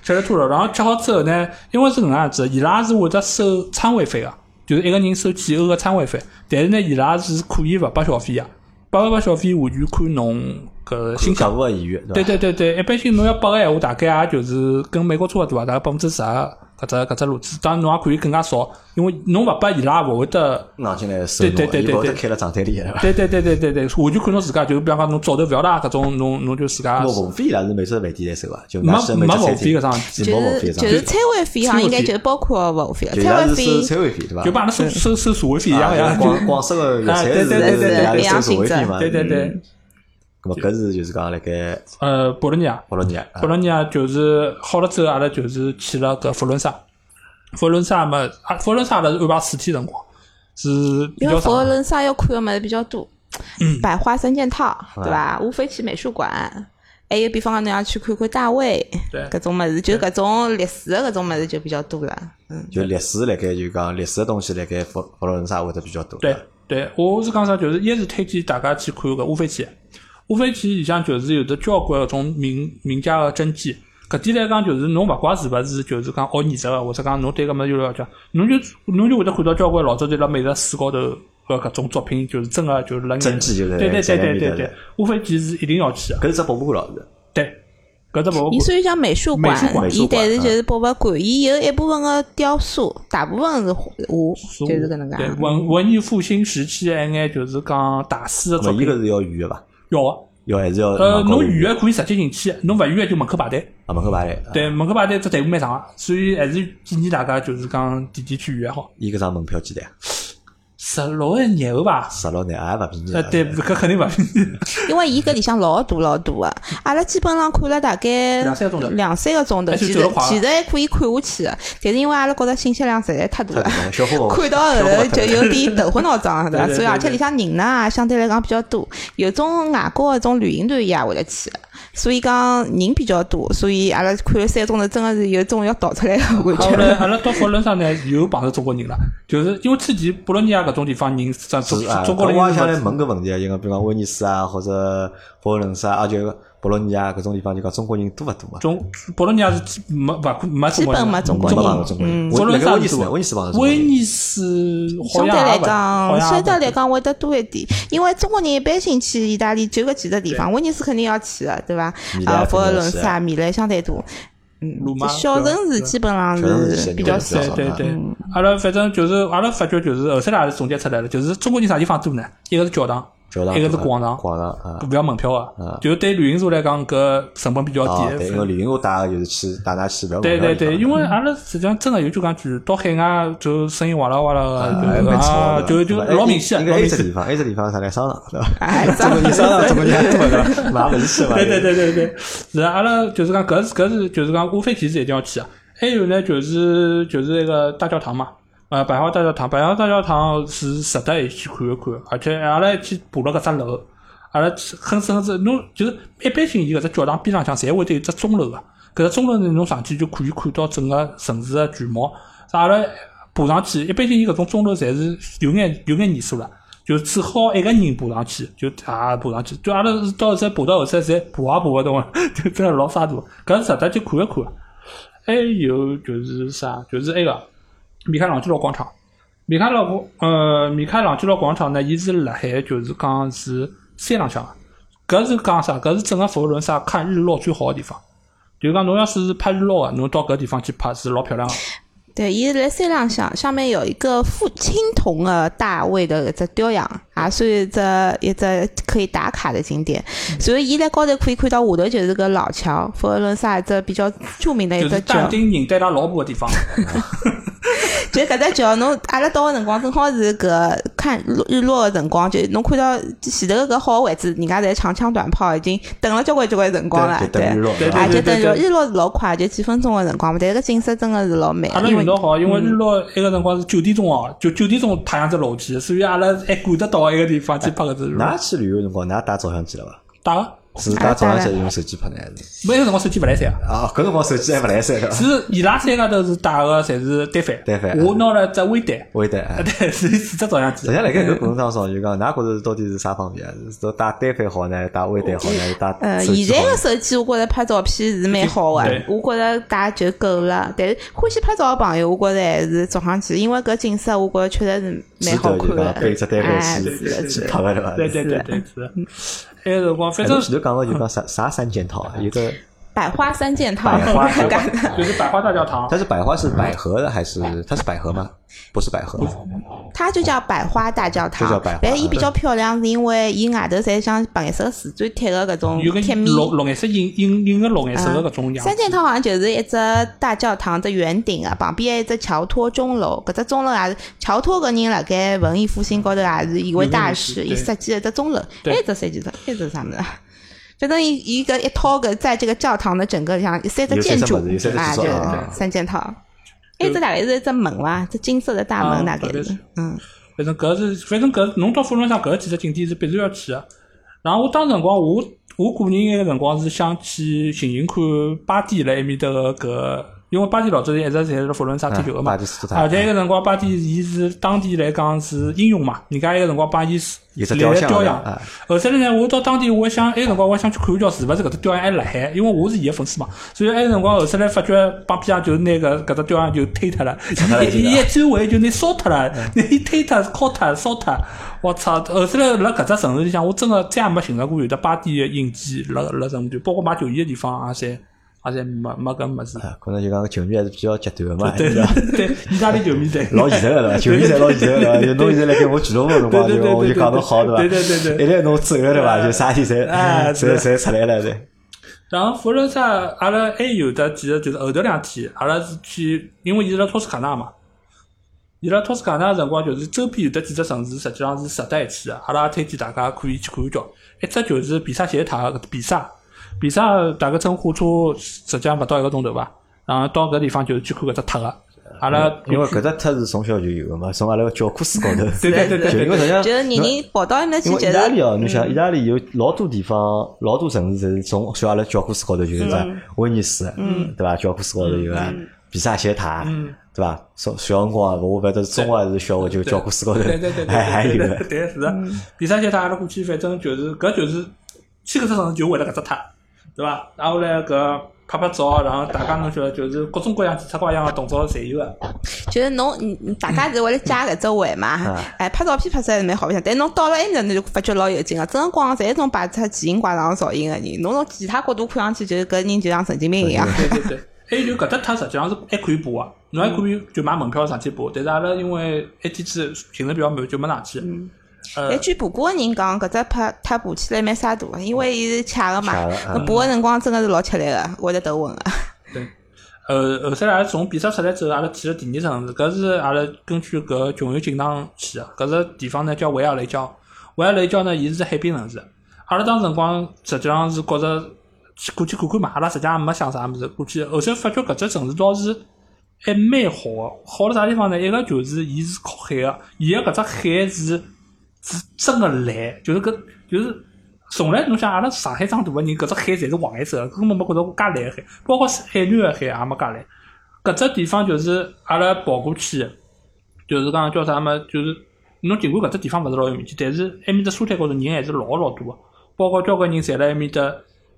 吃了兔肉，然后吃好之后呢，因为是搿能样子，伊拉是会得收仓位费个，啊就是一个人收几欧个仓位费，但是呢，伊拉是可以勿拨小费个，啊拨勿拨小费完全看侬搿性格
客户个意愿，
对
对伐？
对对对，一般性侬要拨个闲话，大概也就是跟美国差勿多吧，大概百分之十啊搿只搿只路子。当然侬也可以更加少，因为侬勿拨伊拉也勿会得。
拿进来收侬
对
的，
对对
伊勿会
对
得开了账单里的，对伐？
对对对对对对，完全看侬自家，就是比方讲侬早头勿要啦搿种，侬侬就自家
我服务费伊拉是每只饭店来收啊，就
没
㑚是每
没
只
毛
餐
病搿
厅
桩
是
事体，
就
没服务费
是
的
就
账
是
单，
餐会费好像应该就是包括服务费
就
了，
伊
餐
拉
会
是
费
收餐会费，对伐？
就帮阿拉
嗯
收收收社会费一
啊
样一
就是
样，就
广广式个粤
啊
菜
对
是
对对对
伊拉
对
要收
对
社会
对
费嘛，
对对
嗯。
对，
咁么搿是就是讲辣盖
呃，博伦尼亚。
博洛尼亚，啊
佛罗尼亚就是好了之后，阿拉就是去了搿佛伦萨。佛伦萨嘛，啊，佛伦萨阿拉是安排四天辰光，是比
因
较
为佛
长
罗
的。
伦萨要看的么子比较多，百花三件套，对伐？无非去美术馆，还有比方讲侬要去看看大卫，
对
搿种么子，就搿种历史的搿种么子就比较多了。
就历史辣盖就讲历史个东西辣盖佛佛罗伦萨会得比较多。
对对，我是讲啥，就是一是推荐大家去看搿乌菲齐，乌菲齐里向就是有的交关搿种名名家个真迹。搿点来讲，就是侬勿怪是勿是，就是讲学艺术个，或者讲侬对搿物事有了解，侬就侬就会得看到交关老早就辣美术史高头呃搿搿种作品，就是真个就是辣眼
真迹就是
对对
在那
对对对
面
对
的，
乌菲齐是一定要去个。
搿是只博物馆老师，
对，搿只博物
伊
馆。
所以像美术馆
美术，
馆
伊但
美
是
术馆
就是博物馆，伊有一部分个雕塑，大部分是画，就是搿能介。啊
对文文艺复兴时期的一眼就是讲大师的
咾
作
么伊
品
搿是要预约伐？
要啊。
要还是要
呃，
网高
侬
头
预约可以直接进去，侬勿预约就门口排队。
啊门口排队？啊，
对，门口排队这队伍蛮长的，所以还是建议大家就是讲提前去预约好。
伊搿张门票几钿啊？
十六个廿后吧。
十六呢，也勿便宜
呃
啊。，
对，搿肯定 [laughs] 勿便宜。
因为伊搿里向老大老大个，阿拉基本上看了大概
两三个钟头
两三个钟头，
还是
其
走
实
得快啊
其实还可以看下去个，但是因为阿拉觉着信息量实在太大了。
小
哦
伙伴，
看到后头就有点头昏脑胀，啊对伐？
对对对
所以而且里向人呢，相对来讲比较多，有种外国的种旅行团伊也会得去，所以讲人比较多，所以阿拉看了三个钟头，真的是有种要逃出
[laughs]
来的感
后来
觉。
阿拉到佛罗伦萨呢，又碰着中国人了，就是因为之前博洛尼亚搿种地方人，中
是啊，
中国人
我也
是
想
勿
来问个问题啊，就讲比如讲威尼斯啊，或者佛罗伦萨啊，就博洛尼亚搿种地方，就讲中国人多勿多啊？
中博洛尼亚是基没勿可没中国人
基
的，
本没中国
没
人
碰到中国人，
佛
我
罗
辣
伦
盖
萨
威尼斯
是
呢，威尼斯碰到中国人，
威尼斯好
相对
像也
来
勿好像也
讲，相
勿
对来讲会得多一点，因为中国人一般性去意大利就搿几个地方，威尼斯肯定要去的，对伐
米？兰
啊，佛罗
肯定要
伦
去
萨、米兰相对多，
鲁
就
莽
小
对吧
城市
对
基本上
小城市
是
显
比
得
较
比
少
较。
对对
啊
对，阿拉反正就是阿拉发觉就是后头来也是总结出来了，就是中国人啥地方多呢？一个是教堂，
教堂
一个是广场
广场啊。
勿要门票啊
啊，
就是对旅行社来讲，搿成本比较
啊，对，
低
因。为旅行我带就是去带㑚去，不要
对对对，因
为
为阿拉实际上真的有就讲句，到海外就生意哇啦哇啦
哎
个，就是
蛮吵
啊，
的
就就老明显，
应
老
该 A
明
只
显。
地方，A 只地方是啥来商场对
[laughs]
伐？
哎，
中国人商场，中国人多 [laughs] 对伐？买勿起嘛。
对对对对对，是啊阿拉就是讲搿是搿是就是讲乌菲齐是一定要去啊。还有呢，就是就是那个大教堂嘛，呃，百花大教堂，百花大教堂是值得一去看一看，而且阿拉还去爬了搿只楼，阿拉去很深很深，侬就是一般性伊搿只教堂边浪向侪会得有只钟楼个，搿只钟楼呢，侬上去就可以看到整个城市个全貌。啥阿拉爬上去，一般性伊搿种钟楼侪是有眼有眼年数了。就只好一个人爬上去，就也啊爬上去，就阿拉是到现在爬到后头，侪爬也爬勿动了， [laughs] 就真的老沙大。搿值得去看一看。还有就是啥，就是埃个米开朗基罗广场。米开朗广呃，米开朗基罗广场呢，伊是辣海就是讲是山浪向个。搿是讲啥？搿是整个佛罗伦萨看日落最好个地方。就是讲侬要是拍日落啊个，侬到搿地方去拍是老漂亮个。
对，伊是在山浪向，上面有一个复青铜的大卫的一只雕像，啊也算一只一只可以打卡的景点。
嗯
所以伊在高头可以看到下头就是个老桥，佛罗伦萨一只比较著名的一
就是
只
但
桥。
丁认得他老婆个地方。
就搿只桥，侬阿拉到个辰光正好是搿看日落日落个辰光，就侬看到前头搿好个位置，人家侪长枪短炮，已经等了交关交关辰光了，
就
对
等。于落
对
啊，
对
就等于日落是老快，就几分钟个辰光嘛，但是搿景色真个是老美
阿，拉
因
运
为
道好，因为日落埃个辰光是九点钟哦，就九点钟太阳才落去，所以阿拉还赶得到埃个地方去拍搿只日落。
㑚去旅游辰光，㑚带照相机了伐？
打个
是当早浪向用手机拍呢？还是
没有辰光手机勿来三
啊，
啊。
搿辰光手机还勿来三个，
是伊拉三个头是带个，侪是单反。
单反
我拿了只微单， [laughs]
会的。哎
对，是四只照相
实
机啊
际。上，辣盖搿过程当中，就讲，㑚觉着到底是啥方面啊？是都带单反好呢，带微单好呢，还是带
呃，
手
现
机好
在
呢
个？手机我觉着拍照片是蛮好个、
对
我觉着带就够了。但是欢喜拍照个朋友，我觉着还是照上去，因为搿景色我觉着确实是蛮
值
好
得就
看
讲
的。
背着单
哎
反
是的
去
是
去
的
拍个对伐？
对对对对，是。埃个辰光，反
哎，
正
侬前头讲到就讲啥啥三件套啊？有个，
百花三件套，
百花
尴尬。
就是百花大教堂。
它是百花是百合的还是它是百合吗？不是百合，
它就叫百花大教堂
就叫百花，
但是伊比较漂亮，是因为伊外头侪像白颜色瓷砖贴个搿种
有个
贴面。
绿绿颜色印印印个绿颜色个搿种样子
嗯三。件套好像就是一只大教堂的圆顶啊，旁边还有一只乔托钟楼，搿只钟楼也是乔托搿人辣盖文艺复兴高头也是一位大师，
有
伊
名气对
设计了一只钟楼，
对
一只设计的，一只啥物事啊？反正伊伊搿一套搿在这个教堂的整个像三只建筑
有三只
啊，
物事有三只建筑
就
啊
三件套。
就
一只大概是一只门伐，只金色的大
啊
门大
大
概
概
是
是，
嗯，
反正搿是，反正搿侬到佛罗伦萨搿几只景点是必然要去个。然后我当时辰光，我我个人个辰光是想去寻寻看巴蒂辣埃面搭个搿，因为巴蒂老早一直侪是辣佛罗伦萨踢球个嘛
啊巴蒂斯图。塔
而且埃个辰光，巴蒂伊是当地来讲是英雄嘛，人家埃个辰光把伊是
有只
立了
雕像
雕
的
像。
啊，
后头呢，我到当地，我还想，埃辰光我还想去看一瞧，是勿是搿只雕像还辣海？因为我是伊个粉丝嘛，所以埃辰光后头来发觉，帮皮亚就是拿搿搿只雕像就推
[laughs]
脱了， [laughs] 伊伊一转弯就拿烧脱了，
嗯
拿伊推脱、敲脱、烧脱。我操！后头来辣搿只城市里向，我真个再也没寻着过有得巴蒂个印记辣辣城里，包括买球衣个地方也侪也侪没没搿物事。
[laughs] 啊可能就讲球迷还是比较极端的嘛，[laughs]
对
是吧
对，意大利球迷在。
老现实个对伐？球迷侪老现实个对伐？就侬现在来跟我俱乐部辰光，
对
就
对对
我就
对
讲侬好对
对对对
伐？
对
一旦侬走了对伐？就啥事体侪
哎
侪
对
侪出来了对。
然后佛罗伦萨，阿拉还有的其实就是后头两天，阿拉是去，因为伊是辣托斯卡纳嘛，伊拉托斯卡纳的辰光，就是周边有的几只城市，实际上是值得一去的。阿拉推荐大家可以去看一瞧。一只就是比萨斜塔，比萨，比萨大概乘火车实际上勿到一个钟头吧。然后到搿地方就是去看搿只塔个。阿拉
因为搿只特是从小就有个嘛，从阿拉个教科书高头。
[laughs] 对对对对
就
对
因为实际上，
就是人人跑到埃面去，
呃因为
觉
意大
得
利哦，侬想
嗯
意大利有老多地方，老多城市侪是从小阿拉教科书高头就是啥
嗯
威尼斯，对伐？教科书高头有啊，比萨斜塔，对伐？从小辰光，啊我勿晓得是中学还是小学，就教科书高头
嗯对对对对，
还 [laughs]
[laughs]
还有
对
个
对是的。比赛阶段阿拉过去，反正就是搿就是去搿只城市就为了搿只塔，对伐？然后呢搿拍拍照，啊然后大家侬晓得就是各种各样奇奇怪样的动作侪有啊个。
就是侬你你大家是为了解搿只会嘛
嗯，
哎，拍照片拍出来是蛮好白相，但侬到了埃面搭，侬就发觉老有劲个，整个光侪是种摆出奇形怪状的造型个人，侬从其他角度看上去，就是搿人就像神经病一
[laughs]
样。[laughs]
对对对，还有就搿只塔实际上是还可以爬个，侬还可以就买门票上去爬，但是阿拉因为一天子行程比较满，就没上去。呃
但，据爬哎过个人讲，搿只拍他爬起来蛮杀大个，因为伊是卡个嘛，
卡嗯
搿
个
爬个辰光真个是老吃力个，会得头昏个。
对。呃，后头来阿拉从比萨出来之后，阿拉去了第二城市，搿是阿拉根据搿穷游锦囊去的。搿只地方呢叫维亚雷郊，维亚雷郊呢，伊是海滨城市。阿拉当时辰光实际上是觉着去过去看看嘛，阿拉实际上也没想啥物事过去。后头发觉搿只城市倒是还蛮好个，好辣啥地方呢？一个就是伊是靠海个，伊个搿只海是是真个蓝，就是搿就是从来侬想阿拉上海长大个人，搿只海侪是黄颜色的，根本没觉着介蓝个海，包括海南个海也没介蓝。搿只地方就是阿拉跑过去，就是讲叫啥么，就是侬尽管搿只地方勿是老有名气，但是埃面搭沙滩高头人还是老老多个，包括交关人侪辣埃面搭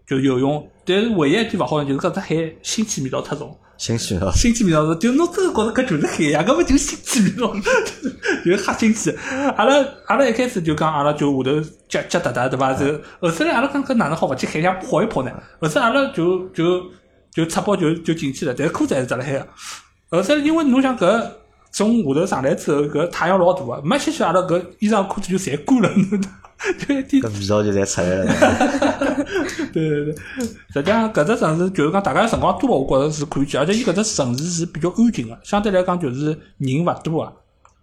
就游泳。但是唯一一点勿好呢，就是搿只海腥气味道太重。
新鲜哦。
新奇味道是，就侬真个觉着搿就是海呀，搿么就新奇味道，就是瞎新奇。阿拉阿拉一开始就讲，阿拉就下头脚脚踏踏对伐？就后头来阿拉讲搿哪能好勿去海里向跑一跑呢？后头阿拉就就就赤膊就就进去了，但是裤子还是扎辣海个。后头因为侬想搿从下头上来之后，搿太阳老大个，没歇歇阿拉搿衣裳裤子就侪干了，就一点
搿味道就侪出来了，
对对对，实际上搿只城市就是讲大家辰光多，我觉着是可以去，而且伊搿只城市是比较安静个，相对来讲就是人勿多啊。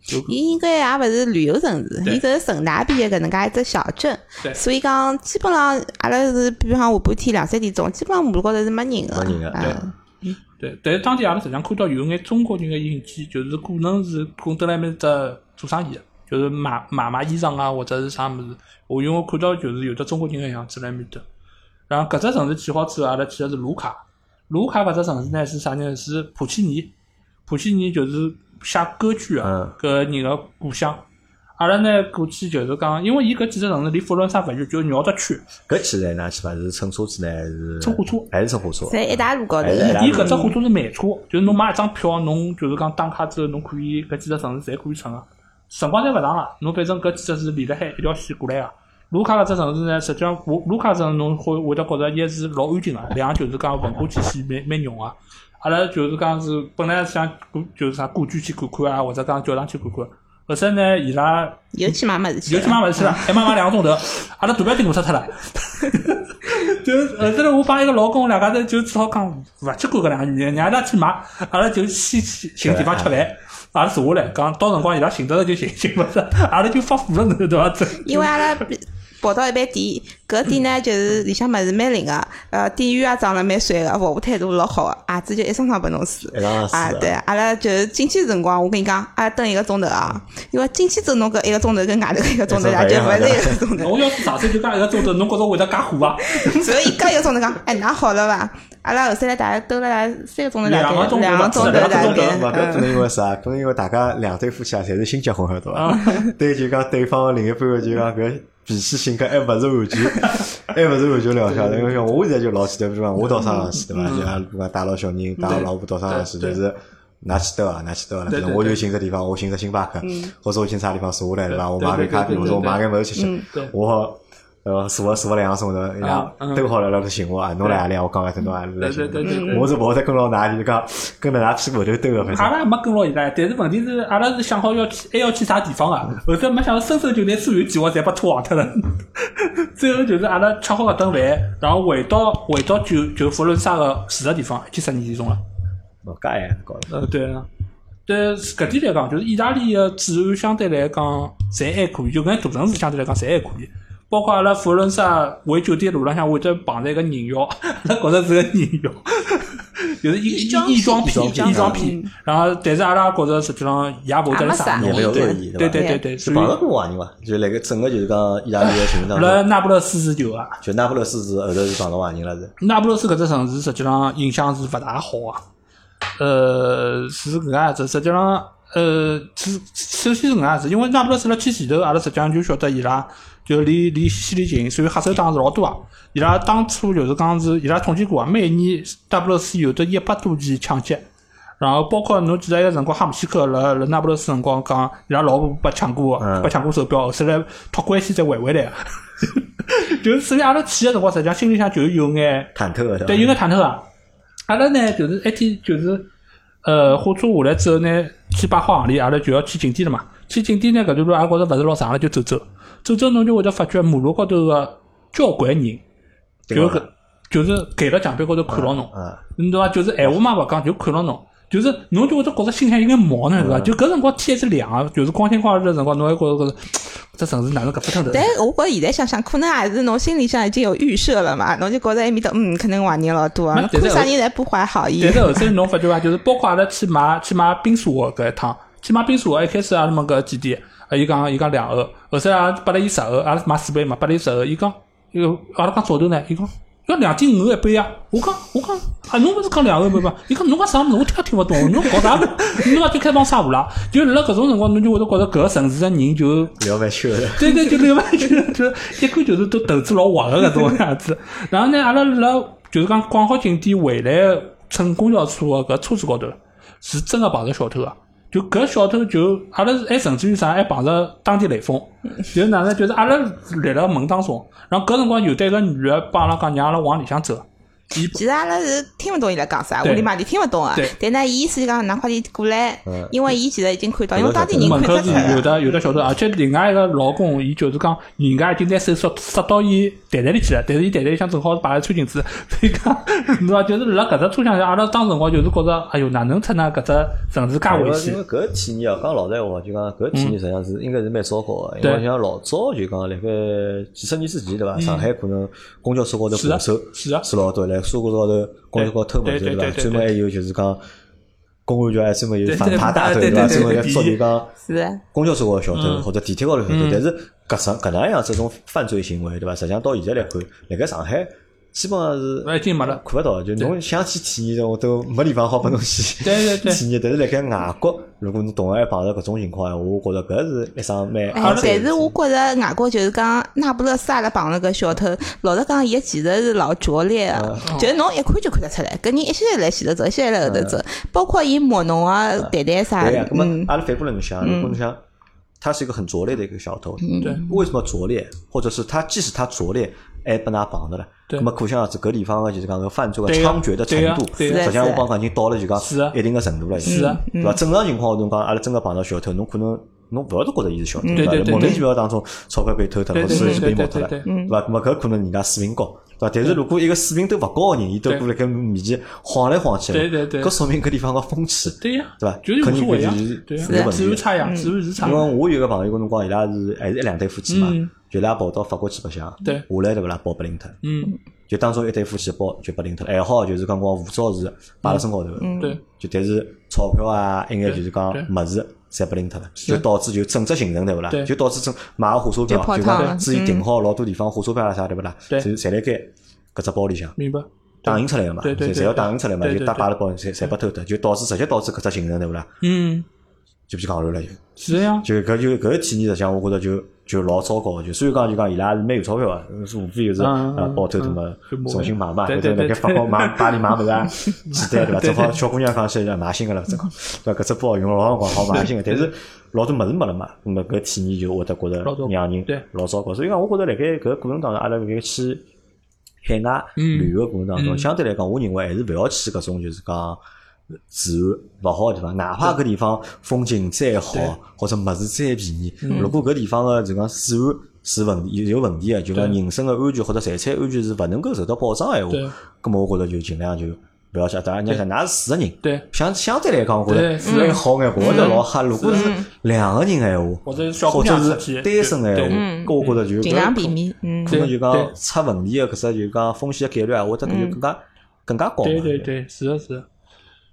就
伊应该也勿是旅游城市，
对
伊只是城大边的搿能介一只小镇，
对
所以讲基本上阿拉是比方下半天两三点钟，基本上马路高头是没人个。
没人的
啊
对
对，但是当地阿拉实际上看到有眼中国人个印记，就是可能是跟蹲辣埃面搭做生意的，就是买买卖衣裳啊或者是啥物事。我因为我看到就是有的中国人个样子辣埃面搭。然后搿只城市去好之后，阿拉去的是卢卡。卢卡搿只城市呢是啥呢？是普契尼，普契尼就是写歌剧
嗯
啊，搿人个故乡。阿拉呢过去就是讲，因为伊搿几只城市离佛罗伦萨勿远，就绕着圈。
搿去呢，哪去伐？是乘车子呢，还是
乘火车
还是乘火车？
在一大路高头
还，是还是
伊搿只火车是慢车，就是侬买一张票，侬就是讲打卡之后，侬可以搿几只城市侪可以乘个，辰光侪勿长个，侬反正搿几只是连辣海一条线过来个。啊卢卡搿只城市呢，实际上卢卢卡城侬会会得觉着一是老安静个，啊两就是讲文化气息蛮蛮浓个。阿拉就是讲是本来想古就是啥故居去看看啊，或者讲教堂去看看，后首呢伊拉
又去买么子去
又
啊了，
去买物事了，还买买哎两个钟头，阿拉大表弟饿死脱了。就是后头我帮一个老公，两家头就只好讲勿去管搿两个女人，让伊拉去买，阿拉就先去寻地方吃饭。阿拉坐下来，讲到辰光伊拉寻得着就寻，寻勿着，阿拉就发火了，侬对伐？
因为阿拉跑到一爿店，搿店呢就是里向物事蛮灵个，呃，店员也长了蛮帅个，服务态度老好个，鞋子就一双双拨侬试。
一趟是
啊，
的
对，阿拉就是进去辰光，我跟你讲，阿拉等一个钟头啊，因为进去走侬搿一个钟头跟外头搿一个钟头，
一个
也
[laughs]
钟头
就勿是
一样
一个钟头。
我要是上手就讲一个钟头，侬觉着会得介啊火伐？
所以一个钟头讲，哎，拿好了伐？阿拉后头来大概兜了大概三个钟头，大
两个
概
钟头
两个
吧
钟头
勿
是
大
两个钟
概
头
边。
搿可
嗯
能因为啥？可能因为大家两对夫妻啊，侪是新结婚个对伐？对，就讲对方个另一半个就讲搿脾气性格还勿是完全，还勿是完全了解的。因为像我现在就老记得，比如讲我到啥样子对伐？就讲如果带牢小人，带牢老婆到啥样子，
对
就
对
是。哪去得啊？哪去得啊？
对
反
对
正我就寻只地方，我寻只星巴克，或者我寻啥地方坐下来，对伐？我买杯咖啡，
对对对
或者我
对对
买眼物事吃吃
嗯
对。
我好，呃，坐了坐了两个钟头，伊拉
嗯嗯
都好了，辣头寻我啊，侬来何里啊？我讲一声侬啊，来
对
寻
对
我。
对对对。
我是勿会得跟牢㑚，就是讲跟着㑚屁股后头兜个，反
阿
正。
拉也没跟牢伊拉，但是问题是，阿拉是想好要去，还要去啥地方啊？后头没想到，伸手就拿所有计划侪拨拖坏脱了。 [laughs] 最后就是阿拉吃好搿顿饭，然后回到回到就就佛罗伦萨个住个地方，已经十二点钟了。
哦，介还高了。
呃，对啊。但是搿点来讲，就是意大利个治安相对来讲，侪还可以，就搿大城市相对来讲，侪还可以。包括阿拉佛罗伦萨回酒店路浪向会得碰着一个人妖，阿拉觉着是个人妖，就是
异
异
装
异装
癖
癖，
异装癖
异装癖。然后，但是阿拉觉着实际上也勿会得
也没
是
啥
啥
也
人
没有恶意，
对
吧？
对
对
对对，
是
所
碰到
以
过坏人伐？就辣盖整个就是讲意大利个群
[laughs]
当
辣
中，
那不勒斯是有啊。
就那不勒斯是后头是碰到坏人了是。
那不勒斯搿只城市实际上影响是勿大好啊。呃，是搿能样子，实际上，呃，是首先是搿能样子，因为那不勒斯辣去前头，阿拉实际上就晓得伊拉就离离西里近，所以黑手党是老多啊。伊拉当初就是讲是伊拉统计过啊，每年那不勒斯有得一百多起抢劫。然后包括侬记得一个辰光，哈姆西克辣辣那不勒斯辰光讲，伊拉老婆被抢过，
嗯
被抢过手表，后头来托关系再还回来。就是所以阿拉去个辰光，实际上心里向就有眼
忐忑个
对，有眼忐忑啊。阿拉呢，就是一天就是，呃，火车下来之后呢，去百花行里，阿拉就要去景点了嘛。去景点呢，搿段路阿拉觉着勿是老长了，就走走。走走，侬就会得发觉马路高头个交关人，就搿就是盖辣墙壁高头看牢侬，
啊，
侬对伐？就是闲话嘛勿讲，就看牢侬。就是侬就会得觉着心里向有眼毛呢，是伐？就搿辰光天还是凉啊，就是光天化日的辰光，侬还觉着觉着，这城市哪能搿副头头？
但我觉着现在想想，可能还是侬心里向已经有预设了嘛，侬就觉着埃面搭，嗯，可能坏人老多
没
啊，
但
看
是
啥人侪不怀好意
但。是后头侬发觉伐，就是包括阿拉去买去买冰沙搿一趟，去买冰沙一开始阿拉问搿几点，啊伊讲伊讲两欧，后头阿拉拨了伊十欧，阿拉买四杯嘛，拨了伊十欧，伊讲，伊讲阿拉讲早头呢，伊讲。要两点五一杯啊！我讲，我讲，啊，侬勿是讲两个杯吗？伊讲侬讲啥物事，我听也听勿懂，侬搞啥物事？侬讲就开帮啥胡啦？就辣搿种辰光，侬就会得觉着搿个城市个人就
聊蛮秋
[laughs]
的。
对对，就另外就是就是一看就是都投资老滑个搿种样子。然后呢，阿拉辣就是讲逛好景点回来，乘公交车个搿车子高头是真个碰着小偷个。就搿小偷就阿拉还甚至于啥还碰着当地雷锋，就是哪能就是阿拉立辣门当中，然后搿辰光有得一个女个帮阿拉讲，让阿拉往里向走，伊
其实阿拉是听勿懂伊拉讲啥，
对
屋里嘛里听勿懂啊
对。
但呢，伊意思就讲，㑚快点过来
嗯，
因为伊其实已经看到，
嗯
因为当地人
门
看
口
得
是
出来
有
了。
的有的小偷，而且啊另外一个老公，伊就是讲人家已经拿手塞塞到伊袋袋里去了，但是伊袋袋里向正好是摆了餐巾纸，所以讲， [laughs] 侬知道就是辣搿只车厢，阿拉当辰光就是觉着，哎哟，哪能出呢？搿只城市介
因
危
为
险
因为。搿体验啊，讲老实话，就讲搿体验实际上是应该是蛮糟糕的。因为
嗯对嗯
像老早就讲辣盖几十年之前对伐？上海可能公交车高头
是啊
扒手
是啊
是老多，来车高头高头公交车高头偷物事
对对
伐
对？对
专门还有就是讲公安局还专门有
对
反
对
扒大
对
队
对
伐？
对
专门
对
来
对
捉
对
就讲。
是，
公交车高头小偷
嗯
或者地铁高头小偷，但是搿上搿能样子这种犯罪行为，对伐？实际上到现在来看，辣盖上海基本上是
已经没了。
看勿到，就侬想去体验，我都没地方好拨侬去
[laughs] 对对对
体验。但是辣盖外国，如果侬同样碰到搿种情况，我觉着搿是一桩蛮
哎
肮，脏的
但
事
是我觉着外国就是讲那不勒斯阿拉碰了个小偷，老实讲，伊其实是老拙劣的，
嗯
就是侬一看就看得出来，搿人一些来前头走，一些来后头走，包括伊摸侬啊、谈谈啥
嗯对呀，，那么啊
嗯，
阿拉反过来侬想，如果侬想，他是一个很拙劣的一个小偷，
对，
为什么拙劣？或者是他即使他拙劣，还被㑚碰到了？
对
那么可想而知，搿地方啊的就是讲搿犯罪的
对呀
猖獗的程
对呀
度，
对
实
呀
际上
是
我
的
帮讲已经到了就讲
是啊
一定的程度了已经，
是啊
对伐？正常情况下，侬讲阿拉真个碰到小偷，侬可能侬勿要都觉着伊是小偷，
对
伐
对？对
莫名
嗯对
其妙当中钞票被偷脱了，
对
或者
对对
是被
对
摸脱
对对
了，
对，
对伐？那么搿可能人家水平高，对伐？但是如果一个水平都勿高的人，伊都
对
过辣盖面前晃来晃去的，
对对对
搿说明搿地方个风气，
对呀，
对吧
就是无所谓呀啊
肯定是，
对
是的
呀，自由差
嗯
呀，自由市场
因，为我有一个朋友跟侬讲，伊拉是还是一两对夫妻嘛
啊嗯，
就伊拉跑到法国去白相，
对
下来对勿啦，包拨拎脱，
嗯，
就当中一对夫妻包就拨拎脱，还好就是讲光护照是摆辣身高头的，
对，
就但是钞票啊，一眼就是讲
嗯对
物事。侪拨拎脱了，
是
就导致就整只行程对勿啦
对？
就导致整买个火车
就
票，
泡
就
汤
讲
了
之前订好老多地方火车票啊啥对勿啦？
对
就侪辣盖搿只包里向
明白，
打印出来个嘛，
对对
侪
对
侪要打印出来嘛，
对
就
对
搭
对
摆辣包里，侪侪拨偷脱，就导致直接导致搿只行程对勿啦？
嗯，
就被讲乱了就。
是的呀，
就搿就搿个体验，实际上我觉着就就老糟糕的。就虽然讲就讲伊拉是蛮有钞票个，是无非就是
嗯
啊包头什么
就买
重新买嘛，
对
或者辣
对对
盖法国买巴黎
[laughs]
买物事啊，简单对伐？
对
正
对嗯
好小姑娘讲起来买新个了，正好对伐？搿只包用老辰光好买新个，但是老多物事没了嘛，那么搿体验就会得觉着
老糟糕
让人
对
老糟糕。所以讲，我觉着辣盖搿过程当中，阿拉辣盖去海外
嗯
旅游个过程当中，
嗯
相对来讲，我认为还是勿要去搿种就是讲。治安勿好个地方，哪怕搿地方风景再好
对，嗯
或者物事再便宜，如果搿地方个就讲治安是问题有有问题个，就讲
对
人身个安全或者财产安全是勿能够受到保障个闲
对
话，葛末我觉着就尽量就勿要去。当然，你想，㑚是四个人，
对，
相相对来讲，我觉着
对嗯
治安好眼，我觉着老吓。如果是两个人个闲话，
或者是小
或
姑
者
娘
是
出去
单身个
对
闲话，
嗯
搿我觉着就
尽量避免，嗯
可能就
对对
讲出问题个搿只就讲风险个概率啊，或者搿就更加更加高嘛。
对对对，是的，是的。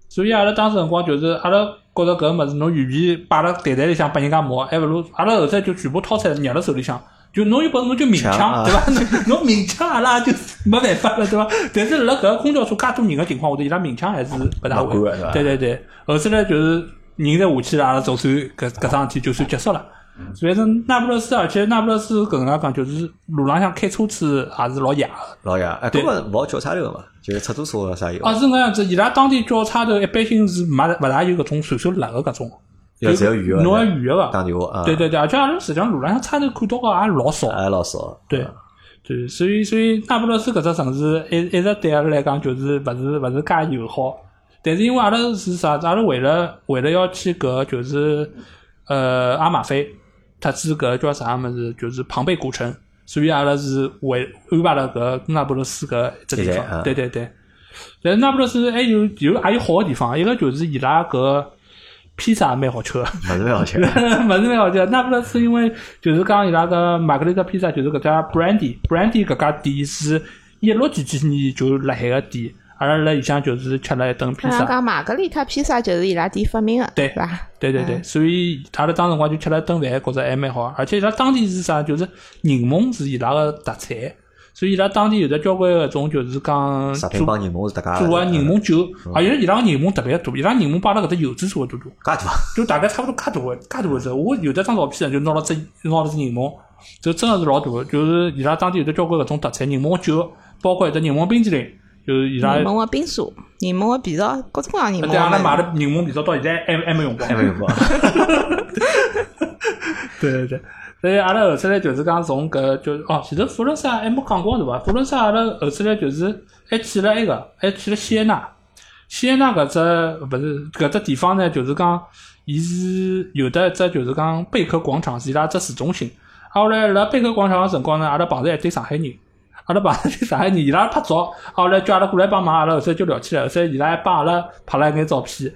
所以阿拉当时辰光就是阿拉觉着搿个物事，侬与其摆辣袋袋里向拨人家摸，还勿如阿拉后头就全部掏出来捏辣手里向。就侬有本事侬就明
抢啊
抢，对伐？ [laughs] 侬侬明抢阿拉就没办法了，对伐？但是辣搿个公交车介多人个情况下头，伊拉明抢还是勿大
勿
会
啊管是吧。
对对对，后头呢就是人侪下去了，阿拉总算搿搿桩事体就算结束了。
嗯
所以说那不勒斯，而且那不勒斯搿能介讲，就是路浪向开车子也是老野个。
老爷，哎，
对
根本勿好叫叉头嘛，就是出租车啥有，
哦，是搿样子，伊拉当地叫差头一般性是没勿大有搿种传销辣个搿种，
要只要预约的，
侬要预约
打
个。
电话啊，
对，对对，而且阿拉实际上路浪向差头看到个也老少。
哎，老少，
对，对，所以所以那不勒斯搿只城市一一直对阿拉来讲就是勿是勿是介友好，但是因为阿拉是啥，阿拉为了为了要去搿就是呃阿马菲，特指搿叫啥物事，就是庞贝古城，所以阿拉是为安排了搿那不勒斯搿只地
一站啊
方，对对对。但是那不勒斯还有有还有好个地方，一个就是伊拉搿披萨蛮好吃个。
勿是蛮好吃，
[laughs] 勿是蛮好吃。那不勒斯因为就是讲伊拉个玛格丽特披萨，就是搿家 Brandy Brandy 搿家店是一六几几年就辣海个店，阿拉辣里向就是吃了一顿披
阿拉
萨。
讲啊玛格丽特披萨就是伊拉店发明的，
对
是吧？
对对对，所以阿拉当辰光就吃了一顿饭，觉着还蛮好。而且伊拉当地是啥？就是柠檬是伊拉个特产，所以伊拉当地有的交关搿种就是讲
食
做
品啊嗯帮柠檬是搭界
做个
个
柠檬酒，而且伊拉个柠檬特别大，伊拉柠檬摆辣搿只柚子差勿多大。
介大，
就大概差不多介大个，介大个只。我有的张照片就拿了只拿了只柠檬，就真个是老大个。就是伊拉当地有的交关搿种特产柠檬酒，包括有的柠檬冰淇淋，就是伊拉。啊
柠檬的冰沙，柠檬的皮罩，各种各样柠檬
对，阿拉买
的。
了柠檬啤酒，到现在还还没用光
还。没有过，
对 [laughs] 对对，所以阿拉后头来就是讲从搿就哦，前头佛罗伦萨还没讲光对伐？佛罗伦萨阿拉后头来就是还去了埃个，还去了锡耶纳。锡耶纳搿只勿是搿只地方呢，就是讲伊是有的一只就是讲贝壳广场是伊拉只市中心。啊，后来辣贝壳广场个辰光呢，阿拉碰着一对上海人。阿拉碰着一对上海人，伊拉拍照，啊后来叫阿拉过来帮忙，阿拉后头就聊起来，后头伊拉还帮阿拉拍了一眼照片，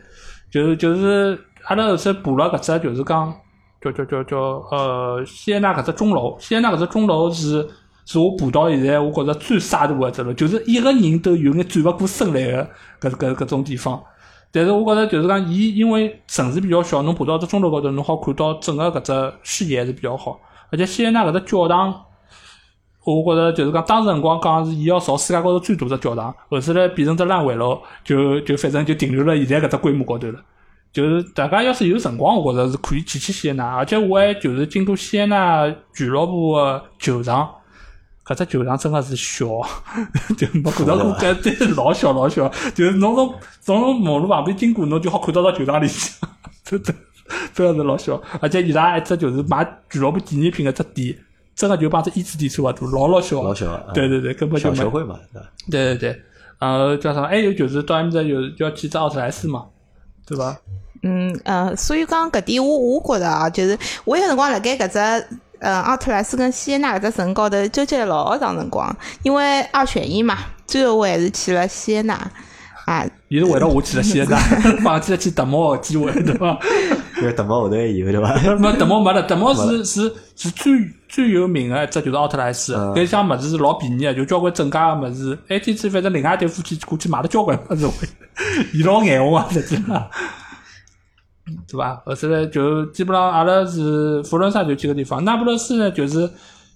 就就是阿拉后头爬了搿只就是讲叫叫叫叫呃锡耶纳搿只钟楼，锡耶纳搿只钟楼是是我爬到现在我觉着最沙大个只楼，就是一个人都有眼转勿过身来个搿搿搿种地方。但是我觉着就是讲，伊因为城市比较小，侬爬到只钟楼高头，侬好看到整个搿只视野还是比较好。而且锡耶纳搿只教堂，我觉着就是讲，当时辰光讲是伊要造世界高头最大只教堂，后头来变成只烂尾楼，就就反正就停留了现在搿只规模高头了。就是大家要是有辰光，我觉着是可以去去西安纳，而且我还就是经过西安纳俱乐部个球场，搿只球场真个是小， [laughs] 就没看到过搿 [laughs] 真是老小老小，就是侬从从马路旁边经过，侬就好看到到球场里去， [laughs] 真的真个是老小，而且伊拉一只就是买俱乐部纪念品个只店，真个就帮只椅子店差勿多，老老小，
老小个
对对对，根本就
小
没
球会嘛，对伐？
对对对，然后加上还哎有就是到埃面搭有要去只奥特莱斯嘛，
[laughs]
对伐？
嗯呃，所以讲搿点我我觉着啊，就是我有辰光辣盖搿只呃奥特莱斯跟西安纳搿只城高头纠结了老长辰光，因为二选一嘛，最后我还是去了西安纳啊，
伊是为了我去了西安，放弃了去德摩的机会，
[laughs]
对伐？
因为德毛后头还有对伐？
没德摩没了，德摩是是是最最有名个一只就是奥特莱斯，
嗯
搿项物事是老便宜个，就交关正价个物事。哎，天天反正另外一对夫妻过去买了交关物事回来， [laughs] 伊老眼红啊，实际上。对伐？后头来就基本上阿拉是佛罗伦萨就几个地方，那不勒斯呢就是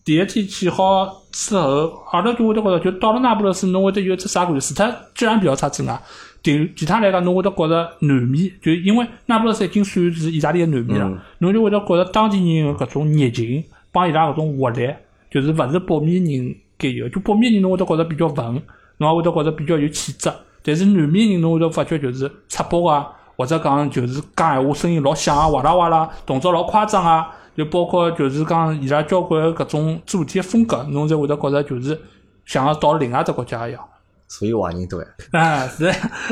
第一天去好之后，阿拉就会得觉着就到了那不勒斯，侬会得有一只啥感觉？除脱治安比较差之外，对其他来讲侬会得觉着南面，就因为那不勒斯已经算是意大利的南面了，侬就会得觉着当地人的搿种热情帮伊拉搿种活力，就是勿是北面人该有，就北面人侬会得觉着比较文，侬也会得觉着比较有气质，但是南面人侬会得发觉就是赤膊啊。或者讲就是讲闲话声音老响啊，哇啦哇啦，动作老夸张啊，就包括就是讲伊拉交关搿种做事体的风格，侬才会得觉着就是像到另外一只国家一样。
所以华人多呀。
啊，是，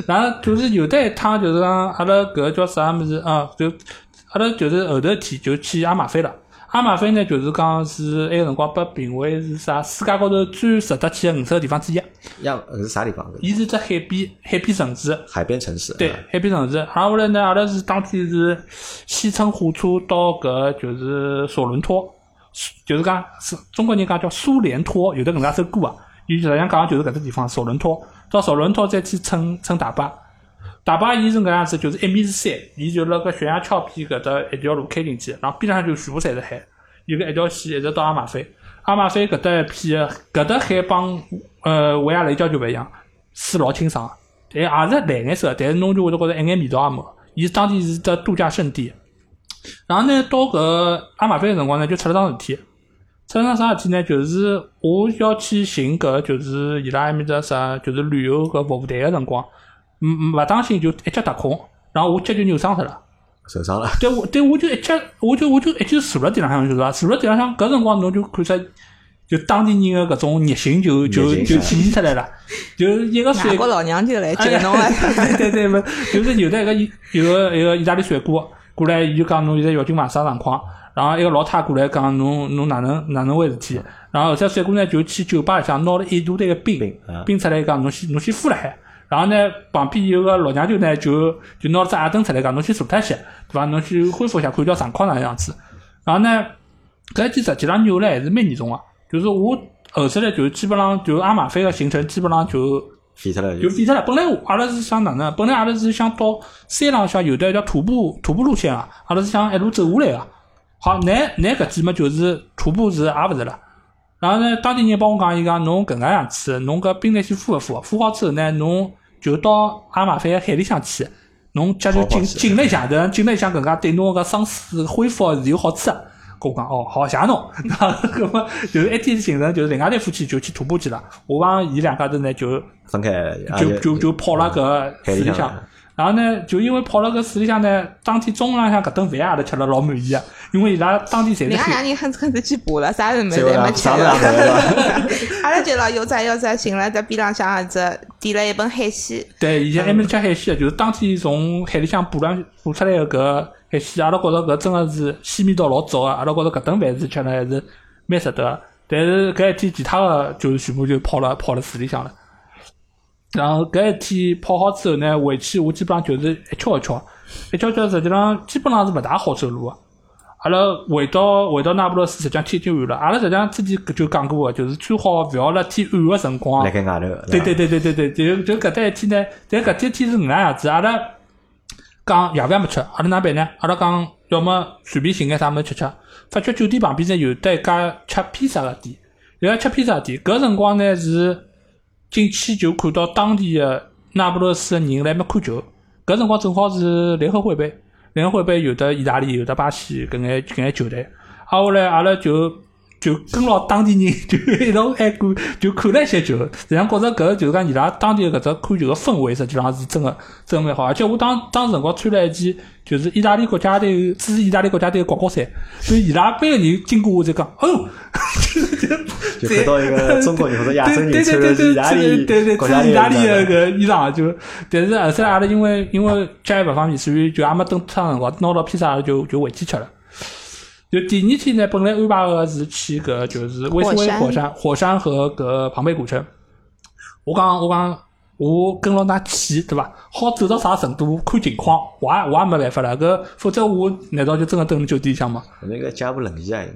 然后就是有得一趟就是讲阿拉搿叫啥物事啊，就阿拉就是后头天就去阿马菲了。阿马菲呢，就是讲是埃个辰光被评为是啥世界高头最值得去的五十个地方之一。
要呃是啥地方？
伊是只海边海边城市，
海边城市。
对
啊，
海边城市。然后后来呢，阿拉是当天是西乘火车到搿就是索伦托，就是讲是中国人讲叫苏联托，有的搿能介首歌啊。伊实际上讲就是搿只地方索伦托，到索伦托再去乘乘大巴。大巴伊是搿样子，就是一面是山，伊就辣搿悬崖峭壁搿搭一条路开进去，然后边浪就全部侪是海，有个一条线一直到阿马菲。阿马菲搿搭一片，搿搭海帮呃维也雷郊就勿一样，水老清爽，但也是蓝颜色，但是侬就会得觉着一眼味道也没。伊当地是只度假胜地。然后呢，到搿阿马菲个辰光呢，就出了桩事体。出了桩啥事体呢？就是我要去寻搿，就是伊拉埃面搭啥，就是旅游搿服务台个辰光，嗯，勿当心就一脚踏空，然后我脚就扭伤脱了。
受伤了。
对我对我就一脚，我就我就一记坐辣地浪向，就是伐？坐辣地浪向，搿辰光侬就看出，就当地人个搿种热情就就
热情
就是体现出来了，就一个
外
水
国老娘舅
[laughs]
来接侬了
哎，
[laughs]
呀对对对，没就是有的一个有个一个意大利帅哥过来，伊就讲侬现在要紧买啥状况，然后一个老太过来讲侬侬哪能哪能回事体，然后后头帅哥呢就去酒吧里向拿了一大堆个冰
嗯
冰出来讲侬先侬先敷了海。然后呢，旁边有个老娘舅呢，就就拿了只矮凳出来讲，侬先坐脱一歇，对伐？侬去恢复一下，看叫状况哪样子。然后呢，搿一天实际上扭了还是蛮严重个，就是我后头来就基本上就阿马菲个行程基本上就
飞出来
就
就
废脱了。本来我阿拉是想哪能？本来阿拉是想到山浪向有的一条徒步徒步路线啊，阿拉是想一路走下来啊。好，难难搿记么就是徒步是也勿是了。然后呢，当地人帮我讲，伊讲侬搿能样子，侬搿冰奶先敷一敷，敷好之后呢，侬就到阿马菲海里向去，侬脚就
好
浸
好
浸了一下，对，浸了一下搿能介对侬搿伤势恢复是有好处的。跟我讲哦，好谢谢侬， [laughs] 那么就是一天行程，就是另外一对夫妻就去徒步去了。我帮伊两家头呢就
分开，啊
就就就泡了搿水里
海里
向
向。
然后呢，就因为泡了搿水里向呢，当天中浪向搿顿饭也阿拉吃了老满意个，因为伊拉当天侪是
人家
海
两人恨恨得去补了，啥人没
最后
侪没
呢
吃
啥都拿
了。
回来了。
[laughs] 阿拉哦就老悠哉悠哉寻了只边浪向一只点了一盆海鲜，
对，
嗯
以前埃面吃海鲜，就是当天从海里向捕浪捕出来个搿海鲜，阿拉觉着搿真个是鲜味道老足个，阿拉觉着搿顿饭是吃了还是蛮值得个。但是搿一天其他个就是全部就泡了泡了水里向了。然后搿一天泡好之后呢，回去我基本上就是一敲一敲，一敲一敲，实际上基本上是勿大好走路个。阿拉回到回到那不勒斯，实际上天已经暗了。阿拉实际上之前就讲过个，就是最好勿要辣天暗个辰光
辣盖外头。
对
吧
对对对对对，就就搿搭一天呢，但搿搭一天是搿能样子，阿拉讲夜饭没吃，阿拉哪办呢？阿拉讲要么随便寻眼啥物事吃吃，发觉酒店旁边呢有得一家吃披萨个店，然后吃披萨店，搿辰光呢是进去就看到当地的那不勒斯的人来埃面看球，搿辰光正好是联合会杯，联合会杯有的意大利，有的巴西搿眼搿眼球队，啊后来阿拉就。就跟牢当地人 [laughs] 就一道爱看，就看了一些球。实际上，觉着搿就是讲伊拉当地搿只看球个氛围，实际上是真个真个蛮好。而且我当当时辰光穿了一件就是意大利国家队支持意大利国家队个广告衫，所以伊拉班个人经过我就讲，哦，
就看到一个中国人或者亚洲
[laughs] 对
人
对
穿
对
的是
对
意大利
对对啊对，
国家
穿意大利
的
的搿衣裳就，但是后啊头阿拉因为因为家里勿方便，所以就阿没等趟辰光拿到披萨阿拉就就回去吃了。就第二天呢，本来安排个是去搿就是威斯威
火
火山火山和搿庞贝古城。我讲我讲我跟牢㑚去对伐？好走到啥程度看情况，我也我也没办法了。搿否则我难道就真个蹲辣酒店里向吗？
那个加布冷伊啊，应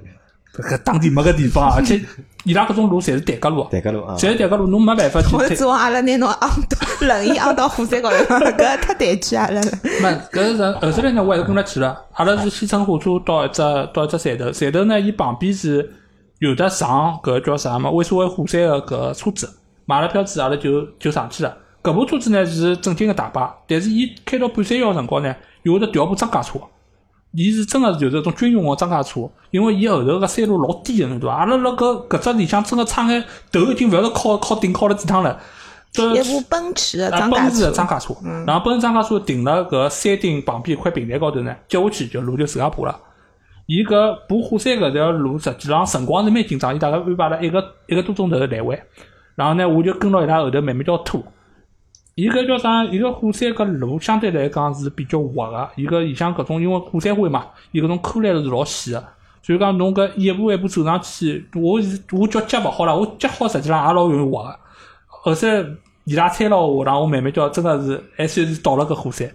该
搿当地没搿地方，而且 [laughs] 伊拉搿种路侪是弹格路，
对个路啊，
侪是弹格路，侬没办法去
我
推
指望阿拉拿侬昂到冷意昂到火
[laughs]
山高头，搿太抬举阿拉了。
那搿是后头来呢，我还是跟他去了。阿拉是先乘火车到一只到一只山头，山头呢，伊旁边是有的上搿叫啥嘛？威斯威火山个搿车子，买了票子，阿拉就就上去了。搿部车子呢是正经个大巴，但是伊开到半山腰个辰光呢，有会得调部装甲车。伊是真个就是一种军用个装甲车，因为伊后头个山路老低个，侬对伐？阿拉辣搿搿只里向真个差眼头已经勿晓得靠靠顶靠了几趟了。这
一部奔驰的
嗯啊，
装
奔
甲
驰的装
车，
甲车，然后奔驰装甲车停了搿山顶旁边一块平台高头呢，接下去就路就自家爬了。伊搿爬火山搿条路实际上辰光是蛮紧张，伊大概安排了一个一个多钟头来回。然后呢，我就跟牢伊拉后头慢慢叫拖。伊搿叫啥？伊搿火山搿路相对来讲是比较滑个，伊搿里向搿种因为火山灰嘛，伊搿种颗粒是老细个，所以讲侬搿一步一步走上去，我是我脚脚勿好了，我脚好实际上也老容易滑个。后头伊拉搀牢我，然后我慢慢叫真个是还算是到了搿火山。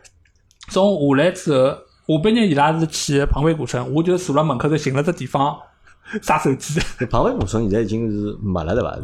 从下来之后，下半日伊拉是去庞贝古城，我就坐辣门口头寻了只地方耍手机。
就庞贝古城现在已经是没了对伐？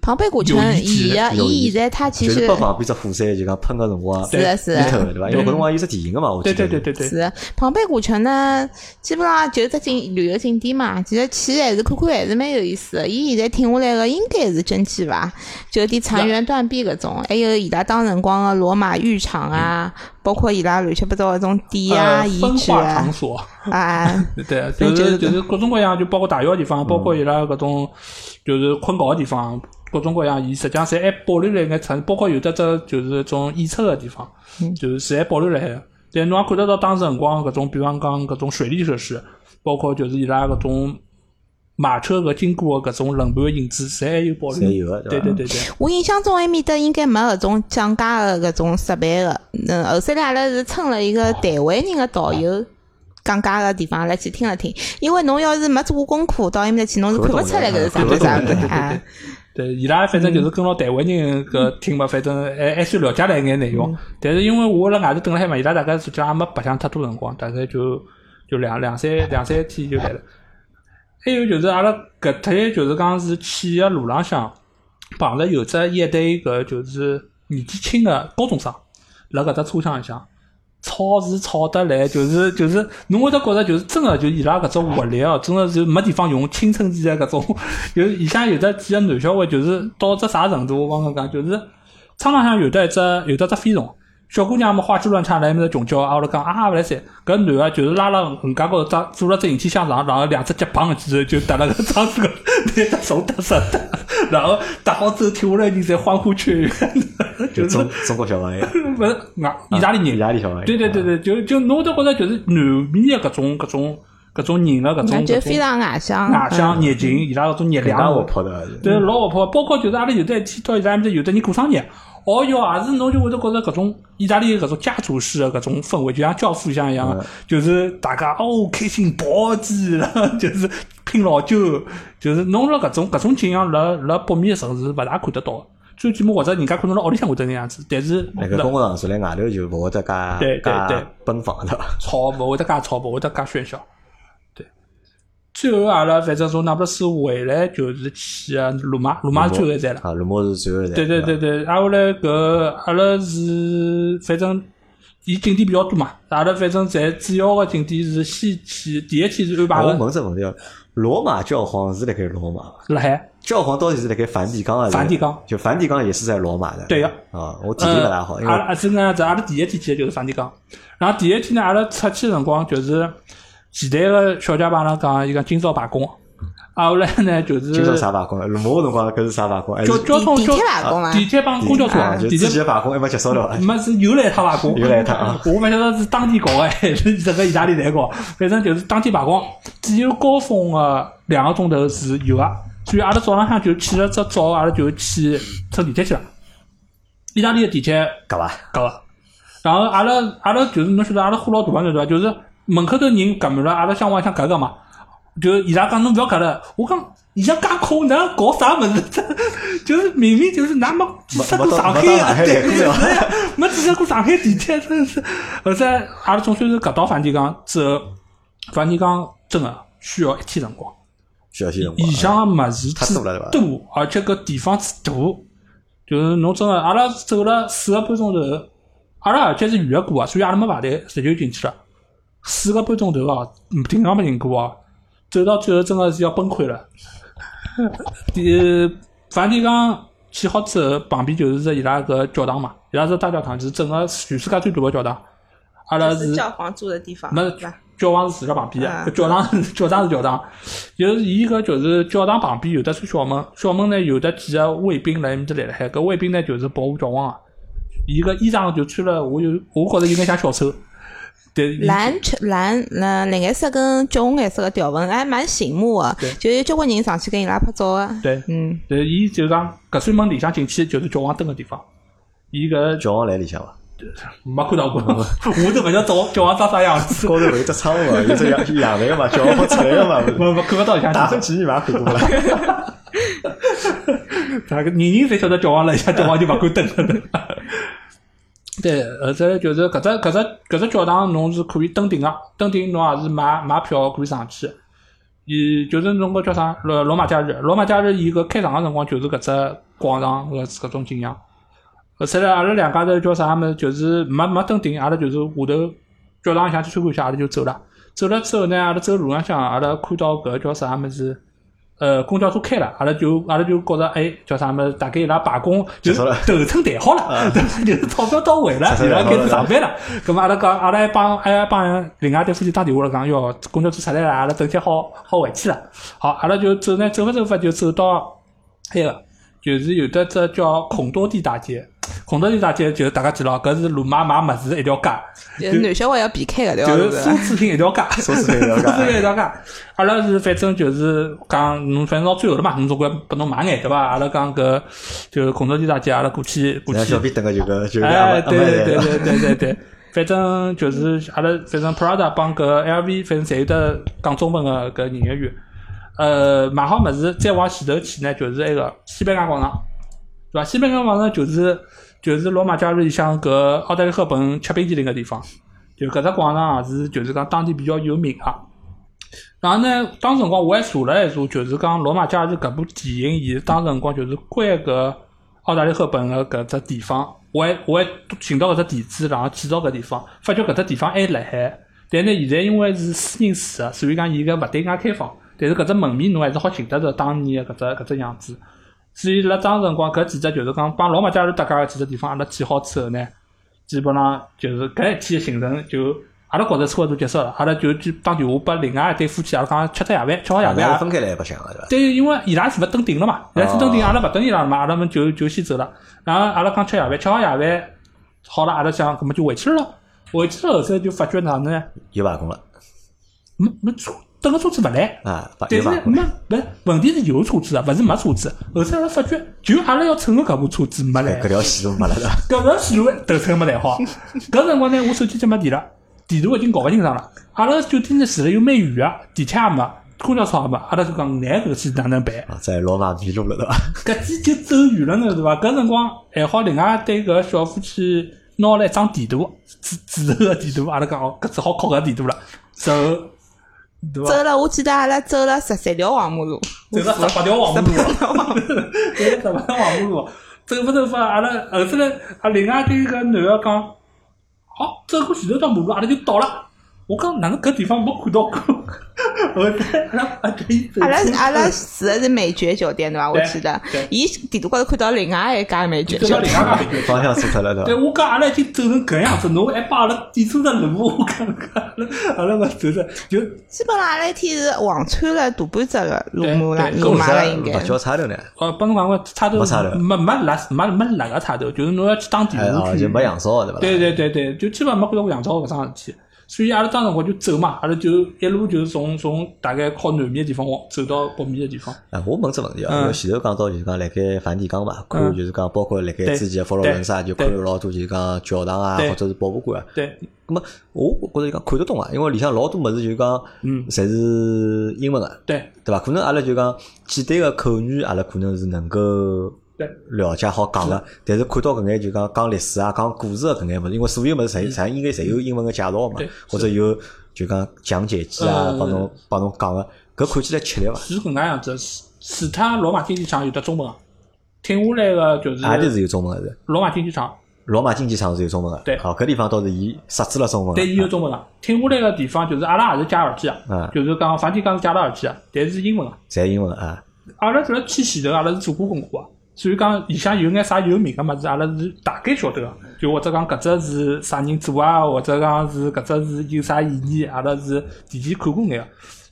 庞贝古城
有遗址
伊个
有遗
伊
址
现在它其
就
实
是把旁边只火山就讲喷个辰光，
是
啊
的是
里头
的
的对伐？因为搿辰光有只电影个嘛，我记
[laughs] 对
得
对对对对，
是的，庞贝古城呢，基本上就是只景旅游景点嘛。其实去还是看看还是蛮有意思的。伊现在停下来个应该是蒸汽吧，就点长垣断壁搿
嗯
种，还有伊拉当辰光个罗马浴场啊，包括伊拉乱七八糟搿种店啊、
呃，
遗
分
址
化
啊
场所，
啊，
[laughs] 对，
对
就
就是是
就是各种各样，就包括大学地方，包
嗯
括伊拉搿种就是困觉个地方，各种各样，伊实际上侪还保留了一眼城，包括有的只就是种演出个地方，
嗯
就是侪还保留了海个。但侬也看得到当时辰光搿种，比方讲搿种水利设施，包括就是伊拉搿种马车搿经过搿种轮盘个影子，侪还有保留。
侪有个
对
对伐
对对对，
我印象中埃面搭应该没搿种降价的搿种设备的。嗯，后头来阿拉是蹭了一个台湾人的导游讲价的地方，阿拉去听了听。因为侬要是没做过功课，到埃面搭去侬是看勿出来搿是啥物事啥物
对
事啊。
对，伊拉反正就是跟牢台湾人搿听嘛，反正还还算了解了一眼内容。但是因为我辣外头等了海嘛，伊拉大概实际上也没白相太多辰光，大概就就两两三两三天就来了。还有就是阿拉搿天就是讲是去个路浪向碰着有只一对搿就是年纪轻个高中生辣搿只车厢里向。吵是吵得来，就是就是，侬会得觉着就是真个，就伊拉搿只活力哦，真个是没地方用。青春期的搿种， [laughs] 就是里向有的几个男小孩，就是到只啥程度？我刚刚讲，就是舱浪向有的一只有的只飞虫，小姑娘们花枝乱颤来面搭穷叫，啊，我来讲啊勿来三，搿男个就是拉了横架高头搭做了只引体向上，然后两只脚绑起来就搭了个窗子高，拿只手搭上搭，然后搭好之后停下来人侪欢呼雀跃， [laughs]
就
就是
中中国小朋友，
勿是外意大利人
意。大利小朋友，
对对对对，就就侬都觉着就是南面的搿种搿种�种人的搿种
感觉
搿
非
种
常外向，
外向
嗯
热情，伊拉搿种热
对，蛮活
量，
泼的，啊
对老活泼。包括就是阿拉有的一天到伊拉面搭，有的人过生日，哦哟，也是侬就会得觉着搿种意大利搿种家族式的搿种氛围，就像教父像一样，就是大家哦开心爆鸡，然后就是拼老酒，就是侬辣搿种搿种景象辣辣北面的城市勿大看得到的，最起码或者人家可能辣屋里向会得那样子，但是
那个
辣
公共场所来外头就勿会得加
对对对
加奔放的，
吵，勿会得介吵，勿会得介喧嚣。对，最后阿拉反正从那不勒斯回来就是去啊罗马，罗马是最后一站了。
啊，鲁摩是最后一站，
对对对
吧，
对，啊，后来搿阿拉是反正伊景点比较多嘛，阿拉反正侪主要个景点是先去，第一天是安排
我
个
问只问题哦，罗马教皇是辣盖罗马伐？
辣海。
教皇到底是辣盖梵蒂冈还是？
梵蒂冈
就梵蒂冈也是在罗马的。
对呀
呀。啊，我体力
呃
勿大好，因
阿
为
拉是呢，这阿拉第一天去的就是梵蒂冈，然后第一天呢，阿拉出去的辰光就是前台个小姐帮阿拉讲，伊讲今朝罢工，啊后来呢就是
今朝啥罢工了？某辰光搿是啥罢工？还是
交交通
地
交
铁罢工啊
地铁帮公交车
啊，就
地
自
铁
己的罢工还没结束了伐？哎
没是又来一趟罢
[laughs]
工，
又来一趟啊！
我勿晓得是当地搞的 [laughs] 还是整个意大利来搞，反正就是当天罢工，只有高峰个两个钟头是有个，所以阿拉早浪向就起了只早，阿拉就去乘地铁去了。意大利的地铁
搿伐？
[laughs] 搿个，然后阿拉阿拉就是侬晓得阿拉火老大嘛，对伐？就是门口头人夹满了，阿拉想往里向夹夹嘛，就伊拉讲侬勿要夹了，我讲。里向介空，㑚搞啥物事？ [laughs] 就是明明就是㑚没去
没
出
没
过
到
上海
没到上
啊，
海
对
来过对伐
对呀，没挤着过上海地铁，真是。后头阿拉总算是搿到梵蒂冈之后，梵蒂冈真个需要一天辰光，
需要些辰光
里向个物事
太
之
多了对伐
多，而且搿地方之大，就是侬真个阿拉走了四个半钟头，阿拉而且是预约过啊，所以阿拉没排队，直接就进去了。四个半钟头啊，嗯停也没停过啊，走到最后真个是要崩溃了。 [laughs] 第梵蒂冈去好之后，旁边就是只伊拉搿教堂嘛，伊拉是大教堂，就是整个全世界最大个教堂。阿拉
就是
是
教皇住的地方，
没
是吧？
教皇是住辣旁边
啊
的，教堂 [laughs] 是教堂是教堂，就是伊搿就是教堂旁边有得扇小门，小门呢有得几个卫兵辣埃面搭立辣海，搿卫兵呢就是保护教皇啊。伊搿衣裳就穿了，我有我觉着有眼像小丑，但伊
蓝橙蓝那蓝颜色跟橘红颜色的条纹还蛮醒目的
对，
就有交关人上去跟伊拉拍照啊。
对，
嗯，
但伊就讲搿扇门里向进去就是教皇蹲个地方，伊搿
教皇来里向伐？
没看到过，我都勿晓得教教皇长啥样子，
高头有一只窗户，有只阳阳台嘛，教皇出来个
[laughs]
嘛，不是
没没看勿到里向。
大分几年嘛看过
[laughs]
了。
大个人人侪晓得教皇了，一下教皇就勿敢蹲了。 [laughs] 对，后头就是搿只搿只搿只教堂，侬是可以登顶个，啊登顶侬也是买买票可以上去。伊就是侬搿叫啥？罗罗马假日，罗马假日伊搿开场个辰光就是搿只广场搿搿种景象。后头来阿拉两家头叫啥物事？就是没没登顶，阿拉就是下头教堂里向去参观一下，阿拉就走了。走了之后呢，阿拉走路浪向，阿拉看到搿叫啥物事？呃，公交车开了，阿拉就阿拉就觉着，哎，叫啥么？大概伊拉罢工
结
就是
束了啊
[laughs] 头寸谈好了，对伐？就是钞票到位了， [laughs] 伊拉开始上班了。咁嘛，阿拉讲，阿拉还帮还帮另外一对夫妻打电话了，讲哟，公交车出来了，阿拉等歇好好回去了。好，阿拉就走呢，走法走法就走到埃个，就是有的只叫孔多地大街。孔多地大街就是大家记牢，搿是罗马买物事一条街。
就是男小孩要避开的，哎对伐？
就是
是
奢侈品一条街，
奢侈品一条街
奢侈品一条街。阿拉是反正就是讲，侬反正到最后了嘛，侬总归拨侬买眼对伐？阿拉讲搿就是孔德基大街，阿拉过去过
然后
去
小，编等个就个就个阿
哎，
妈阿
对
妈
对
来
对
了。
对对对对， [laughs] 反正就是阿拉反正 Prada 帮搿 LV 反正侪有得讲中文个搿营业员。呃，买好物事再往前头去呢，就是埃个西班牙广场，对伐？西班牙广场就是就是罗马假日里向搿奥黛丽赫本吃冰淇淋个地方。就搿只广场也是，就是讲当地比较有名啊。然后呢，当时辰光我还查了一查，就是讲《罗马假日》搿部电影，伊是当时辰光就是关搿澳大利亚赫本个搿只地方，我还我还寻到搿只地址，然后去到搿地方，发觉搿只地方还辣海。但呢，现在因为是私人住个，所以讲伊搿勿对外开放。但是搿只门面侬还是好寻得着当年个搿只搿只样子。所以辣当时辰光搿几只就是讲帮罗马假日搭界个几只地方，阿拉去好之后呢，基本上就是搿一天的行程就阿拉觉着差勿多结束了，阿拉就去打电话拨另外一对夫妻，阿拉讲吃只夜饭，吃好夜
两个人
饭
分。开来白相个对伐？
对，因为伊拉是勿登顶了嘛，伊拉是登顶，
哦
阿拉勿等伊拉了嘛，阿拉们就就先走了。然后阿拉讲吃夜饭，吃好夜饭，好了，阿拉想搿么就回去了咯。回去了后头就发觉哪能呢？
有罢工了
没没车，等个车子勿来。
啊，罢
但
有
是
罢
呢，
工
没不是问题是有车子啊，勿是没车子。后头阿拉发觉，就阿拉要乘个搿部车子没来
哎搿。条线路没了对伐？
搿条线路头寸没来好，搿辰光呢，我手机就没电了，地图已经搞勿清爽了。阿拉酒店呢住了又蛮远个，啊地铁也没，公交车也没，阿拉就讲，难搿个事体哪能办？
啊，在罗马迷路了对伐？
搿天就走远了呢，对伐？搿辰光还好，另外对搿小夫妻拿了一张地图，指指头个地图，阿拉讲哦，搿只好靠搿地图了，走，对伐？
走了，我记得阿拉走了十三条黄马路，
走了十八条黄浦路，啊走了 [laughs] 十八啊呃条黄浦路，走不走吧？阿拉后头呢，啊，另外对搿男个讲，好，走过前头趟马路，阿拉就到了。我讲哪能搿地方没看到过？ [laughs] 后来阿拉阿伊走
阿拉
进去
阿拉住的是美爵酒店对伐？我
对
记得
对，
伊地图高头看到另外一家美爵
走
酒
到另
店，
外一家店。
方向错脱了对
[laughs] 对，
伐？
我讲阿拉已经走成搿样子，侬还帮阿拉点错了路， [laughs] 我讲阿拉阿拉勿走着，就
基本上阿拉一天是横穿了大半只个路马了，
对对
路
搿为
马了应
啥
该
勿。叫差头呢？
呃，帮侬讲个插头
没插头
没没辣没没辣个插头，就是侬要去打
哎
电话
哦，
去，
就没杨少对伐？
嗯对对对对，就基本上没看到过杨超搿桩事体。所以阿拉当辰光就走嘛，阿拉就一路就是从从大概靠南面的地方往走到北面的地方。
啊，我问只问题啊，因为前头讲到就是讲辣盖梵蒂冈嘛，看
嗯
就是讲包括辣盖
对
之前佛罗伦萨就看了老多就是讲教堂啊，
对
或者是博物馆啊。
对，
咁么我觉着就讲看得懂啊，因为里向老多物事就是讲，
嗯
侪是英文个，
对
对伐？可能阿拉就讲简单个口语，阿拉可能是能够
对
了解好讲个，但是看到搿眼就讲讲历史啊、讲故事个搿眼物事，因为所有物事侪侪应该侪有英文个介绍嘛
对，
或者有就讲讲解机啊，
嗯
帮侬帮侬讲个，啊搿看起来吃力伐？
是搿能样子。除他罗马竞技场有得中文啊，停下来个就
阿里
是
啊是有中文个是。
罗马竞技场，
罗马竞技场是有中文的，
对
好，搿地方倒是伊设置了中文的，
对，伊有中文啊。停下来个地方就是阿拉也是加耳机
嗯
啊，就是讲梵蒂冈是加了耳机啊，但是是英文啊。
侪英文啊，
阿拉搿辣去前头，阿拉是做过功课啊，所以讲里向有眼啥有名个物事，阿拉是大概晓得个。就或者讲搿只是啥人做啊，或者讲是搿只是有啥意义，阿拉是提前看过眼个。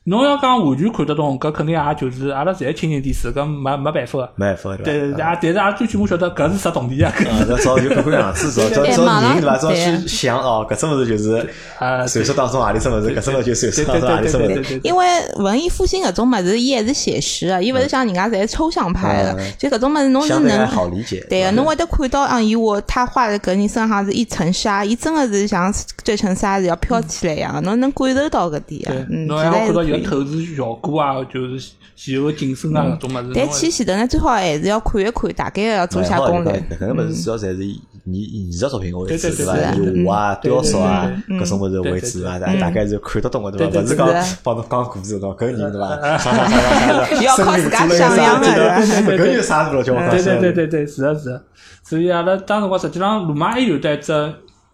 侬要讲完全看得懂，搿肯定也就是阿拉侪蜻蜓点水，搿没没办法个。
没办法对伐？
对对对，
啊，
啊但是阿拉最起码晓得搿是啥动力啊，搿
啊，那早就看看样子，早早
对
早
马上
人对伐？早
对
去想哦，搿种物事就是
啊，
传说当中何里种物事，搿种物事就
对
传
[laughs] 对
说当中何里
对
种
对
物
对
事，
对嗯对，
因为文艺复兴搿种物事，伊还是写实个，伊勿是像人家侪是抽象派的
嗯，
就搿种物事侬是
相对还
能
好理解。
对啊
个，
个，侬会得看到，嗯，伊画他画的搿人身上是一层纱，伊真的是像这层纱是要飘起来一样的，侬能感受到搿点啊。
嗯对，
嗯，
侬
其
还
实
要
还是
看到伊
可
个
以。
透视效果啊，就是前后景深啊搿种物事。
但
侬
去前头呢，最好还是要看一看，大概要做一
哎
下嗯攻略。
搿能物事主要侪是以以艺术作品为主，
对对对
伐
是？啊
以画啊、雕塑啊
对嗯
搿种物事
对
为
对
主
对嗯
啊，大大概是看得懂个对伐？
对对
勿是
对
讲 [laughs]
是啊
帮侬讲故事，讲搿人对伐？啥啥啥 [laughs] 啥啥，
嗯要靠自家啊想象
的
的
对对对
搿人有啥乱七八糟
哎对
想
对
的
对对对，是的，是的。所以阿拉当辰光实际上罗马还有得一只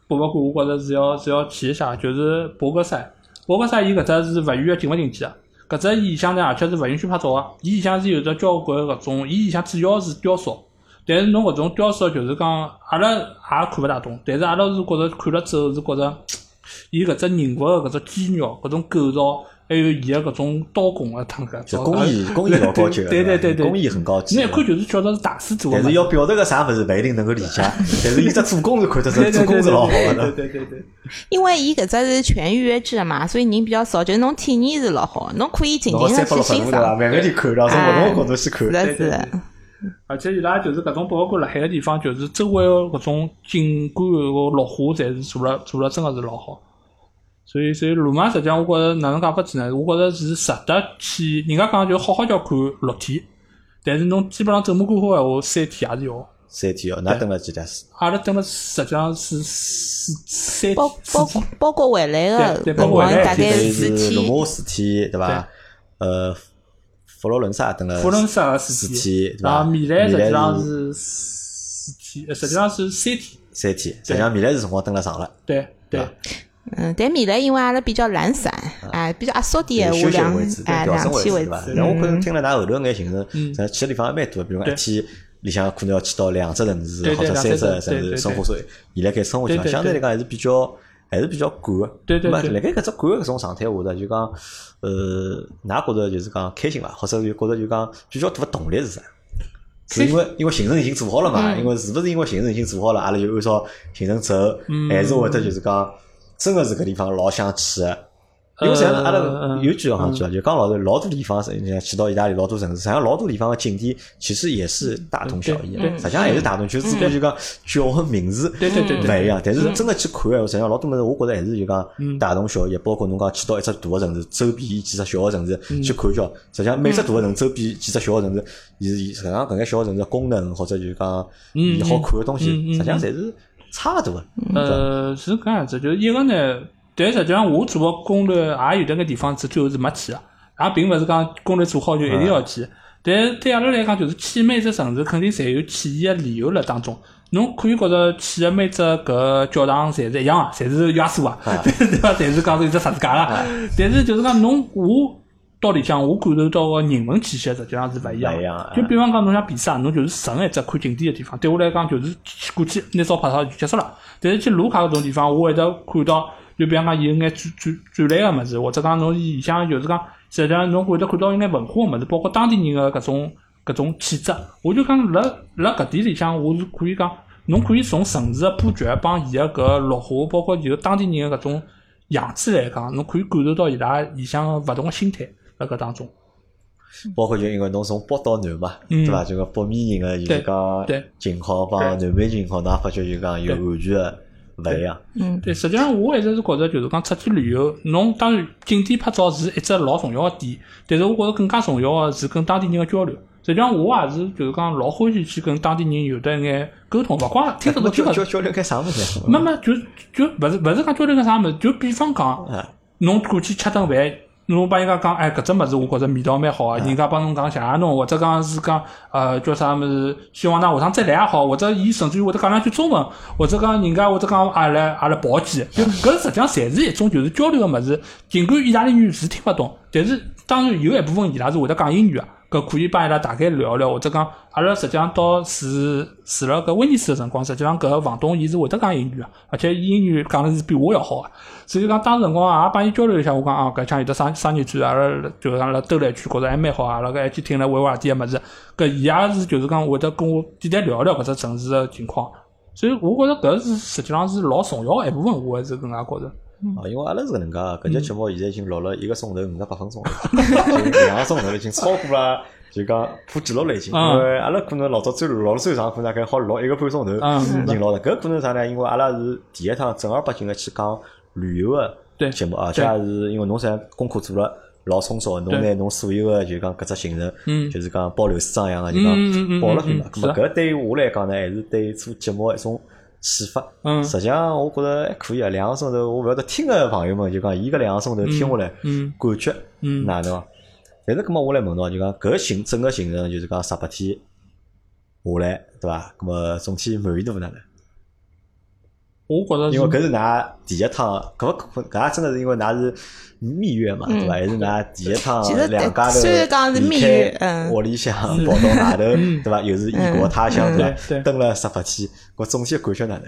博物馆，我觉着是要是要去一下，就是博格塞。博格塞伊搿只是勿允许进勿进去啊，搿只伊里向呢，而且是勿允许拍照啊。伊里向是有得交关搿种，伊里向主要是雕塑。但是侬搿种雕塑就是讲，阿拉也看勿大懂，但是阿拉是觉着看了之后是觉着，伊搿只人物的搿只肌肉、搿种构造，还有伊个搿种刀工啊，等搿
就
种
工艺，工艺老高级的，
对对对对，
工艺很高级
你
的。
一看就是晓得是大师做的
但
嘛，
是要表达个啥物事，勿一定能够理解。啊
[laughs]
但是伊只做工是看得出
对，
做
对对
工是
对
老好
对
的。
对对对
因为伊搿只是全预约制的嘛，所以人比较少，就是侬体验是老好，侬可以静
侬
静
三
的
百
去
六十度
欣
对伐？ [laughs]
赏。
慢慢去看，然后从
哎
勿同角度去看
是。的，
对
是
对
的
对。而且伊拉就是搿种博物馆辣海个地方，就是周围个搿种景观和绿化，侪是做了做了，真个是老好。所以，所以罗马实际上，我觉着哪能讲法子呢？我觉着是值得去。人家讲就好好叫看六天，但是侬基本上走马观花闲话，三天也是要。
三天哦，那等了几天？
阿拉等了实际上是四三
包包
四天，
包括回来的
对对
辰
包括
光，
回来
大概
等于
四
是
天。
罗马四天对伐？呃，佛罗伦萨等了
佛罗伦萨
四
四
天，对
然
伐？
后米啊兰实际上
是
是四天，呃实际上是三天。
三天，实际上米兰是辰光等了长了，
对
对
对
吧
嗯，但米兰因为阿拉比较懒散，哎，比较压缩点
就
闲
休息
话两
为主，
哎
对调
两
整为
天
主
为
对
主
伐？。然后我可能听了㑚后头眼行程，实际上去的地方还蛮多，比如讲一
嗯对
天里向可能要去到两只城市
对
或者
对
三只
两
城
只城
市
对
生活，
对
所以伊辣盖生活上
对对
相对来讲还是比较还是比较赶个。
对对
那么
对
辣盖搿只赶个搿种状态下头，就讲呃，㑚觉着就是讲开心伐？或者就觉着就讲比较大个动力是啥？是因为因为行程已经做好了
嗯
嘛？因为是勿是因为行程已经做好了，阿拉就按照行程走，
嗯
还是会得就是讲真个是搿地方老想去个。因为实际上阿拉
嗯
有句话讲，就讲老实，老多地方实际上去到意大利老多城市，实际上老多地方的景点其实也是大同小异的
嗯对，嗯
实际上还是大同，就是只不过就讲叫个名字
对对对对嗯
勿一样。但是真的去看闲话，实际上老多物事，我觉着还是就讲大同小异，包括侬讲去到一只大个城市，周边几只小个城市
嗯
去看一下，实际上每只大个城市周边几只小个城市，伊是伊实际上搿眼小个城市的功能或者就是讲伊好看的东西，
嗯嗯嗯
实际上侪是差勿多的。
呃，是搿样子，就是一个呢，但实际上我做个攻略也有得眼地方是最后是没去个，也并勿是讲攻略做好就一定要去。但是对阿拉来讲，就是去每只城市肯定侪有去伊个理由辣当中。侬可以觉着去个每只搿教堂侪是一样啊，侪是耶稣啊， [laughs] 对伐？侪是讲是一只十字架啊。但是就是讲侬我到里向我感受到个人文气息啊实际上是勿一样
勿一样
的
啊。
就比方讲侬像比萨，侬就是纯一只看景点个地方，对我来讲就是去过去拿照拍照就结束了。但是去卢卡搿种地方，我会得看到，就比方讲伊有眼展展展览个物事，或者讲侬伊里向就是讲，实际上侬会得看到有眼文化个物事，包括当地人个搿种搿种气质。我就讲辣辣搿点里向，我是可以讲，侬可以从城市个布局帮伊个搿绿化，包括伊个当地人个搿种样子来讲，侬可以感受到伊拉里向个勿同个心态辣搿当中。
包括就因为侬从北到南嘛，
嗯
对伐？就讲北面人个就是讲
对对
情况帮南面情况，㑚发觉就讲有
对
完全个勿一样。
嗯，
对，实际上我一直是觉着，就是讲出去旅游，侬当然景点拍照是一只老重要的点，但是我觉着更加重要的是跟当地人的交流。实际上我也是就是讲老欢喜去跟当地人有得一眼沟通，勿光听
哎
得
那
懂
交
听勿
交
懂。
交流干啥物事？
没没，就就勿是勿是讲交流个啥物事，就比方讲，
啊，
侬过去吃顿饭，侬帮人家讲，哎，搿只物事我觉着味道蛮好啊，人家帮侬讲谢谢侬，或者讲是讲呃叫啥物事，希望㑚下趟再来也好，或者伊甚至于会得讲两句中文，或者讲人家或者讲阿拉阿拉保记，就搿实际上侪是一种就是交流个物事。尽管意大利语是听勿懂，但是当然有一部分伊拉是会得讲英语啊。搿可以帮伊拉大概聊聊，或者讲阿拉实际上到住住了搿威尼斯个辰光，实际上搿个房东伊是会得讲英语个，啊而且伊英语讲的是比我要好啊个。所以讲当时辰光也帮伊交流一下，我讲啊搿像有得商商业区，阿拉就是讲阿拉兜了一圈，觉着还蛮好啊，阿拉搿还去听了维瓦尔第个物事，搿伊也是就是讲会得跟我简单聊聊搿只城市个情况。所以我觉着搿是实际上是老重要的一部分，我还是搿能介觉着。
啊，因为阿拉是搿能介个，搿
嗯
节节目现在已经录了一个钟头五十八分钟了， [laughs] 已经两个钟头了已经超过了，就讲破纪录了已经。
嗯
因为阿拉可能老早最录了最长，可能大概好录一个半钟头，
嗯
已经录了。搿可能啥呢？因为阿拉是第一趟正儿八经个去讲旅游
对
个节目，而且
对
是因为侬实际上功课做了。老充足的，侬拿
对
侬所有个就讲搿只行程，
嗯
就是讲包流水账一样个，就
嗯嗯嗯
讲
嗯
报了去
嗯
嘛。咾
是
么
啊
搿对我来讲呢，还是对做节目的一种启发。
嗯
实际上我觉着还可以啊，两个钟头，我勿晓得听个朋友们就讲，伊搿两个钟头听下来，
嗯
感觉
嗯
哪能啊？但是搿么我来问侬啊，就讲搿行整个行程啊就是讲十八天下来，对伐？搿么总体满意度哪能？
我觉着
因为
是
搿是㑚第一趟，搿勿搿也真的是因为㑚是蜜月嘛，对伐？还是㑚第一趟
嗯其实
两家头
虽然讲是蜜
离
月
开
嗯
屋里向跑到外头，对伐？又是异国他乡，对
嗯对
伐？
对
蹲了十八天，我总体感觉哪能？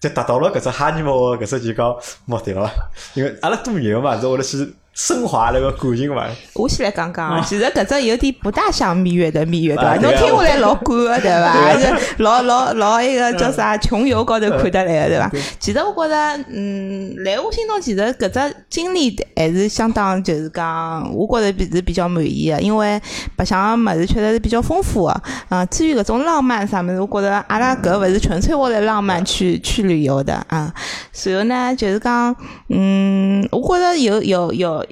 就达到了搿只哈尼毛搿只就讲目的了伐？因为阿拉多年嘛，是为了去升华阿拉个感情嘛。
我先来讲讲啊，其实搿只有点不大像蜜月的蜜月对伐？
啊
侬
对啊
听下来老赶个对伐？还是老老老一个叫啥穷游高头看得来个对
嗯
伐？其实我觉着，嗯，来我心中其实搿只经历还是相当就是讲，我觉着比是比较满意个，因为白相个物事确实是比较丰富个。嗯，至于搿种浪漫啥物事，我觉着阿拉搿勿是纯粹为了浪
嗯
漫去去旅游的啊。随后呢，就是讲，嗯，我觉着有有有。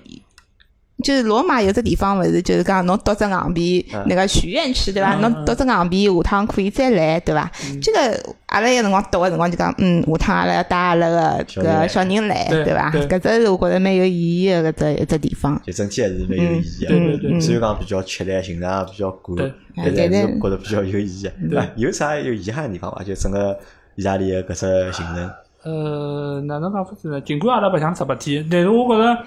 就是罗马有只地方，勿是就是讲侬到只硬币
嗯
那个许愿池对伐？
嗯
侬到只硬币下趟可以再来对伐？这个阿拉有辰光到个辰光就讲，嗯，下趟阿拉要带阿拉个
小人来
搿小人来
对
对伐？
对
搿只是我觉着蛮有意义个搿只一只地方。
就整体还是蛮有意义
嗯对对
的，
对
虽然讲比较吃力，行程也比较赶
对，
但是
对
还
对
是觉得比较有意义。
对
啊有啥有遗憾的地方伐？就整个意大利的搿只行程，
呃，哪能讲法子呢？尽管阿拉白相十八天，但是我觉着，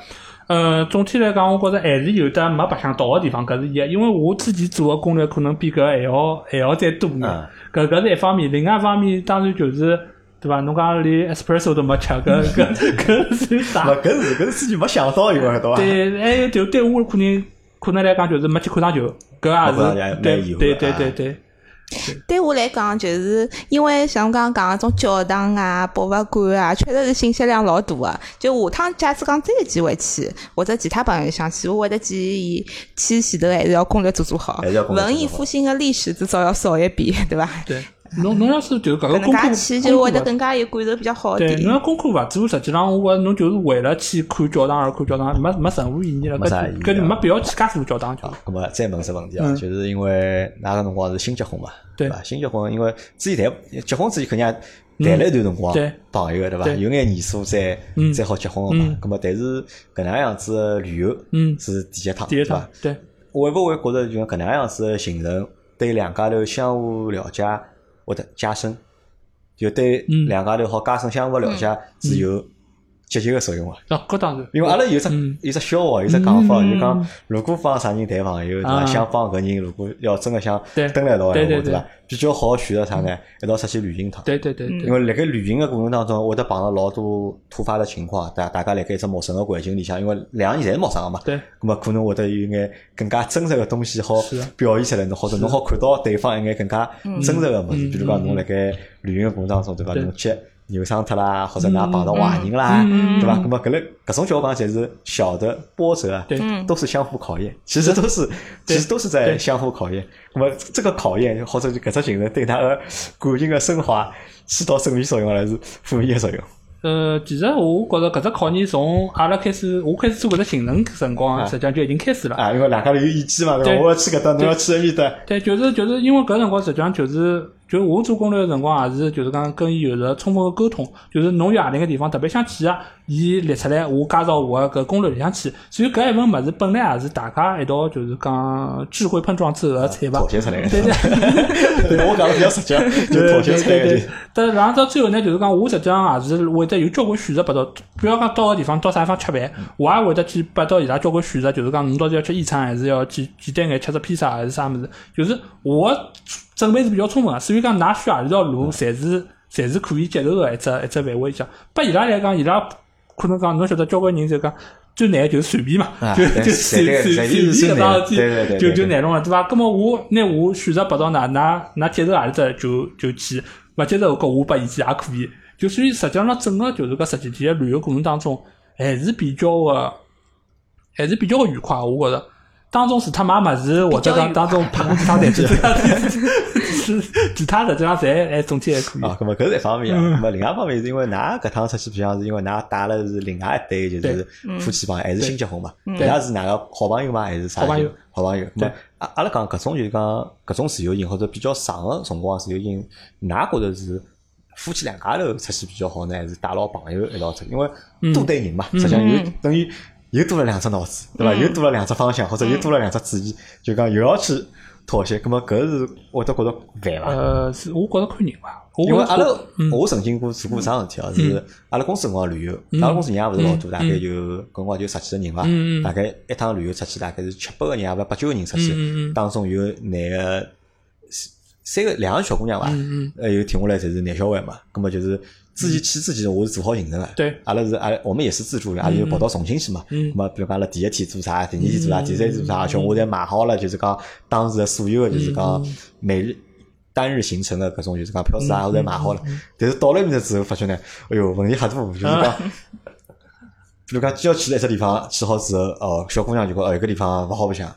呃，总体来讲，我觉着还是有得没白相到个地方，搿是一。因为我之前做个攻略可能比搿还要还要再多眼
嗯，
搿搿是一方面。另外一方面，当然就是对伐？侬讲连 espresso 都没吃，搿搿搿是啥？
勿搿是搿是自己没想到有啊个，对伐？
对，还有就对我可能可能来讲，就是没去看场球，搿也是
没看场球也蛮遗
对
憾
对
的
对
啊
对对，
对我来讲，就是因为像我刚刚讲的种教堂啊、博物馆啊，确实是信息量老大个。就下趟假使讲再有机会去，或者其他朋友想去，我会得建议伊去前头还是要攻略做做好
还是要，攻略做做好
文艺复兴的历史至少要扫一遍，对伐？
对。侬侬要是就是搿个
搿
功
能
课
介去就会
功课
得更加有感受比较好一
对，侬
点。
要功课勿做，实际上我觉着侬就是为了去看教堂而看教堂，没没任何意义了。
没啥意义
搿搿就
啊
没必要去介多教堂去
啊。，咁么再问只问题啊，
嗯
就是因为那个辰光是新结婚嘛，
对
伐？新结婚，因为之前谈结婚之前肯定也谈了一段辰光
对，
朋友对伐？
对
有眼年数再
嗯
再好结婚个嘛
嗯。
咁么但是搿能样子的旅游，
嗯
是第一趟，
第一
对伐
趟？，对，
会不会觉得就讲搿能样子的行程对两家头相互了解会得加深？就对
嗯
两家头好加深相互了解是有积极个作用个。啊
哦，搿当然，
因为阿拉有只
嗯
有只笑话，有只讲法，
嗯
就讲如果帮啥人谈朋友，对伐？
啊
想帮搿人，如果要真个想
对
蹲辣一道
对
闲话，
对嗯
对伐？啊比较好选择啥呢？一道出去旅行一趟。
对对对对，
因为辣盖旅行个过程当中，会得碰到老多突发的情况，大大家辣盖一只陌生个环境里向，因为两个人侪是陌生个嘛，
对，
咁么啊可能会得有眼更加真实个东西好
是啊
表现出来，侬或者侬好看到对方一眼更加真实个物事，
嗯
比如讲侬辣盖旅行个过程当中，对伐？
对
侬脚扭伤脱啦，或者㑚碰到坏人啦，
嗯
对伐？咁么搿类搿种情况侪是小的波折啊，
对
嗯
都是相互考验，其实都是其实都是在
对
相互考验。那么这个考验或者就搿只行程对他的感情的升华起到正面作用还是负面的作用？
呃，其实我觉着搿只考验从阿拉开始，我开始做搿只行程辰
啊
光，实际上就已经开始了。
啊，因为两家头有意见嘛，对
对
伐？我要去搿搭，侬要去埃面搭，
对，就是就是因为搿辰光实际上就是，就我做攻略个辰光也是，就是讲跟伊有着充分个沟通，就是侬有何里个地方特别想去啊，伊列出来，我加到我个搿攻略里向去。所以搿一份物事本来也是大家一道就是讲智慧碰撞之后个产
妥
物。
协出来的。
对
[laughs]
对。
对，我讲的比较直接，就
对
妥
对
协出来
对
的
对。但是然后到最后呢，就是讲我实际上也是会得有交关选择拨到，比方讲到个地方到啥地方吃饭，我也会得去拨到伊拉交关选择，就是讲侬到底要吃西餐，还是要简简单眼吃只披萨，还是啥物事？就是我准备是比较充分个，所以讲㑚选何里条路，侪是侪是可以接受个一只一只范围里向。拨伊拉来讲，伊拉可能讲侬晓得交关人就讲。最难的就是随便嘛
啊，
就
对
就
随
随
便
随
随
随
便是
便搿
最难
桩
的
事
对对对
体，就
对
就
对
内容了，对伐？那么我拿我选择拨到㑚㑚㑚接受何里只啊就就去，勿接受搿我拨意见也可以。就所以实际上整个就是搿十几天的旅游过程当中，还是比较个，还是比较个愉快，我觉着。当中除脱买物事，或者讲当中拍过几趟台机，其
[laughs]
他其他实际上侪还总体还可以。
啊，咁么搿是一方面
嗯
啊，咁么另外一方面是因为㑚搿趟出去，比方是因为㑚带了是另外一对，就是
嗯
夫妻朋友，还是新结婚嘛？伊拉是㑚个好朋友嘛，还是啥
好朋
人
友？
好朋友。咁么
对
阿阿拉讲搿种就是讲搿种自由行或者比较长个辰光自由行，㑚觉着是夫妻两家头出去比较好呢，还是带牢朋友一道出去？因为
嗯
多对人嘛，实际上有
嗯
等于又多了两只脑子，对伐？
嗯
又多了两只方向，或者又多了两只主意，就讲又要去妥协。咁么搿是会得觉着烦伐？
呃，是我觉着看人伐，我
因为
觉嗯
阿
着
拉
看
我曾经过做过啥事体
嗯
啊？是阿拉公司辰光旅游，阿拉公司人也勿是老多，大概就搿辰光就十几个人伐
嗯嗯，嗯
大概一趟旅游出去大概是七八个人，也勿八九个人出去
嗯嗯，嗯
当中有拿个三个两个小姑娘伐，
嗯
呃，有停下来侪是男小孩嘛，葛末就是之前去之前我是做好行程个，
对
阿拉是阿拉我们也是自助的，阿拉就跑到重庆去嘛，
嗯
葛末比如讲阿拉第一天做啥，第二天做啥，第三天做啥，而且我侪买好了，就是讲当时的所有的就是
嗯
讲每日。单日行程的搿种就是讲票子
嗯
啊，我侪买好了，但是到了面头之后发觉呢，哎哟，问题很多，就是讲，
嗯
[laughs] 比如讲既要去了一只地方，去好之后，哦，小姑娘就讲，哦，搿地方勿好白相，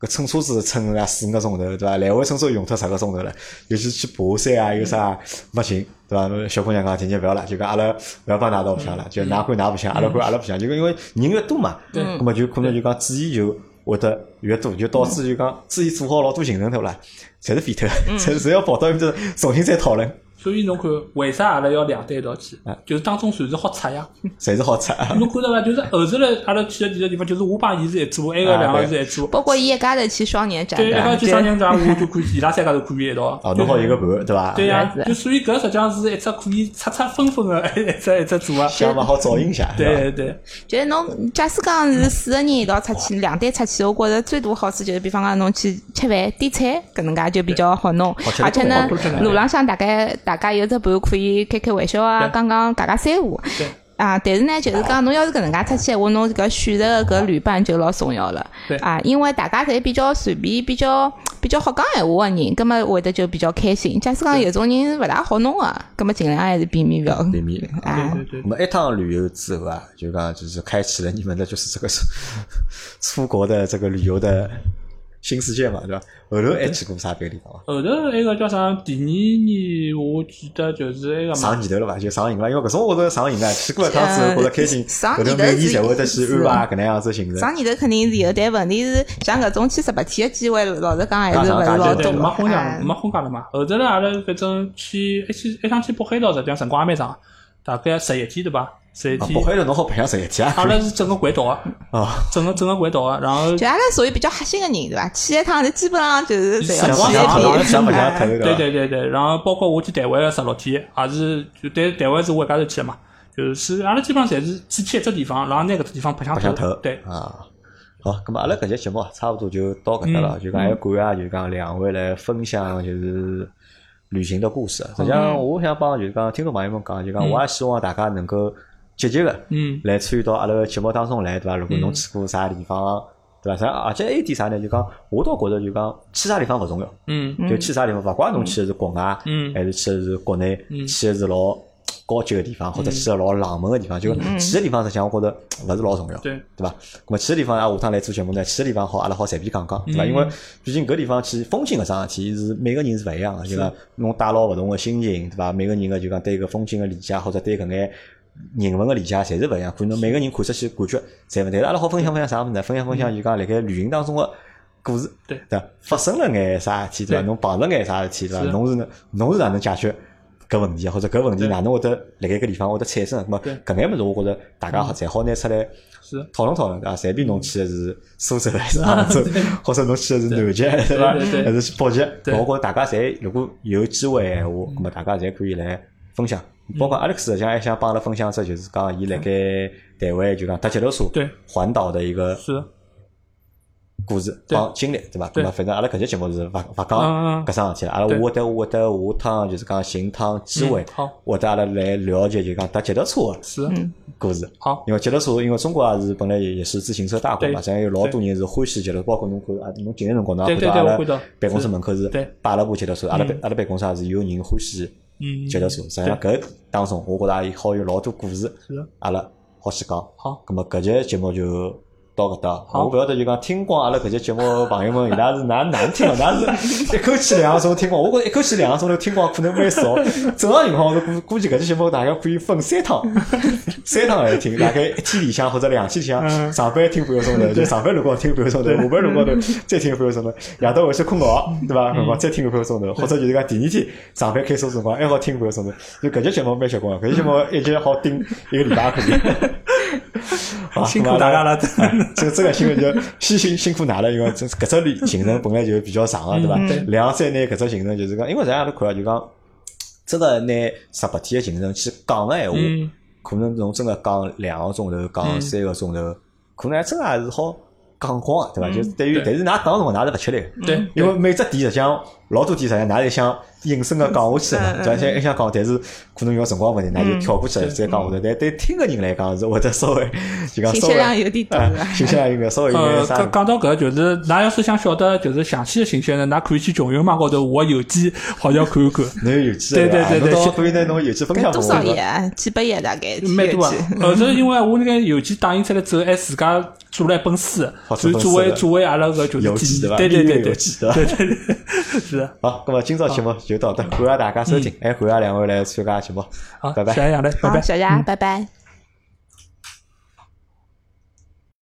搿乘车子乘了四五个钟头，对伐？来回乘车用脱十个钟头了，尤其去爬山啊，有啥没劲，对伐？侬小姑娘讲，今天勿要了，就讲阿拉勿要帮㑚到白相了，就㑚管㑚白相，阿拉管阿拉白相，就因为人越多嘛，
嗯对
葛末就可能就讲注意就。会得越多，就导
嗯
致就讲之前做好老多行程，对勿啦？侪是废脱， [laughs] 侪侪要跑到面头重新再讨论，
所以侬看，为啥阿拉要两队一道去
啊？
就是当中算是好拆呀。
侪是好吃。
侬看到伐？就是后头来阿拉去的几个地方，就是我帮伊是一
啊
组，埃个两个是一组。
包括伊一家头去双年展
对，埃
的，
个去商场转，我就可以，伊拉三家头可以一道。
[laughs] 哦，侬好有哦个伴，对哎伐？
对呀
是，
就所以搿实际上是一只可以拆拆分分的 [laughs] 一只一只组啊。
想法好照应一下，是吧
对对
就是侬假使讲是四个人一道出去，两队出去，我觉着最大好处就是，比方讲侬去吃饭点菜，搿能介就比较好弄
好吃，得
而且呢
多好吃得，多
路浪向大概大家有只伴可以开开玩笑啊，
对
讲讲家家三胡。
对
啊，但是呢，就是讲侬要是搿能介出去闲话，侬搿选择的搿旅伴就老重要了。
对
啊，因为大家侪比较随便，比较比较好讲闲话个人，葛么会得就比较开心。假使讲有种人勿大好弄个，葛么尽量还是避免勿要。
里面。
啊，
对对
我
对，
们一趟旅游之后啊，就讲就是开启了你们的就是这个 [laughs] 出出国的这个旅游的新世界嘛，对吧？后头还去过啥别个地方伐？啊
后头埃个叫啥？第二年我记得就是埃个嘛，
上年头了伐？就上瘾了，因为搿种我都上瘾了，啊去过一趟之后觉得开心，
嗯呃上
后头
瘾
每
的
年
是
侪会得去安啊排搿能样子行程。
啊上年头肯定是有，但问题是像搿种去十八天的机会，老实讲还是勿是老
对，
多
哦对嗯
没
个。
婚
啊
讲，没婚讲了嘛。后头呢，阿拉反正去一起一趟去北海道，实际上辰光也蛮长。大概十一天对伐？十一
啊
天
不，会的，侬好白相十一天
阿
啊？
拉是整个环岛啊，
啊，
整个整个环岛啊，然后
就阿拉属于比较黑心的人，对伐？去一趟就基本上就是这样，
死亡
去
想法
老
一
是想白相
遍
头。对
对
伐？
对对对，然后包括我去台湾个十六天，也是就对台湾是我一家头去的嘛，就是去阿拉基本上侪是去去一只地方，然后拿搿只地方白相
白相头
透。对，
啊。好，咁么阿拉搿节节目啊，差勿多就到搿搭了，
嗯
就讲也感啊谢，就讲两位来分享就是旅行的故事。啊实际上，
嗯
我想帮就是讲听众朋友们讲，就讲我也希望大家能够积极个
嗯
来参与到阿拉个节目当中来，对伐？如果侬去过啥地方，对伐？实际上，而且还有一点啥呢？就讲我倒觉着就讲去啥地方勿重要，
嗯
就去啥地方，勿怪侬去的是国外，
嗯
还是去的是国内，去的是老高级个地方，或
嗯
者去的老冷门个地方，就去个地方实际上我觉着勿是老重要，
对
对伐？咁么去个地方啊，下趟来做节目呢，去个地方好，阿拉好随便讲讲，对伐？因
嗯
为毕竟搿地方去风景搿桩事体是每个人是勿一样个，就讲侬带牢勿同个心情，对伐？每个人个就讲对搿风景个理解，或者对搿眼。人文个理解侪是勿一样，可能每个人看出去感觉侪勿对。但是阿拉好分享分享啥物事呢？分享分享就讲辣盖旅行当中个故事，
嗯对
对伐？发生了眼啥事体对伐？
对
侬碰着眼啥事体对伐？
是
侬是哪侬是哪能解决搿问题啊，或者搿问题
对
哪能会得辣盖搿地方会得产生啊？咾么
对嗯
搿眼物事，我觉着大家好侪好拿出来
是
讨论讨论，对伐？随便侬去的是苏州还是杭
[laughs]
州，或者侬去的是南极对伐？
对对对
还是去北极？
对嗯
我觉着大家侪如果有机会闲话，咾么大家侪可以来分享。包括 Alex 实际上还想帮阿拉分享一只，就是讲伊辣盖台湾就讲搭脚踏车
对
环岛的一个
是，
故事
对
帮经历，对伐？
对
咁么反正阿拉搿节节目是勿勿
嗯
讲
嗯
搿桩事体了，阿拉
对
我得我得下趟就是讲寻趟机会
嗯，好
我得阿拉来了解就讲搭脚踏车个
是
故事。
好，
因为脚踏车，因为中国也是本来也也是自行车大国嘛，实
对
际上有老多人是欢喜脚踏车，包括侬看啊，侬进来辰光，侬也
对
看到
对
阿
对我
拉
看到
办公室门口是
对
摆了部脚踏车，阿拉办阿拉办公室也是有人欢喜
嗯
脚踏车。实际上搿当中，我觉着也好有老多故事
是，
阿拉好去讲。
好，
咁么搿节节目就到搿搭，
好
我勿晓得就讲听光阿拉搿节节目的朋友们，伊拉是哪能哪能听哦，㑚是一口气两个钟头听光，我觉着一口气两个钟头听光可能蛮少。正常情况下头估估计搿期节目大概可以分三趟，三趟来听，大概一天里向或者两天里向，[laughs]
嗯
上班听半个钟头，就上班辰光听半个钟头，下班辰
[laughs]
光头再听半个钟头，夜到回去困觉对伐？
嗯
辰光再听半个钟头，或者就是讲第二天上班开车辰光还好听半个钟头，就搿节节目蛮结棍的，搿节节目一集好顶一个礼拜可以。
[laughs]
好
辛苦大家。了，
啊 [laughs] 这个这个辛苦就辛辛辛苦哪了，因为这搿只旅行程本来就比较长啊个，对伐？两三内搿只行程就是讲，因为咱阿拉看啊，就讲真个拿十八天个行程去讲个闲话，
嗯
可能侬真个讲两个钟头，讲
嗯
三个钟头，可能还真个也是好讲光个，对伐？
嗯
就是对于，
对
但是㑚讲辰光，㑚是勿吃力个。
[laughs] 对，
因为
对
每只点实际上老多点实际上，㑚是想应声个讲下去
嗯
的，
嗯
对吧？想还想讲，但是可能要辰光问题，㑚就跳过去了再讲下头。但对听个人来讲，是会得稍微就讲
信
稍
息
微
量有点大
啊
是吧
[laughs] 信息量有点稍微有
呃，
点啥
讲。讲到搿，就是㑚要是想晓得就是详细的信息呢，㑚可以去穷游网高头我邮寄好像看一 [laughs] 看。
侬有邮寄
对对
吧
对对
侬到
是
可以拿侬邮寄分享
搿
拨
多
我
少
对吧。
页啊？几百页大概？几
蛮
页
多啊
去。
后头因为我那个邮件打印出来之后，还自家做了一本书，
好
所以
做本
作为
书
作为阿拉个就
邮
是
寄
纪
对伐？
念，对对
音乐
对
邮
对，
寄对伐？
对对对，是的。
好，那么今朝节目
嗯
哎就到这，感谢大家收听，还感谢两位来参加节目
好，，
拜拜
谢。谢杨磊，拜
好，
拜。
小佳，拜拜。